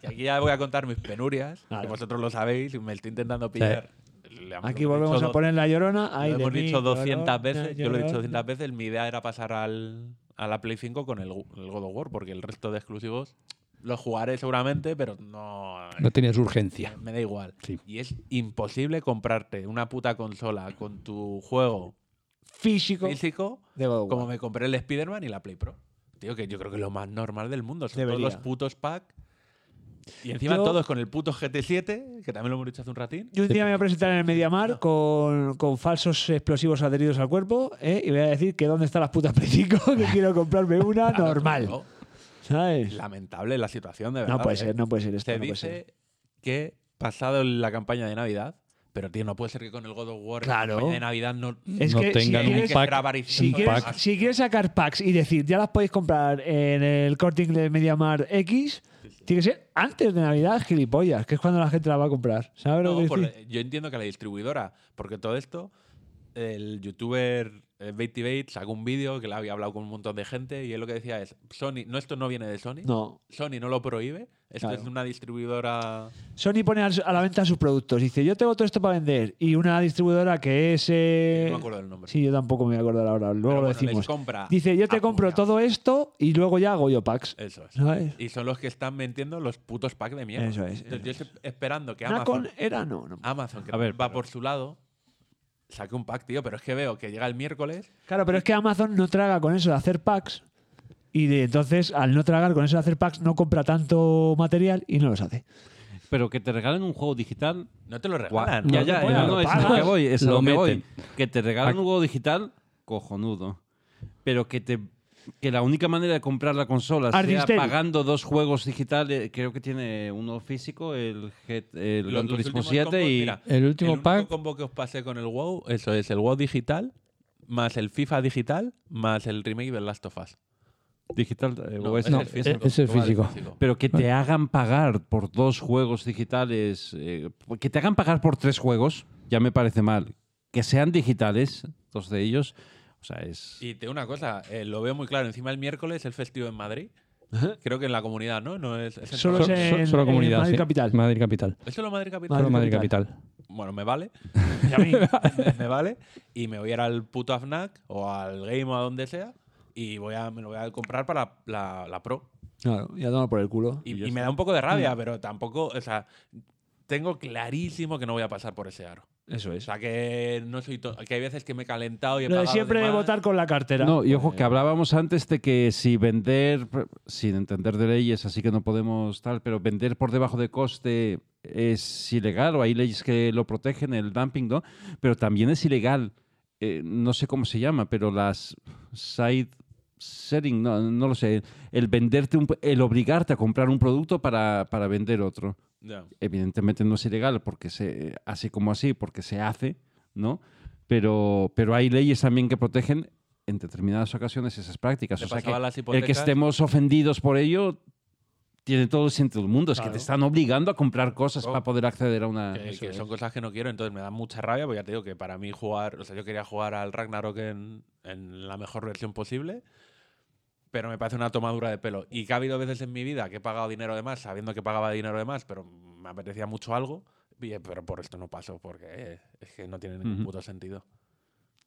[SPEAKER 1] que aquí ya voy a contar mis penurias. que
[SPEAKER 2] Claro.
[SPEAKER 1] vosotros lo sabéis y me estoy intentando pillar. Le hemos
[SPEAKER 2] Aquí
[SPEAKER 1] dicho
[SPEAKER 2] volvemos a
[SPEAKER 1] dos-
[SPEAKER 2] poner la llorona. Ay,
[SPEAKER 1] lo
[SPEAKER 2] de
[SPEAKER 1] hemos
[SPEAKER 2] mí,
[SPEAKER 1] dicho 200
[SPEAKER 2] llorona,
[SPEAKER 1] veces, yo lo he dicho
[SPEAKER 2] llorona.
[SPEAKER 1] 200 veces, mi idea era pasar al, a la Play 5 con el, el God of War, porque el resto de exclusivos los jugaré seguramente, pero no...
[SPEAKER 4] No tenías urgencia.
[SPEAKER 1] Me da igual.
[SPEAKER 4] Sí.
[SPEAKER 1] Y es imposible comprarte una puta consola con tu juego
[SPEAKER 2] Físico.
[SPEAKER 1] físico
[SPEAKER 2] de God of War.
[SPEAKER 1] como me compré el Spider-Man y la Play Pro. Tío, que yo creo que es lo más normal del mundo. Son
[SPEAKER 2] Debería.
[SPEAKER 1] todos los putos pack. Y encima
[SPEAKER 2] Yo-
[SPEAKER 1] todos con el puto GT7, que también lo hemos dicho hace un ratín.
[SPEAKER 2] Yo un día me voy a presentar en el Mediamar con, con falsos explosivos adheridos al cuerpo ¿eh? y voy a decir que dónde están las putas Play 5, que quiero comprarme una
[SPEAKER 1] Claro,
[SPEAKER 2] normal.
[SPEAKER 1] no.
[SPEAKER 2] ¿Sabes?
[SPEAKER 1] Lamentable la situación, de verdad.
[SPEAKER 2] No puede
[SPEAKER 1] ¿eh?
[SPEAKER 2] ser, no puede ser esto.
[SPEAKER 1] Se
[SPEAKER 2] no puede ser.
[SPEAKER 1] dice que pasado la campaña de Navidad, pero tío, no puede ser que con el God of War
[SPEAKER 2] Claro.
[SPEAKER 1] la campaña de Navidad no
[SPEAKER 2] Es
[SPEAKER 4] no
[SPEAKER 2] que si
[SPEAKER 4] tengan
[SPEAKER 1] tiene
[SPEAKER 4] un
[SPEAKER 2] quieres,
[SPEAKER 1] que
[SPEAKER 4] pack,
[SPEAKER 1] ser avaricioso.
[SPEAKER 2] si
[SPEAKER 4] un
[SPEAKER 2] quieres-
[SPEAKER 4] pack.
[SPEAKER 2] si quieres sacar packs y decir ya las podéis comprar en el corte inglés Mediamar X, tiene que ser antes de Navidad, gilipollas, que es cuando la gente la va a comprar. ¿Sabes lo
[SPEAKER 1] No,
[SPEAKER 2] que
[SPEAKER 1] por eh,
[SPEAKER 2] decir?
[SPEAKER 1] la- yo entiendo que la distribuidora, porque todo esto el youtuber eh, Beatty Bates sacó un vídeo que le había hablado con un montón de gente y él lo que decía es, Sony, no, esto no viene de Sony,
[SPEAKER 2] No.
[SPEAKER 1] Sony no lo prohíbe, esto
[SPEAKER 2] Claro.
[SPEAKER 1] es una distribuidora...
[SPEAKER 2] Sony pone al- a la venta sus productos. Dice, yo tengo todo esto para vender. Y una distribuidora que es. eh,
[SPEAKER 1] no me acuerdo del nombre.
[SPEAKER 2] Sí, yo tampoco me voy a acordar ahora.
[SPEAKER 1] Pero
[SPEAKER 2] Luego lo
[SPEAKER 1] bueno, les
[SPEAKER 2] decimos.
[SPEAKER 1] compra
[SPEAKER 2] Dice, yo te
[SPEAKER 1] a
[SPEAKER 2] compro
[SPEAKER 1] puñado.
[SPEAKER 2] todo esto y luego ya hago yo packs.
[SPEAKER 1] Eso es.
[SPEAKER 2] ¿Sabes?
[SPEAKER 1] Y son los que están vendiendo los putos packs de mierda.
[SPEAKER 2] Eso es,
[SPEAKER 1] Entonces,
[SPEAKER 2] eso
[SPEAKER 1] yo estoy esperando que
[SPEAKER 2] Nacon
[SPEAKER 1] Amazon, Ah.
[SPEAKER 2] era no. no.
[SPEAKER 1] Amazon, que
[SPEAKER 3] A ver,
[SPEAKER 1] va
[SPEAKER 3] pero-
[SPEAKER 1] por su lado, saque un pack, tío, pero es que veo que llega el miércoles
[SPEAKER 2] Claro, pero es que Amazon no traga con eso de hacer packs. Y de, entonces, al no tragar con eso de hacer packs, no compra tanto material y no los hace.
[SPEAKER 3] Pero que te regalen un juego digital.
[SPEAKER 1] No te lo regalan.
[SPEAKER 3] ya,
[SPEAKER 1] Ah, No,
[SPEAKER 3] ya,
[SPEAKER 2] no,
[SPEAKER 3] no,
[SPEAKER 2] lo
[SPEAKER 3] no, es a lo
[SPEAKER 2] pagas.
[SPEAKER 3] que voy, es a
[SPEAKER 4] Lo
[SPEAKER 3] lo que voy.
[SPEAKER 4] meten.
[SPEAKER 3] Que te regalen un juego digital, cojonudo. Pero que te que la única manera de comprar la consola
[SPEAKER 2] Artistel.
[SPEAKER 3] sea pagando dos juegos digitales, creo que tiene uno físico, el, Get- el
[SPEAKER 1] Los-
[SPEAKER 3] Gran
[SPEAKER 1] los
[SPEAKER 3] Turismo
[SPEAKER 1] últimos
[SPEAKER 3] 7
[SPEAKER 1] combos,
[SPEAKER 3] y
[SPEAKER 1] mira,
[SPEAKER 4] El último
[SPEAKER 1] único
[SPEAKER 4] pack-
[SPEAKER 1] combo que os pasé con el WoW, eso es el WoW digital más el FIFA digital más el remake del Last of Us.
[SPEAKER 3] digital eh,
[SPEAKER 1] No,
[SPEAKER 3] o
[SPEAKER 1] es
[SPEAKER 3] es-
[SPEAKER 4] no,
[SPEAKER 1] el físico.
[SPEAKER 4] es el
[SPEAKER 1] Vale,
[SPEAKER 4] físico.
[SPEAKER 3] Pero que te hagan pagar por dos juegos digitales, eh, que te hagan pagar por tres juegos, ya me parece mal. Que sean digitales, dos de ellos, o sea, es...
[SPEAKER 1] Y te digo una cosa, eh, lo veo muy claro. Encima el miércoles el festivo en Madrid. Creo que en la comunidad, ¿no? no es, es en
[SPEAKER 2] Solo
[SPEAKER 1] Madrid.
[SPEAKER 2] es en-
[SPEAKER 4] solo
[SPEAKER 2] en
[SPEAKER 4] comunidad.
[SPEAKER 2] Madrid
[SPEAKER 4] sí.
[SPEAKER 2] capital.
[SPEAKER 4] Madrid Capital.
[SPEAKER 1] ¿Es solo Madrid Capital?
[SPEAKER 4] Solo Madrid
[SPEAKER 2] capital.
[SPEAKER 4] Capital.
[SPEAKER 1] Bueno, me vale.
[SPEAKER 2] Y a mí,
[SPEAKER 1] me vale. Y me voy a ir al puto Fnac o al Game o a donde sea. Y voy a, me lo voy a comprar para la- la Pro.
[SPEAKER 2] claro, ya tomo por el culo.
[SPEAKER 1] Y, y me da un poco de rabia, pero tampoco, o sea, tengo clarísimo que no voy a pasar por ese aro.
[SPEAKER 2] Eso
[SPEAKER 1] O
[SPEAKER 2] es.
[SPEAKER 1] sea, que no soy to- que hay veces que me he calentado y he
[SPEAKER 2] Lo de
[SPEAKER 1] pagado
[SPEAKER 2] siempre de
[SPEAKER 1] más.
[SPEAKER 2] votar con la cartera.
[SPEAKER 3] No, y ojo, que hablábamos antes de que si vender, sin entender de leyes, así que no podemos tal, pero vender por debajo de coste es ilegal, o hay leyes que lo protegen, el dumping, ¿no? Pero también es ilegal, eh, no sé cómo se llama, pero las side selling, no, no lo sé, el venderte, un- el obligarte a comprar un producto para, para vender otro
[SPEAKER 1] Ya.
[SPEAKER 3] evidentemente no es ilegal porque se así como así porque se hace no pero pero hay leyes también que protegen en determinadas ocasiones esas prácticas
[SPEAKER 1] Te
[SPEAKER 3] o sea
[SPEAKER 1] pasaba las
[SPEAKER 3] que el que
[SPEAKER 1] hipotecas.
[SPEAKER 3] estemos ofendidos por ello tiene todo el sentido del mundo es que
[SPEAKER 2] Claro.
[SPEAKER 3] te están obligando a comprar cosas
[SPEAKER 1] Oh.
[SPEAKER 3] para poder acceder a una
[SPEAKER 1] Que,
[SPEAKER 3] Ah, eso
[SPEAKER 1] que
[SPEAKER 3] es.
[SPEAKER 1] son cosas que no quiero, entonces me da mucha rabia, porque ya te digo que para mí jugar, o sea, yo quería jugar al Ragnarok en, en la mejor versión posible, pero me parece una tomadura de pelo. Y que ha habido veces en mi vida que he pagado dinero de más, sabiendo que pagaba dinero de más, pero me apetecía mucho algo, y, eh, pero por esto no paso, porque eh, es que no tiene ningún
[SPEAKER 3] Ujú.
[SPEAKER 1] puto sentido.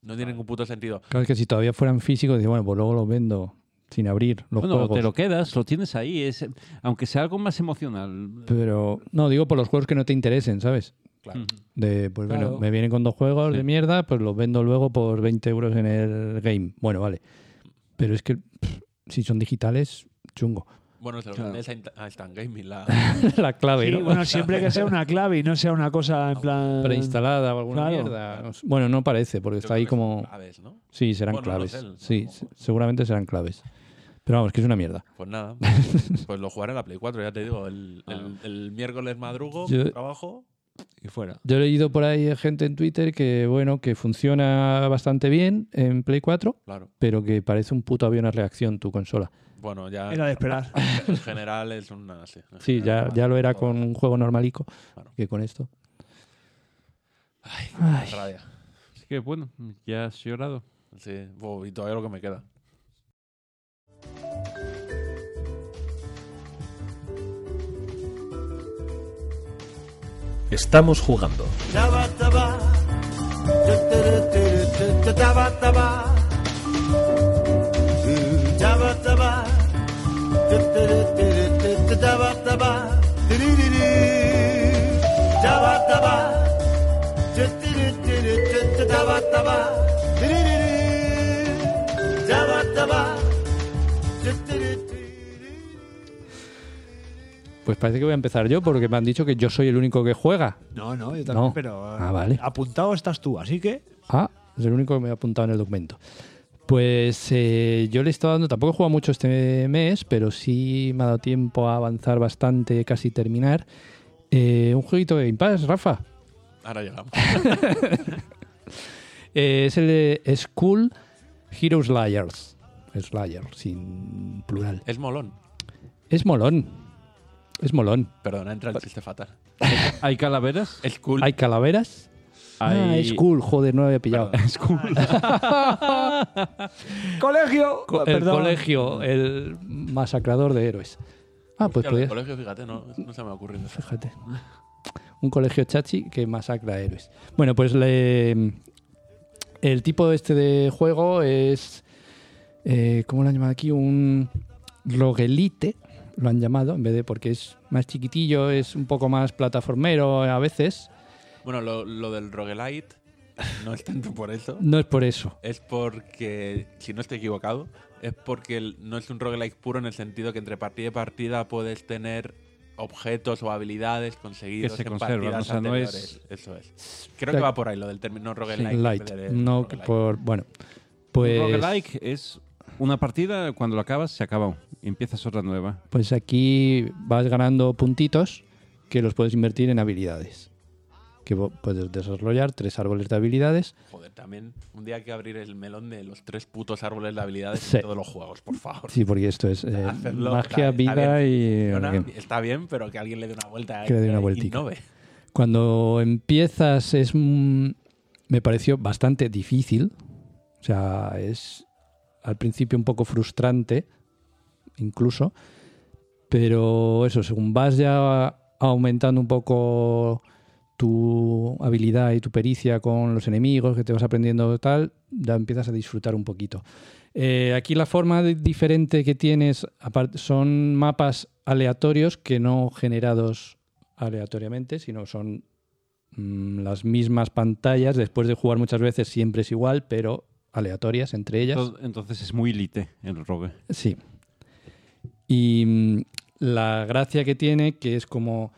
[SPEAKER 1] No tiene ningún puto sentido.
[SPEAKER 4] Claro, es que si todavía fueran físicos, digo, bueno, pues luego los vendo sin abrir los
[SPEAKER 3] bueno
[SPEAKER 4] juegos.
[SPEAKER 3] te lo quedas lo tienes ahí es aunque sea algo más emocional
[SPEAKER 4] Pero, no, digo por los juegos que no te interesen, ¿sabes?
[SPEAKER 1] Claro.
[SPEAKER 4] De, pues
[SPEAKER 2] Claro.
[SPEAKER 4] bueno, me vienen con dos juegos
[SPEAKER 3] Sí.
[SPEAKER 4] de mierda, pues los vendo luego por 20 euros en el game. Bueno, vale. Pero es que pff, si son digitales, chungo.
[SPEAKER 1] Bueno, se lo
[SPEAKER 2] Claro.
[SPEAKER 1] vendes a Inta- a Instant Gaming. La...
[SPEAKER 4] La clave,
[SPEAKER 2] Sí,
[SPEAKER 4] ¿no?
[SPEAKER 2] bueno, siempre que sea una clave y no sea una cosa en plan.
[SPEAKER 4] Preinstalada o alguna
[SPEAKER 2] Claro.
[SPEAKER 4] mierda. No sé. Bueno, no parece, porque está ahí como...
[SPEAKER 1] A ¿no?
[SPEAKER 4] Sí, serán
[SPEAKER 1] Bueno, no lo
[SPEAKER 4] claves.
[SPEAKER 1] sé, no,
[SPEAKER 4] sí,
[SPEAKER 1] no.
[SPEAKER 4] se- seguramente serán claves. Pero vamos, que es una mierda.
[SPEAKER 1] Pues nada. pues lo jugaré en la Play 4, ya te digo. El, el- el miércoles madrugo,
[SPEAKER 4] Yo-
[SPEAKER 1] trabajo.
[SPEAKER 2] Y fuera.
[SPEAKER 4] Yo he leído por ahí gente en Twitter que, bueno, que funciona bastante bien en Play 4,
[SPEAKER 1] Claro.
[SPEAKER 4] pero que parece un puto avión a reacción tu consola.
[SPEAKER 1] Bueno, ya.
[SPEAKER 2] Era de esperar.
[SPEAKER 1] En general es una. Sí, en
[SPEAKER 4] Sí, ya,
[SPEAKER 1] general,
[SPEAKER 4] ya lo era
[SPEAKER 1] todo.
[SPEAKER 4] con un juego normalico
[SPEAKER 1] Ah, Claro.
[SPEAKER 4] que con esto.
[SPEAKER 1] Rabia.
[SPEAKER 3] así que bueno ya has llorado
[SPEAKER 1] Sí, buh, y todavía lo que me queda.
[SPEAKER 6] Estamos jugando.
[SPEAKER 5] Taba, taba. Tu, tu, tu, tu, tu, tu, taba, taba. Mm, taba, taba. Tu, tu, tu, tu, tu, tu, taba, taba. Tiririri. Taba, taba. Tu, tu, tu, tu, tu, tu, taba, taba. Tiririri. Taba, taba. Tu, tu, tu, tu.
[SPEAKER 4] Pues parece que voy a empezar yo porque me han dicho que yo soy el único que juega.
[SPEAKER 2] No, no, yo también,
[SPEAKER 4] No.
[SPEAKER 2] pero.
[SPEAKER 4] Ah, vale.
[SPEAKER 2] Apuntado estás tú, así que.
[SPEAKER 4] Ah, es el único que me ha apuntado en el documento. Pues eh, yo le he estado dando, tampoco he jugado mucho este mes, pero sí me ha dado tiempo a avanzar bastante, casi terminar. Eh, un jueguito de Game Pass, Rafa.
[SPEAKER 1] Ahora llegamos.
[SPEAKER 4] Eh, es el de School Heroes Liars. Slayer, sin plural.
[SPEAKER 1] es molón.
[SPEAKER 4] Es molón. Es molón.
[SPEAKER 1] Perdona, entra el chiste fatal.
[SPEAKER 3] hay calaveras
[SPEAKER 1] Es cool.
[SPEAKER 4] Hay calaveras, Ah,
[SPEAKER 3] Hay-
[SPEAKER 4] es cool, joder, no lo había pillado.
[SPEAKER 3] Es cool.
[SPEAKER 2] ¡Colegio!
[SPEAKER 4] Co- el
[SPEAKER 2] Perdón.
[SPEAKER 4] colegio, el masacrador de héroes. Ah, pues
[SPEAKER 1] Claro, el
[SPEAKER 4] podías.
[SPEAKER 1] colegio, fíjate, no, no se me ha ocurrido.
[SPEAKER 4] Fíjate. Un colegio chachi que masacra héroes. Bueno, pues le- el tipo este de juego es. eh, ¿Cómo lo han llamado aquí? Un roguelite, lo han llamado, en vez de porque es más chiquitillo, es un poco más plataformero a veces.
[SPEAKER 1] Bueno, lo, lo del roguelite no es tanto por eso.
[SPEAKER 4] No es por eso.
[SPEAKER 1] Es porque, si no estoy equivocado, es porque el- no es un roguelike puro en el sentido que entre partida y partida puedes tener objetos o habilidades conseguidos
[SPEAKER 3] Que se
[SPEAKER 1] en
[SPEAKER 3] conservan,
[SPEAKER 1] partidas
[SPEAKER 3] o sea, no es-
[SPEAKER 1] anteriores. Eso es. Creo
[SPEAKER 4] sea,
[SPEAKER 1] que va por ahí lo del término roguelike. en
[SPEAKER 4] Light.
[SPEAKER 1] vez de
[SPEAKER 4] No que
[SPEAKER 1] roguelike.
[SPEAKER 4] por. Bueno.
[SPEAKER 3] Un
[SPEAKER 4] Pues.
[SPEAKER 3] Roguelike es una partida, cuando la acabas, se acaba. Empiezas otra nueva.
[SPEAKER 4] Pues aquí vas ganando puntitos que los puedes invertir en habilidades. Que vo- puedes desarrollar tres árboles de habilidades.
[SPEAKER 1] Joder, también un día hay que abrir el melón de los tres putos árboles de habilidades
[SPEAKER 4] Sí.
[SPEAKER 1] en todos los juegos, por favor.
[SPEAKER 4] Sí, porque esto es eh,
[SPEAKER 1] Hacerlo,
[SPEAKER 4] magia,
[SPEAKER 1] está- está
[SPEAKER 4] vida y...
[SPEAKER 1] Funciona,
[SPEAKER 4] orden.
[SPEAKER 1] está bien, pero que alguien le dé una vuelta.
[SPEAKER 4] Que le dé una
[SPEAKER 1] eh,
[SPEAKER 4] vueltica.
[SPEAKER 1] innove.
[SPEAKER 4] Cuando empiezas es... mm, me pareció bastante difícil. O sea, es al principio un poco frustrante, incluso. Pero eso, según vas ya aumentando un poco tu habilidad y tu pericia con los enemigos que te vas aprendiendo tal, ya empiezas a disfrutar un poquito. Eh, aquí la forma de- diferente que tienes apart- son mapas aleatorios que no generados aleatoriamente, sino son mm, las mismas pantallas. Después de jugar muchas veces siempre es igual, pero aleatorias entre ellas.
[SPEAKER 3] Entonces, entonces es muy elite el rogue.
[SPEAKER 4] Sí. Y mm, la gracia que tiene, que es como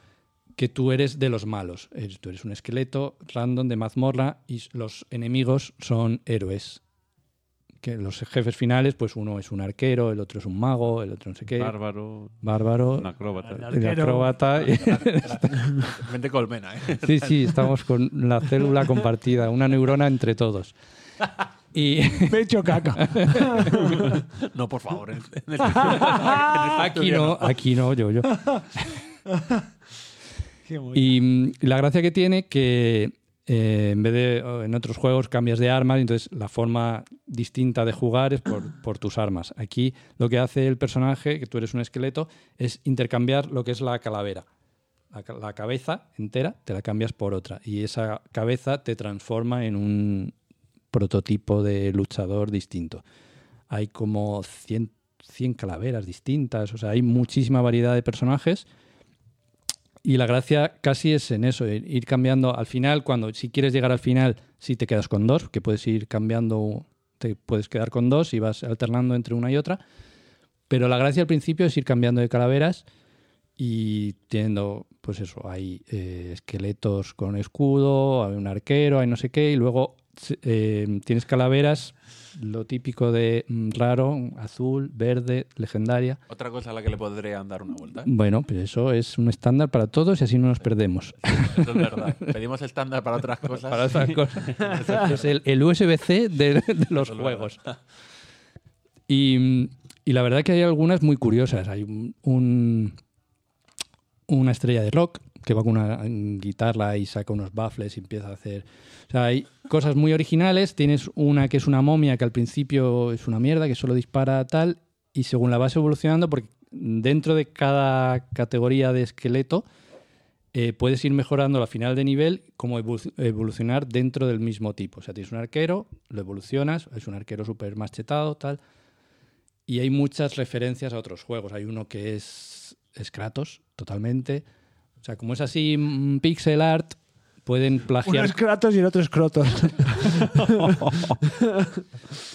[SPEAKER 4] que tú eres de los malos. Es- Tú eres un esqueleto random de mazmorra y s- los enemigos son héroes. Que los jefes finales, pues uno es un arquero, el otro es un mago, el otro no sé qué.
[SPEAKER 3] Bárbaro,
[SPEAKER 4] bárbaro,
[SPEAKER 3] un acróbata.
[SPEAKER 4] el acróbata.
[SPEAKER 1] Vente colmena, ¿eh?
[SPEAKER 4] Sí, sí, estamos con la célula compartida, una neurona entre todos. Y
[SPEAKER 2] Me he hecho caca.
[SPEAKER 1] No, por favor. en- en el- en el-
[SPEAKER 4] aquí no, aquí no, yo, yo.
[SPEAKER 2] Qué muy-
[SPEAKER 4] Y mm, la gracia que tiene que eh, en vez de oh, en otros juegos cambias de armas, entonces la forma distinta de jugar es por, por tus armas. Aquí lo que hace el personaje, que tú eres un esqueleto, es intercambiar lo que es la calavera. La, ca- la cabeza entera te la cambias por otra y esa cabeza te transforma en un prototipo de luchador distinto. Hay como 100, 100 calaveras distintas, o sea, hay muchísima variedad de personajes y la gracia casi es en eso, en ir cambiando al final, cuando si quieres llegar al final, si te quedas con dos, que puedes ir cambiando, te puedes quedar con dos y vas alternando entre una y otra. Pero la gracia al principio es ir cambiando de calaveras y teniendo, pues eso, hay eh, esqueletos con escudo, hay un arquero, hay no sé qué, y luego se- eh, tienes calaveras, lo típico de mm, raro, azul, verde, legendaria.
[SPEAKER 1] Otra cosa a la que le podrían dar una vuelta. ¿eh?
[SPEAKER 4] Bueno, pero eso es un estándar para todos y así no nos perdemos.
[SPEAKER 1] Eso es verdad. Pedimos estándar para otras cosas.
[SPEAKER 4] Para esas cosas. es el, el USB-C de, de los juegos. Y, y la verdad que hay algunas muy curiosas. Hay un, un- una estrella de rock que va con una mm, guitarra y saca unos baffles y empieza a hacer... O sea, hay cosas muy originales. Tienes una que es una momia que al principio es una mierda, que solo dispara tal, y según la vas evolucionando, porque dentro de cada categoría de esqueleto eh, puedes ir mejorando la final de nivel como evolu- evolucionar dentro del mismo tipo. O sea, tienes un arquero, lo evolucionas, es un arquero súper machetado, tal. Y hay muchas referencias a otros juegos. Hay uno que es es Kratos, totalmente. O sea, como es así, mm, pixel art, pueden
[SPEAKER 2] Uno
[SPEAKER 4] plagiar
[SPEAKER 2] es Kratos y el otro es Crotos.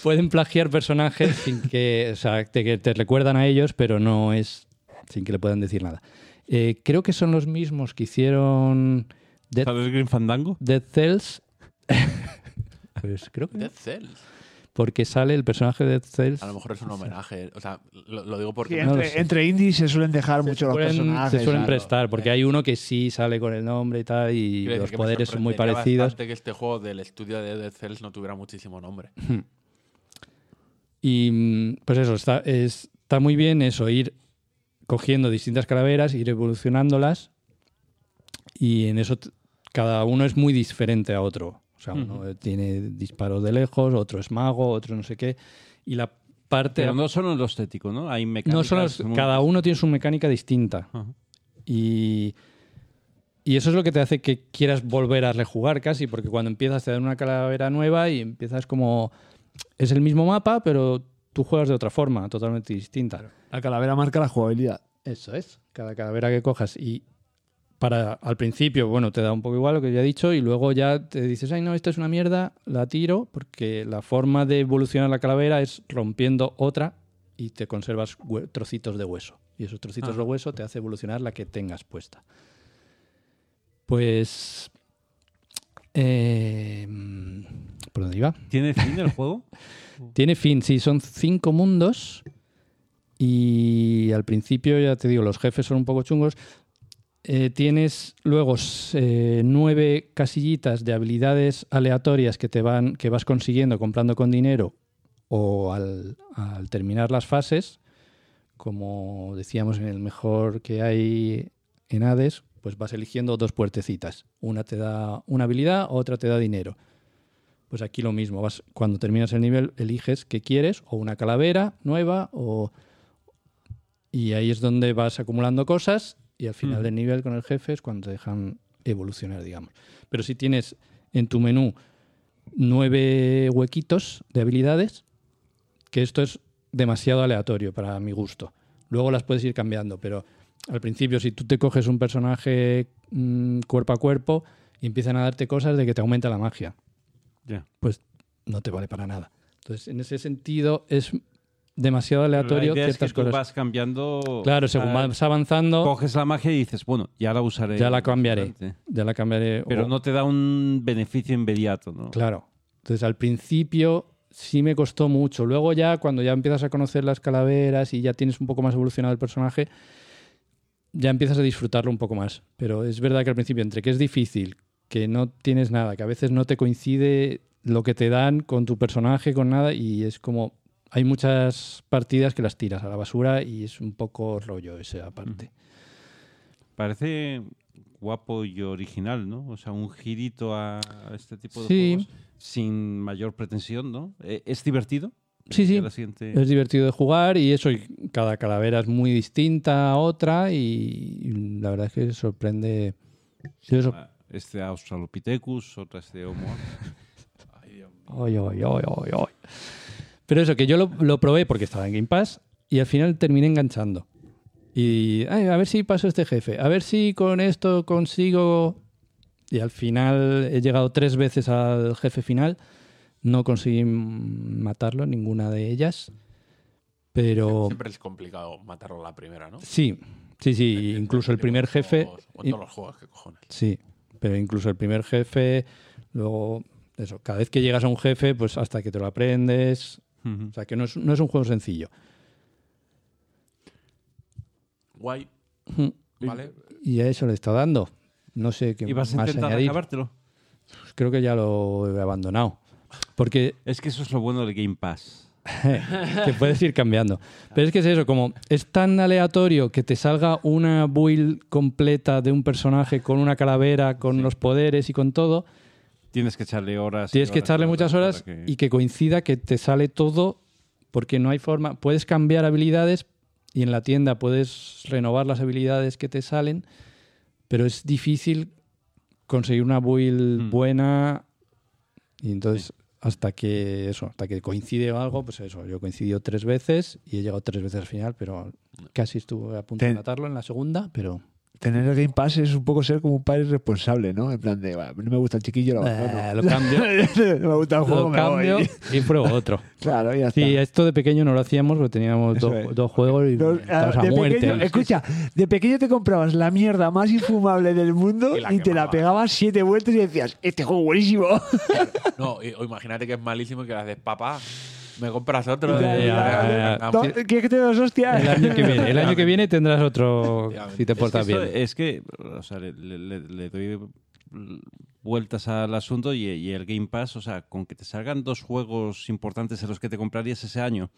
[SPEAKER 4] pueden plagiar personajes sin que, o sea, te, que te recuerdan a ellos, pero no es sin que le puedan decir nada. Eh, creo que son los mismos que hicieron Dead,
[SPEAKER 3] ¿Sabes Green Fandango?
[SPEAKER 4] Dead Cells. pues creo que
[SPEAKER 1] Dead Cells.
[SPEAKER 4] porque sale el personaje de Dead Cells.
[SPEAKER 1] A lo mejor es un homenaje. O sea, lo, lo digo
[SPEAKER 2] Sí,
[SPEAKER 1] porque.
[SPEAKER 4] No lo
[SPEAKER 2] entre,
[SPEAKER 4] sé.
[SPEAKER 2] entre indies se suelen dejar mucho los
[SPEAKER 4] Suelen-
[SPEAKER 2] personajes.
[SPEAKER 4] se suelen
[SPEAKER 2] claro.
[SPEAKER 4] prestar, porque hay uno que sí sale con el nombre y tal, y
[SPEAKER 1] Quiero decir
[SPEAKER 4] los
[SPEAKER 1] que me
[SPEAKER 4] poderes son muy
[SPEAKER 1] sorprendería
[SPEAKER 4] parecidos.
[SPEAKER 1] bastante que este juego del estudio de Dead Cells no tuviera muchísimo nombre.
[SPEAKER 4] Y mm, pues eso, está, es- está muy bien eso, ir cogiendo distintas calaveras, ir evolucionándolas. Y en eso t- cada uno es muy diferente a otro. O sea, uno tiene disparos de lejos, otro es mago, otro no sé qué. Y la parte.
[SPEAKER 3] Pero no solo en lo estético, ¿no? Hay mecánicas.
[SPEAKER 4] No son las-
[SPEAKER 3] muy-
[SPEAKER 4] cada uno tiene su mecánica distinta.
[SPEAKER 3] Ajá.
[SPEAKER 4] Y, y eso es lo que te hace que quieras volver a rejugar casi, porque cuando empiezas te dan una calavera nueva y empiezas como. Es el mismo mapa, pero tú juegas de otra forma, totalmente distinta.
[SPEAKER 2] La calavera marca la jugabilidad.
[SPEAKER 4] Eso es, cada calavera que cojas. Y para al principio, bueno, te da un poco igual lo que ya he dicho, y luego ya te dices, ay, no, esta es una mierda, la tiro, porque la forma de evolucionar la calavera es rompiendo otra y te conservas hue- trocitos de hueso. Y esos trocitos de hueso te hace evolucionar la que tengas puesta. Pues. eh, ¿Por dónde iba?
[SPEAKER 3] ¿Tiene fin el juego?
[SPEAKER 4] Tiene fin, sí, son cinco mundos. Y al principio, ya te digo, los jefes son un poco chungos. Eh, tienes luego s- eh, nueve casillitas de habilidades aleatorias que te van, que vas consiguiendo comprando con dinero o al, al terminar las fases. Como decíamos en el mejor que hay en Hades, pues vas eligiendo dos puertecitas. Una te da una habilidad, otra te da dinero. Pues aquí lo mismo, vas, cuando terminas el nivel eliges qué quieres, o una calavera nueva, o... Y ahí es donde vas acumulando cosas y al final
[SPEAKER 3] Mm.
[SPEAKER 4] del nivel con el jefe es cuando te dejan evolucionar, digamos. Pero si tienes en tu menú nueve huequitos de habilidades, que esto es demasiado aleatorio para mi gusto. Luego las puedes ir cambiando, pero al principio si tú te coges un personaje mm, cuerpo a cuerpo y empiezan a darte cosas de que te aumenta la magia
[SPEAKER 3] Ya.
[SPEAKER 4] pues no te vale para nada. Entonces, en ese sentido, es demasiado aleatorio
[SPEAKER 3] La idea es
[SPEAKER 4] ciertas
[SPEAKER 3] que tú
[SPEAKER 4] cosas.
[SPEAKER 3] vas cambiando.
[SPEAKER 4] claro, según
[SPEAKER 3] ah,
[SPEAKER 4] vas avanzando,
[SPEAKER 3] Coges la magia y dices, bueno, ya la usaré.
[SPEAKER 4] Ya la cambiaré.
[SPEAKER 3] Adelante.
[SPEAKER 4] ya la cambiaré.
[SPEAKER 3] Pero
[SPEAKER 4] o-
[SPEAKER 3] no te da un beneficio inmediato, ¿no?
[SPEAKER 4] Claro. Entonces, al principio sí me costó mucho. Luego ya, cuando ya empiezas a conocer las calaveras y ya tienes un poco más evolucionado el personaje, ya empiezas a disfrutarlo un poco más. Pero es verdad que al principio, entre que es difícil, que no tienes nada, que a veces no te coincide lo que te dan con tu personaje, con nada, y es como... Hay muchas partidas que las tiras a la basura y es un poco rollo esa parte.
[SPEAKER 3] Mm. Parece guapo y original, ¿no? O sea, un girito a a este tipo de
[SPEAKER 4] Sí.
[SPEAKER 3] juegos sin mayor pretensión, ¿no? Eh, ¿Es divertido?
[SPEAKER 4] Sí, sí.
[SPEAKER 3] Ya la siguiente-
[SPEAKER 4] Es divertido de jugar y eso, y cada calavera es muy distinta a otra y, y la verdad es que sorprende. Yo so-
[SPEAKER 3] Este Australopithecus, otra este Homo.
[SPEAKER 4] Ay, ay, ay, ay, ay. Pero eso, que yo lo, lo probé porque estaba en Game Pass y al final terminé enganchando. Y "Ay, a ver si paso este jefe, a ver si con esto consigo... Y al final he llegado tres veces al jefe final, no conseguí mm, matarlo, ninguna de ellas, pero...
[SPEAKER 1] Siempre es complicado matarlo a la primera, ¿no?
[SPEAKER 4] Sí, sí, sí.
[SPEAKER 1] En-
[SPEAKER 4] Incluso
[SPEAKER 1] en
[SPEAKER 4] el primer
[SPEAKER 1] los
[SPEAKER 4] jefe.
[SPEAKER 1] juegos, o en todos los juegos, qué cojones.
[SPEAKER 4] Sí, pero incluso el primer jefe, luego. Eso, cada vez que llegas a un jefe, pues hasta que te lo aprendes.
[SPEAKER 3] Ujú.
[SPEAKER 4] O sea, que no es, no es un juego sencillo.
[SPEAKER 1] Guay, ¿vale?
[SPEAKER 4] Y a eso le está dando. No sé qué
[SPEAKER 3] Y vas a
[SPEAKER 4] más
[SPEAKER 3] intentar
[SPEAKER 4] añadir.
[SPEAKER 3] acabártelo.
[SPEAKER 4] Pues creo que ya lo he abandonado. Porque
[SPEAKER 3] Es que eso es lo bueno del Game Pass.
[SPEAKER 4] que puedes ir cambiando. Pero es que es eso, como es tan aleatorio que te salga una build completa de un personaje con una calavera, con los poderes y con todo,
[SPEAKER 3] Tienes que echarle horas. y
[SPEAKER 4] Tienes que
[SPEAKER 3] horas y
[SPEAKER 4] echarle muchas horas
[SPEAKER 3] para que-
[SPEAKER 4] y que coincida que te sale todo porque no hay forma. Puedes cambiar habilidades y en la tienda puedes renovar las habilidades que te salen, pero es difícil conseguir una build
[SPEAKER 2] Hmm.
[SPEAKER 3] Mm.
[SPEAKER 4] buena y entonces hasta que eso, hasta que coincide o algo, pues eso, yo coincidió tres veces y he llegado tres veces al final, pero casi estuve a punto de
[SPEAKER 2] Te-
[SPEAKER 4] matarlo en la segunda, pero
[SPEAKER 2] Tener el Game Pass es un poco ser como un padre responsable, ¿no? En plan de, "Va, no me gusta el chiquillo, lo
[SPEAKER 4] Eh,
[SPEAKER 2] abandono.
[SPEAKER 4] lo cambio,
[SPEAKER 2] no me gusta el juego,
[SPEAKER 4] lo
[SPEAKER 2] me voy".
[SPEAKER 4] cambio y pruebo otro.
[SPEAKER 2] Claro, ya está.
[SPEAKER 4] Sí, esto de pequeño no lo hacíamos, porque teníamos
[SPEAKER 2] Eso
[SPEAKER 4] dos,
[SPEAKER 2] es.
[SPEAKER 4] dos juegos y
[SPEAKER 2] No, ah,
[SPEAKER 4] estábamos a
[SPEAKER 2] de
[SPEAKER 4] muerte.
[SPEAKER 2] pequeño- escucha, de pequeño te comprabas la mierda más infumable del mundo
[SPEAKER 1] Y
[SPEAKER 2] y,
[SPEAKER 1] la
[SPEAKER 2] te la
[SPEAKER 1] quemabas.
[SPEAKER 2] pegabas siete vueltas y decías, este juego buenísimo.
[SPEAKER 1] No, y- o imagínate que es malísimo y que la haces papá. Me compras otro.
[SPEAKER 2] Ya,
[SPEAKER 1] eh,
[SPEAKER 2] ya,
[SPEAKER 4] ya,
[SPEAKER 1] venga,
[SPEAKER 2] No,
[SPEAKER 1] vamos.
[SPEAKER 2] ¿Quieres que te dos hostias?
[SPEAKER 4] El año que viene, el año que viene tendrás otro
[SPEAKER 1] Efectivamente.
[SPEAKER 4] si te
[SPEAKER 1] Es que
[SPEAKER 4] portas
[SPEAKER 3] es que esto-
[SPEAKER 4] bien.
[SPEAKER 3] Es que, o sea, le, le- le- le doy vueltas al asunto y, y el Game Pass, o sea, con que te salgan dos juegos importantes en los que te comprarías ese año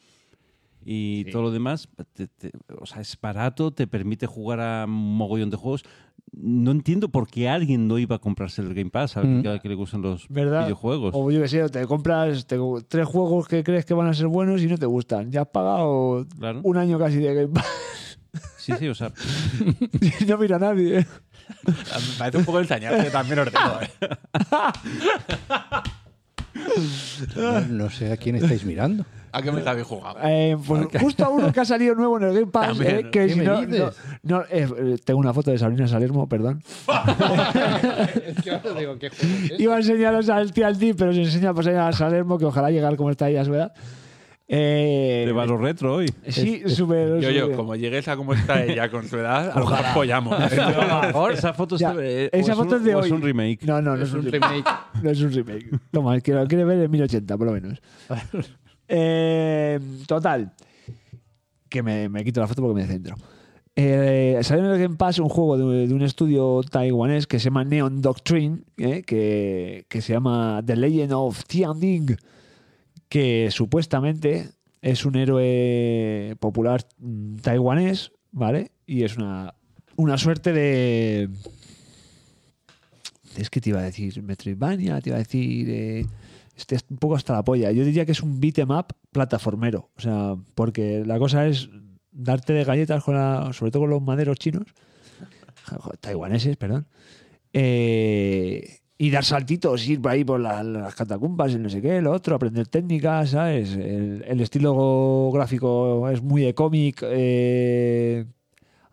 [SPEAKER 3] y todo lo demás, te- te- o sea, es barato, te permite jugar a un mogollón de juegos. No entiendo por qué alguien no iba a comprarse el Game Pass, a
[SPEAKER 4] Mm.
[SPEAKER 3] que, que le gustan los
[SPEAKER 2] ¿Verdad?
[SPEAKER 3] videojuegos.
[SPEAKER 2] O yo que sé, te compras te- tres juegos que crees que van a ser buenos y no te gustan. Ya has pagado
[SPEAKER 3] Claro.
[SPEAKER 2] un año casi de Game Pass.
[SPEAKER 3] Sí, sí, o sea,
[SPEAKER 2] y no mira a nadie.
[SPEAKER 1] Me parece un poco ensañarte también, Ortego. ¿eh?
[SPEAKER 4] No, no sé a quién estáis mirando.
[SPEAKER 1] ¿A qué me estás jugando?
[SPEAKER 2] Eh, pues justo a uno que ha salido nuevo en el Game Pass.
[SPEAKER 1] También,
[SPEAKER 2] eh,
[SPEAKER 1] ¿no?
[SPEAKER 2] que
[SPEAKER 4] ¿Qué
[SPEAKER 2] si
[SPEAKER 4] me
[SPEAKER 2] no,
[SPEAKER 4] dices?
[SPEAKER 2] no- no, eh, eh, tengo una foto de Sabrina Salermo, perdón. Iba a enseñaros al tío al ti, pero se enseña pues, a Salermo, que ojalá llegar como está ella, ¿verdad? Eh,
[SPEAKER 3] de valor retro hoy.
[SPEAKER 2] Sí, súper.
[SPEAKER 1] Yo, yo,
[SPEAKER 2] súper.
[SPEAKER 1] como llegues a cómo está ella con su edad, a lo mejor follamos.
[SPEAKER 3] Esa foto,
[SPEAKER 2] Ya,
[SPEAKER 3] está- eh, o
[SPEAKER 2] esa
[SPEAKER 3] es
[SPEAKER 2] foto
[SPEAKER 3] un-
[SPEAKER 2] es de
[SPEAKER 3] o
[SPEAKER 2] hoy.
[SPEAKER 3] Es un remake.
[SPEAKER 2] No, no, no es, un remake. No es un remake. Toma, el que lo quiere ver en 1080, por lo menos. Eh, total. Que me, me quito la foto porque me centro. Eh, salió en el Game Pass un juego de, de un estudio taiwanés que se llama Neon Doctrine, eh, que, que se llama The Legend of Tian Ding, que supuestamente es un héroe popular mm, taiwanés, ¿vale? Y es una, una suerte de... Es que te iba a decir Metroidvania, te iba a decir. eh, este es un poco hasta la polla. Yo diría que es un beat'em up plataformero. O sea, porque la cosa es darte de galletas, con la, sobre todo con los maderos chinos, jo- taiwaneses, perdón, eh, y dar saltitos, ir por ahí por la- las catacumbas y no sé qué, lo otro, aprender técnicas, ¿sabes? El, el estilo gráfico es muy de cómic. eh,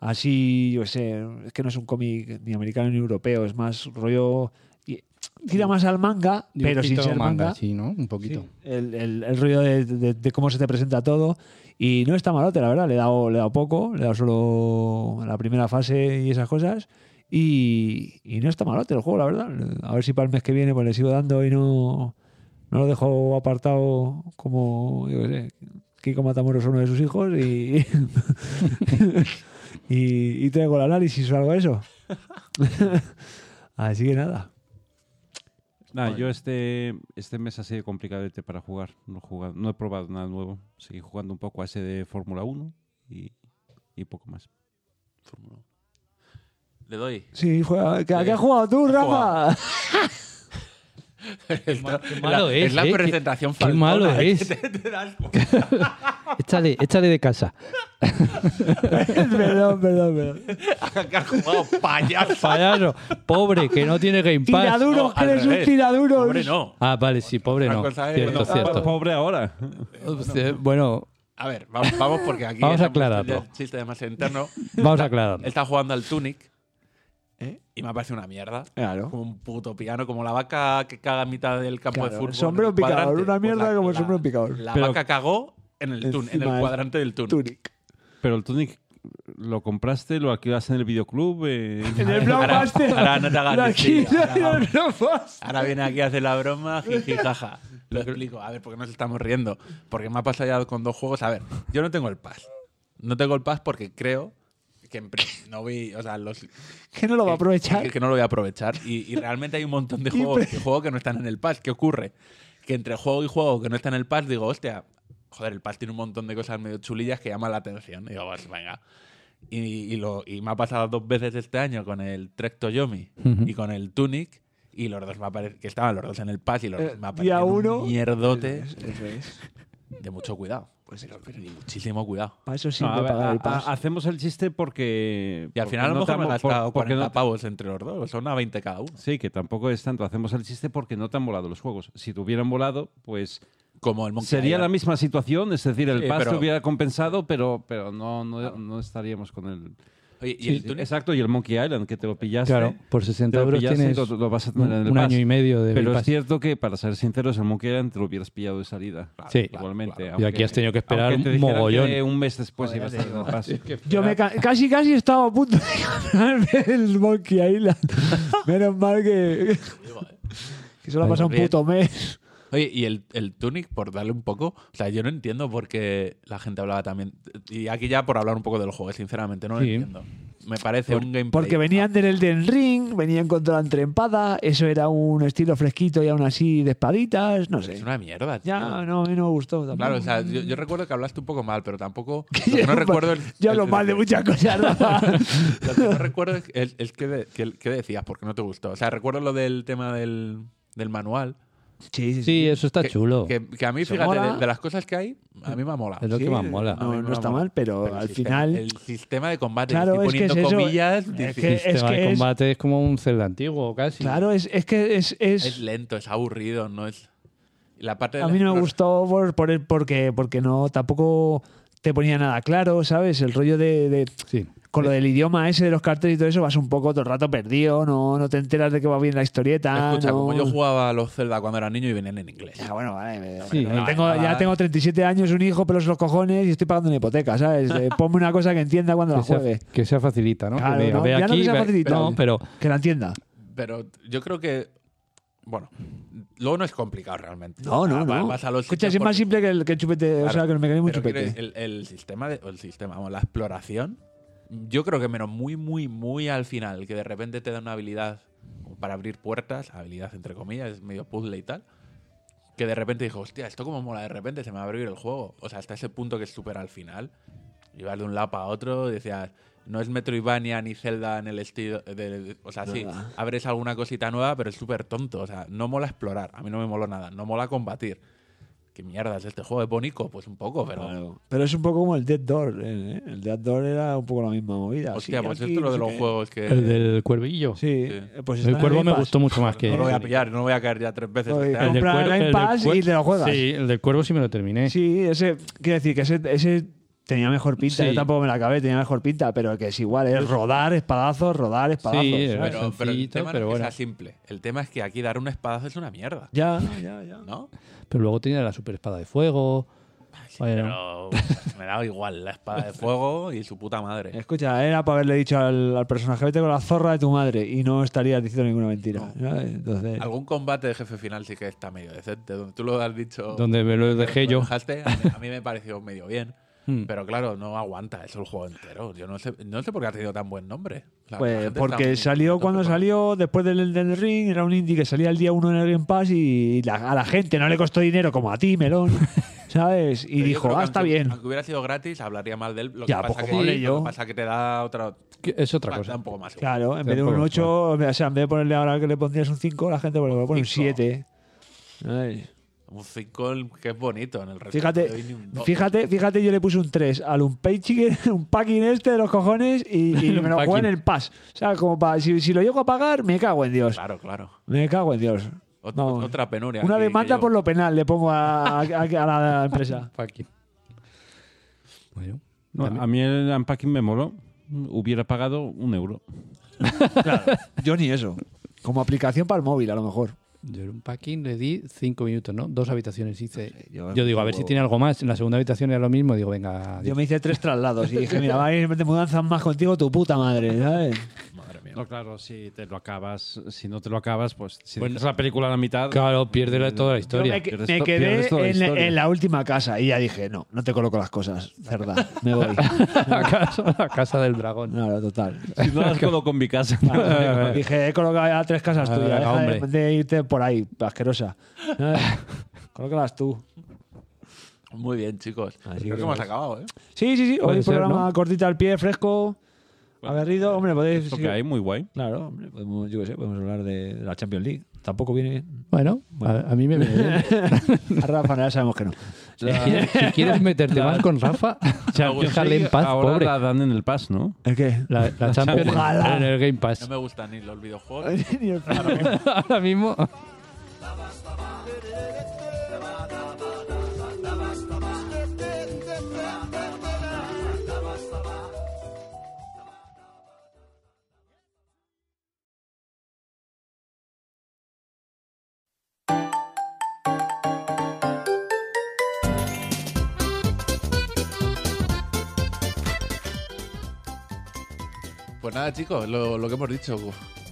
[SPEAKER 2] así, yo qué sé, es que no es un cómic ni americano ni europeo, es más rollo. y- Tira más al manga, pero sin
[SPEAKER 4] Dibujito
[SPEAKER 2] ser manga.
[SPEAKER 4] Sí, ¿no? Un poquito.
[SPEAKER 2] Sí, el, el- el rollo de, de- de cómo se te presenta todo. Y no está malote, la verdad. Le he dado, le he dado poco, le he dado solo la primera fase y esas cosas. Y, y no está malote el juego, la verdad. A ver si para el mes que viene pues le sigo dando y no, no lo dejo apartado como, yo qué sé, Kiko Matamoros uno de sus hijos y, y, y traigo el análisis o algo de eso. Así que nada.
[SPEAKER 3] Nah, yo este, este mes ha sido complicadete para jugar. No he, jugado- no he probado nada nuevo. Seguí jugando un poco a ese de Fórmula 1 y, y poco más.
[SPEAKER 1] Le doy.
[SPEAKER 2] Sí, juega, ¿qué, a qué has jugado tú, Rafa?
[SPEAKER 1] Qué
[SPEAKER 4] malo
[SPEAKER 1] la,
[SPEAKER 4] es,
[SPEAKER 1] la
[SPEAKER 4] eh, qué-
[SPEAKER 1] presentación
[SPEAKER 4] qué
[SPEAKER 1] faltona,
[SPEAKER 4] malo
[SPEAKER 1] ¿eh?
[SPEAKER 4] es.
[SPEAKER 1] Te- te das cuenta.
[SPEAKER 4] Échale, échale de casa.
[SPEAKER 2] perdón, perdón, perdón.
[SPEAKER 1] que has jugado payaso.
[SPEAKER 4] Payaso, pobre, que no tiene Game Pass.
[SPEAKER 2] Tiraduros,
[SPEAKER 1] No,
[SPEAKER 2] que
[SPEAKER 1] al
[SPEAKER 2] eres un
[SPEAKER 1] revés.
[SPEAKER 2] tiraduros.
[SPEAKER 1] Hombre, no.
[SPEAKER 4] Ah, vale, sí, pobre
[SPEAKER 1] Otra
[SPEAKER 4] no.
[SPEAKER 1] cosa es-
[SPEAKER 4] Cierto,
[SPEAKER 1] Bueno,
[SPEAKER 4] cierto.
[SPEAKER 3] Pobre ahora.
[SPEAKER 4] Eh, Bueno,
[SPEAKER 1] A ver, vamos, vamos porque aquí
[SPEAKER 4] Vamos a
[SPEAKER 1] estamos
[SPEAKER 4] aclararlo.
[SPEAKER 1] haciendo el chiste de más interno.
[SPEAKER 4] vamos a
[SPEAKER 1] Él
[SPEAKER 4] aclararlo.
[SPEAKER 1] está jugando al Tunic ¿eh? y me parece una mierda.
[SPEAKER 2] Claro.
[SPEAKER 1] Como un puto piano, como la vaca que caga a mitad del campo
[SPEAKER 2] Claro,
[SPEAKER 1] de fútbol.
[SPEAKER 2] sombrero
[SPEAKER 1] en el cuadrante. Pues
[SPEAKER 2] picador, una mierda como el
[SPEAKER 1] la-
[SPEAKER 2] sombrero picador.
[SPEAKER 1] La
[SPEAKER 3] Pero-
[SPEAKER 1] vaca cagó en el, tun, en
[SPEAKER 2] Encima
[SPEAKER 1] el
[SPEAKER 2] del
[SPEAKER 1] cuadrante del Tunic.
[SPEAKER 2] Tunic.
[SPEAKER 3] Pero el Tunic lo compraste, lo alquilaste en el videoclub. eh,
[SPEAKER 2] En el
[SPEAKER 1] Ahora,
[SPEAKER 2] Blockbuster.
[SPEAKER 1] ahora no te hagas
[SPEAKER 2] La
[SPEAKER 1] decir,
[SPEAKER 2] quinta
[SPEAKER 1] ahora
[SPEAKER 2] en
[SPEAKER 1] vamos.
[SPEAKER 2] el Blockbuster.
[SPEAKER 1] Ahora viene aquí a hacer la broma, jiji, jaja. Lo explico, a ver, porque nos estamos riendo. Porque me ha pasado ya con dos juegos. A ver, yo no tengo el pass. No tengo el pass porque creo que en pri- no vi, o sea, los,
[SPEAKER 2] Que no lo va a aprovechar.
[SPEAKER 1] que, que no lo voy a aprovechar. Y, y realmente hay un montón de
[SPEAKER 2] Y
[SPEAKER 1] juegos,
[SPEAKER 2] pre-
[SPEAKER 1] que, juego que no están en el pass. ¿Qué ocurre? Que entre juego y juego que no está en el pass, digo, hostia, joder, el pass tiene un montón de cosas medio chulillas que llaman la atención. Y digo, pues venga. Y, y lo, y me ha pasado dos veces este año con el Trek Toyomi
[SPEAKER 4] Ujú.
[SPEAKER 1] y con el Tunic. Y los dos me apare- que estaban los dos en el pass y los
[SPEAKER 2] Eh,
[SPEAKER 1] dos me ha
[SPEAKER 2] día
[SPEAKER 1] parecido un
[SPEAKER 2] uno- eh,
[SPEAKER 1] mierdote
[SPEAKER 2] Eso es.
[SPEAKER 1] de mucho cuidado. Pues muchísimo cuidado.
[SPEAKER 2] Para Ah, eso sí
[SPEAKER 3] no, a ver,
[SPEAKER 2] pagar el
[SPEAKER 3] a-
[SPEAKER 2] pass.
[SPEAKER 3] a- hacemos el chiste porque.
[SPEAKER 1] Y al
[SPEAKER 3] porque
[SPEAKER 1] final a lo
[SPEAKER 3] no
[SPEAKER 1] mejor me he
[SPEAKER 3] tamo- por-
[SPEAKER 1] gastado
[SPEAKER 3] porque
[SPEAKER 1] 40
[SPEAKER 3] no-
[SPEAKER 1] pavos entre los dos, son a 20 cada uno.
[SPEAKER 3] Sí, que tampoco es tanto. Hacemos el chiste porque no te han volado los juegos. Si te hubieran volado, pues
[SPEAKER 1] Como el Monkey
[SPEAKER 3] sería la
[SPEAKER 1] Island.
[SPEAKER 3] misma situación. Es decir, el
[SPEAKER 1] Sí,
[SPEAKER 3] pass te
[SPEAKER 1] pero-
[SPEAKER 3] hubiera compensado, pero, pero no, no, no estaríamos con el.
[SPEAKER 1] Oye, y
[SPEAKER 3] Sí,
[SPEAKER 1] el Tunic
[SPEAKER 3] Exacto, y el Monkey Island, que te lo pillaste.
[SPEAKER 4] Claro, por 60
[SPEAKER 3] te lo
[SPEAKER 4] euros
[SPEAKER 3] pillaste y
[SPEAKER 4] tienes
[SPEAKER 3] lo, lo vas a tener en el
[SPEAKER 4] un
[SPEAKER 3] pass.
[SPEAKER 4] año y medio de
[SPEAKER 3] Pero
[SPEAKER 4] Game
[SPEAKER 3] es
[SPEAKER 4] Pass.
[SPEAKER 3] cierto que, para ser sinceros, el Monkey Island te lo hubieras pillado de salida.
[SPEAKER 4] Sí.
[SPEAKER 3] igualmente.
[SPEAKER 1] claro.
[SPEAKER 3] aunque-
[SPEAKER 4] Y aquí has tenido que esperar
[SPEAKER 3] aunque te
[SPEAKER 4] un
[SPEAKER 3] dijeran
[SPEAKER 4] mogollón.
[SPEAKER 3] que un mes después ibas a estar en el pass.
[SPEAKER 2] Yo me ca- casi, casi estaba a punto de comprarme el Monkey Island. Menos mal que. que solo ha
[SPEAKER 1] Ahí
[SPEAKER 2] pasado
[SPEAKER 1] va
[SPEAKER 2] un
[SPEAKER 1] bien.
[SPEAKER 2] puto mes.
[SPEAKER 1] Oye, y el, el Tunic, por darle un poco, o sea, yo no entiendo por qué la gente hablaba también. Y aquí ya por hablar un poco del juego, eh, sinceramente, no lo
[SPEAKER 4] Sí.
[SPEAKER 1] entiendo. Me parece un gameplay.
[SPEAKER 2] Porque venían del Elden Ring, venían contra la entrempada, eso era un estilo fresquito y aún así de espaditas, no
[SPEAKER 1] Es
[SPEAKER 2] sé.
[SPEAKER 1] una mierda, tío.
[SPEAKER 2] Ya, no, a mí no me gustó. tampoco.
[SPEAKER 1] Claro, o sea, yo, yo recuerdo que hablaste un poco mal, pero tampoco. Lo que no recuerdo es.
[SPEAKER 2] Yo hablo mal de muchas cosas, Rafa.
[SPEAKER 1] Lo que no recuerdo es, es- es que, de- que- que decías, porque no te gustó. O sea, recuerdo lo del tema del, del manual.
[SPEAKER 2] Sí, sí, sí.
[SPEAKER 4] Sí, eso está
[SPEAKER 1] que,
[SPEAKER 4] chulo.
[SPEAKER 1] Que, que a mí,
[SPEAKER 2] Eso
[SPEAKER 1] fíjate,
[SPEAKER 2] mola.
[SPEAKER 1] de, de las cosas que hay, a mí me mola.
[SPEAKER 4] es lo que más mola.
[SPEAKER 1] A mí
[SPEAKER 2] No,
[SPEAKER 1] me
[SPEAKER 2] eh, no está
[SPEAKER 1] mola.
[SPEAKER 2] mal, pero,
[SPEAKER 1] el
[SPEAKER 2] al
[SPEAKER 1] sistema-
[SPEAKER 2] final.
[SPEAKER 1] El sistema de combate.
[SPEAKER 2] Claro,
[SPEAKER 1] estoy
[SPEAKER 2] es que es
[SPEAKER 1] poniendo
[SPEAKER 2] eso.
[SPEAKER 1] comillas.
[SPEAKER 2] Es
[SPEAKER 1] dices,
[SPEAKER 2] que-
[SPEAKER 1] es,
[SPEAKER 4] el sistema de
[SPEAKER 2] es-
[SPEAKER 4] combate es, como un celda antiguo, casi.
[SPEAKER 2] Claro, es, es que es. es-
[SPEAKER 1] lento, es aburrido, no es. y La parte de
[SPEAKER 2] a
[SPEAKER 1] la
[SPEAKER 2] mí no
[SPEAKER 1] explora-
[SPEAKER 2] me gustó por, por el- porque, porque no, tampoco te ponía nada claro, ¿sabes? El rollo de. de-
[SPEAKER 4] Sí.
[SPEAKER 2] con lo del idioma ese de los carteles y todo eso, vas un poco todo el rato perdido, no, no te enteras de que va bien la historieta.
[SPEAKER 1] Escucha,
[SPEAKER 2] no-
[SPEAKER 1] como yo jugaba a los Zelda cuando era niño y venían en inglés.
[SPEAKER 2] Ya, bueno, vale. me-
[SPEAKER 4] Sí,
[SPEAKER 2] bueno,
[SPEAKER 4] no,
[SPEAKER 2] tengo-
[SPEAKER 1] no,
[SPEAKER 2] ya
[SPEAKER 1] no.
[SPEAKER 2] tengo 37 años, un hijo, pelos en los cojones y estoy pagando una hipoteca, ¿sabes? Eh, ponme una cosa que entienda cuando la
[SPEAKER 4] Que sea,
[SPEAKER 2] juegue.
[SPEAKER 4] que sea facilita, ¿no?
[SPEAKER 2] Ah, Claro,
[SPEAKER 4] que
[SPEAKER 2] no, ya no que sea
[SPEAKER 4] ve-
[SPEAKER 2] facilita.
[SPEAKER 4] no, pero
[SPEAKER 2] Que la entienda.
[SPEAKER 1] Pero yo creo que. Bueno, luego no es complicado realmente.
[SPEAKER 2] No, no,
[SPEAKER 1] Ah, va-
[SPEAKER 2] no.
[SPEAKER 1] Vas a los
[SPEAKER 2] Escucha,
[SPEAKER 1] sitios
[SPEAKER 2] si es más
[SPEAKER 1] porque-
[SPEAKER 2] simple que el, que el chupete, o
[SPEAKER 1] Claro,
[SPEAKER 2] sea, que el mecanismo
[SPEAKER 1] pero quiero
[SPEAKER 2] chupete.
[SPEAKER 1] decir, el, el sistema, de, o el sistema, vamos, la exploración, yo creo que menos muy, muy, muy al final, que de repente te da una habilidad como para abrir puertas, habilidad entre comillas, es medio puzzle y tal, que de repente dijo, hostia, esto como mola, de repente se me va a abrir el juego. O sea, hasta ese punto que es súper al final, ibas de un lado para otro y decías, no es Metroidvania ni Zelda en el estilo. de- o sea, sí,
[SPEAKER 2] Nada.
[SPEAKER 1] abres alguna cosita nueva, pero es súper tonto. O sea, no mola explorar. A mí no me moló nada. No mola combatir. ¿Qué mierda es este juego? ¿Es bonito? Pues un poco, pero.
[SPEAKER 2] Claro. Pero es un poco como el Dead Door. ¿eh? El Dead Door era un poco la misma movida.
[SPEAKER 1] Hostia,
[SPEAKER 2] Sí,
[SPEAKER 1] pues
[SPEAKER 2] aquí,
[SPEAKER 1] esto es lo
[SPEAKER 2] no
[SPEAKER 1] de
[SPEAKER 2] sé
[SPEAKER 1] los
[SPEAKER 2] qué.
[SPEAKER 1] juegos que.
[SPEAKER 4] el del cuervillo.
[SPEAKER 2] Sí,
[SPEAKER 1] Eh, Sí.
[SPEAKER 2] pues está
[SPEAKER 4] el
[SPEAKER 2] en
[SPEAKER 4] cuervo me
[SPEAKER 2] Game Pass.
[SPEAKER 4] gustó mucho más que
[SPEAKER 1] No lo voy a
[SPEAKER 4] el
[SPEAKER 1] pillar, no voy a caer ya tres veces.
[SPEAKER 2] Oye,
[SPEAKER 1] este
[SPEAKER 2] que
[SPEAKER 1] año.
[SPEAKER 2] comprar
[SPEAKER 4] cuer-
[SPEAKER 2] el Game
[SPEAKER 4] del
[SPEAKER 2] Pass
[SPEAKER 4] cuer-
[SPEAKER 2] y te lo juegas.
[SPEAKER 4] Sí, el del cuervo sí me lo terminé.
[SPEAKER 2] Sí, ese, quiero decir que ese, ese tenía mejor pinta.
[SPEAKER 4] Sí.
[SPEAKER 2] Yo tampoco me la acabé, tenía mejor pinta, pero que es igual, es rodar, espadazos, rodar, espadazos.
[SPEAKER 4] era-
[SPEAKER 1] Pero,
[SPEAKER 2] ¿sabes?
[SPEAKER 1] pero el
[SPEAKER 4] sencillito,
[SPEAKER 1] tema no
[SPEAKER 4] pero
[SPEAKER 1] es que
[SPEAKER 4] bueno.
[SPEAKER 1] sea simple. El tema es que aquí dar un espadazo es una mierda.
[SPEAKER 2] Ya, ya, ya.
[SPEAKER 1] ¿No?
[SPEAKER 4] Pero luego tenía la super espada de fuego. Bueno,
[SPEAKER 1] Pero me da igual la espada de fuego y su puta madre.
[SPEAKER 2] Escucha, era para haberle dicho al, al personaje, vete con la zorra de tu madre y no estarías diciendo ninguna mentira. ¿sabes? Entonces,
[SPEAKER 1] Algún combate de jefe final sí que está medio decente. Donde tú lo has dicho.
[SPEAKER 4] donde me lo dejé
[SPEAKER 1] lo
[SPEAKER 4] yo.
[SPEAKER 1] dejaste, a mí, a mí me pareció medio bien.
[SPEAKER 4] Hmm.
[SPEAKER 1] Pero claro, no aguanta eso el juego entero. Yo no sé, no sé por qué ha tenido tan buen nombre. La- la
[SPEAKER 2] pues
[SPEAKER 1] gente está
[SPEAKER 2] porque
[SPEAKER 1] muy-
[SPEAKER 2] salió
[SPEAKER 1] muy
[SPEAKER 2] cuando
[SPEAKER 1] tonta.
[SPEAKER 2] salió, después del Elden Ring, era un indie que salía el día uno en el Game Pass y la- a la gente no le costó dinero como a ti, Melón, ¿sabes? Y
[SPEAKER 1] Pero yo
[SPEAKER 2] dijo,
[SPEAKER 1] creo que
[SPEAKER 2] ah, está
[SPEAKER 1] aunque-
[SPEAKER 2] bien.
[SPEAKER 1] Aunque hubiera sido gratis, hablaría mal de él. Lo
[SPEAKER 2] Ya,
[SPEAKER 1] que
[SPEAKER 2] pues
[SPEAKER 1] pasa
[SPEAKER 2] como
[SPEAKER 1] que,
[SPEAKER 2] hablé
[SPEAKER 1] lo que
[SPEAKER 2] yo.
[SPEAKER 1] pasa que te da otra,
[SPEAKER 4] Que Es otra
[SPEAKER 1] da
[SPEAKER 4] cosa.
[SPEAKER 1] un poco más.
[SPEAKER 2] Claro, en
[SPEAKER 4] Te
[SPEAKER 2] vez de un
[SPEAKER 4] pongo,
[SPEAKER 2] 8, o sea, en vez de ponerle ahora que le pondrías un 5, la gente bueno, le pone un
[SPEAKER 1] cinco.
[SPEAKER 2] 7.
[SPEAKER 1] Un 5 que es bonito en el resto. no
[SPEAKER 2] Fíjate,
[SPEAKER 1] le doy ni un dos.
[SPEAKER 2] fíjate, fíjate, yo le puse un 3 al un page un packing este de los cojones y, y me lo juego en
[SPEAKER 4] Packing.
[SPEAKER 2] el pass. O sea, como para, si, si lo llego a pagar, me cago en Dios.
[SPEAKER 1] Claro, claro.
[SPEAKER 2] Me cago en Dios.
[SPEAKER 1] Ot-
[SPEAKER 2] Vamos.
[SPEAKER 1] Otra penuria.
[SPEAKER 2] Una
[SPEAKER 1] que- que
[SPEAKER 2] demanda
[SPEAKER 1] yo-
[SPEAKER 2] por lo penal le pongo a, a- a la empresa.
[SPEAKER 4] Fucking. Bueno,
[SPEAKER 3] No, a mí el unpacking me moló. Hubiera pagado un euro.
[SPEAKER 2] Yo ni eso. Como aplicación para el móvil, a lo mejor.
[SPEAKER 4] yo era un packing, le di cinco minutos, ¿no? Dos habitaciones hice.
[SPEAKER 2] yo-
[SPEAKER 4] yo, digo, a ver si tiene algo más. En la segunda habitación era lo mismo. Digo, venga.
[SPEAKER 2] Yo
[SPEAKER 4] diez.
[SPEAKER 2] me hice tres traslados y dije, mira, va a ir de mudanzas más contigo tu puta madre, ¿sabes?
[SPEAKER 1] Madre mía.
[SPEAKER 3] No, claro, si te lo acabas, si no te lo acabas, pues si dejas la película a la mitad.
[SPEAKER 4] Claro, pierde la- toda la
[SPEAKER 2] Yo
[SPEAKER 4] historia.
[SPEAKER 2] me, que-
[SPEAKER 3] Pierdes
[SPEAKER 2] me
[SPEAKER 3] to-
[SPEAKER 2] quedé
[SPEAKER 3] pierdes toda la
[SPEAKER 2] en,
[SPEAKER 3] historia.
[SPEAKER 2] en la última casa y ya dije, no, no te coloco las cosas, cerda, me voy.
[SPEAKER 4] la, casa, la casa del dragón.
[SPEAKER 2] No, no, total.
[SPEAKER 3] Si no las codo con mi casa.
[SPEAKER 2] Dije, he colocado ya tres casas
[SPEAKER 4] Ah,
[SPEAKER 2] tuyas, deja de,
[SPEAKER 4] hombre.
[SPEAKER 2] de irte por ahí, asquerosa. Colócalas tú.
[SPEAKER 1] Muy bien, chicos. Creo
[SPEAKER 2] Así que
[SPEAKER 1] que hemos
[SPEAKER 2] vas.
[SPEAKER 1] acabado, ¿eh?
[SPEAKER 2] Sí, sí, sí, hoy
[SPEAKER 4] Puede ser,
[SPEAKER 2] programa
[SPEAKER 4] ¿no?
[SPEAKER 2] cortita al pie, fresco, aguerrido. Hombre, podéis...
[SPEAKER 3] Esto que hay, muy guay.
[SPEAKER 2] Claro, hombre, podemos, yo qué sé, podemos hablar de, de la Champions League. Tampoco viene bien.
[SPEAKER 4] Bueno, A, a mí me viene bien.
[SPEAKER 2] A Rafa ya sabemos que no.
[SPEAKER 4] Si quieres- si quieres meterte más con Rafa, ya
[SPEAKER 1] Champions
[SPEAKER 4] déjale en paz,
[SPEAKER 3] Ahora
[SPEAKER 4] pobre.
[SPEAKER 3] la dan en el pass, ¿no?
[SPEAKER 2] ¿El qué?
[SPEAKER 4] La, la Champions
[SPEAKER 2] Ojalá.
[SPEAKER 4] en el Game
[SPEAKER 1] No
[SPEAKER 4] Pass.
[SPEAKER 1] me gustan ni los videojuegos.
[SPEAKER 2] Ni el fútbol.
[SPEAKER 4] Ahora mismo.
[SPEAKER 1] Pues nada, chicos, lo, lo que hemos dicho.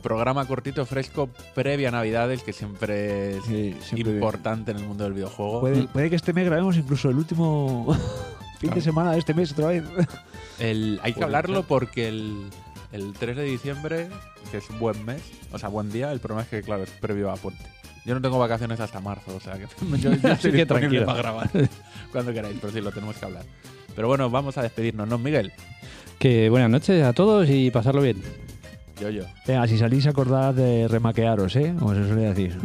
[SPEAKER 1] programa cortito, fresco, previa a Navidades, que siempre es
[SPEAKER 2] Sí, siempre-
[SPEAKER 1] importante en el mundo del videojuego.
[SPEAKER 2] Puede, puede que este mes grabemos incluso el último fin de semana de este mes otra vez.
[SPEAKER 1] El- hay que
[SPEAKER 2] Puede
[SPEAKER 1] hablarlo porque el, el 3 de diciembre, que es buen mes, o sea, buen día, el problema es que, claro, es previo a Puente. Yo no tengo vacaciones hasta marzo, o sea, que yo, yo estoy
[SPEAKER 4] que
[SPEAKER 1] disponible
[SPEAKER 4] tranquilo.
[SPEAKER 1] para grabar cuando queráis, pero sí, lo tenemos que hablar. Pero bueno, vamos a despedirnos, ¿no, Miguel?
[SPEAKER 4] Que buenas noches a todos y pasarlo bien.
[SPEAKER 1] Yo, yo.
[SPEAKER 2] Venga, si salís acordad de remaquearos, ¿eh? Como se suele decir.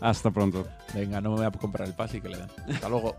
[SPEAKER 3] Hasta pronto.
[SPEAKER 1] Venga, no me voy a comprar el pase y que le dan. Hasta luego.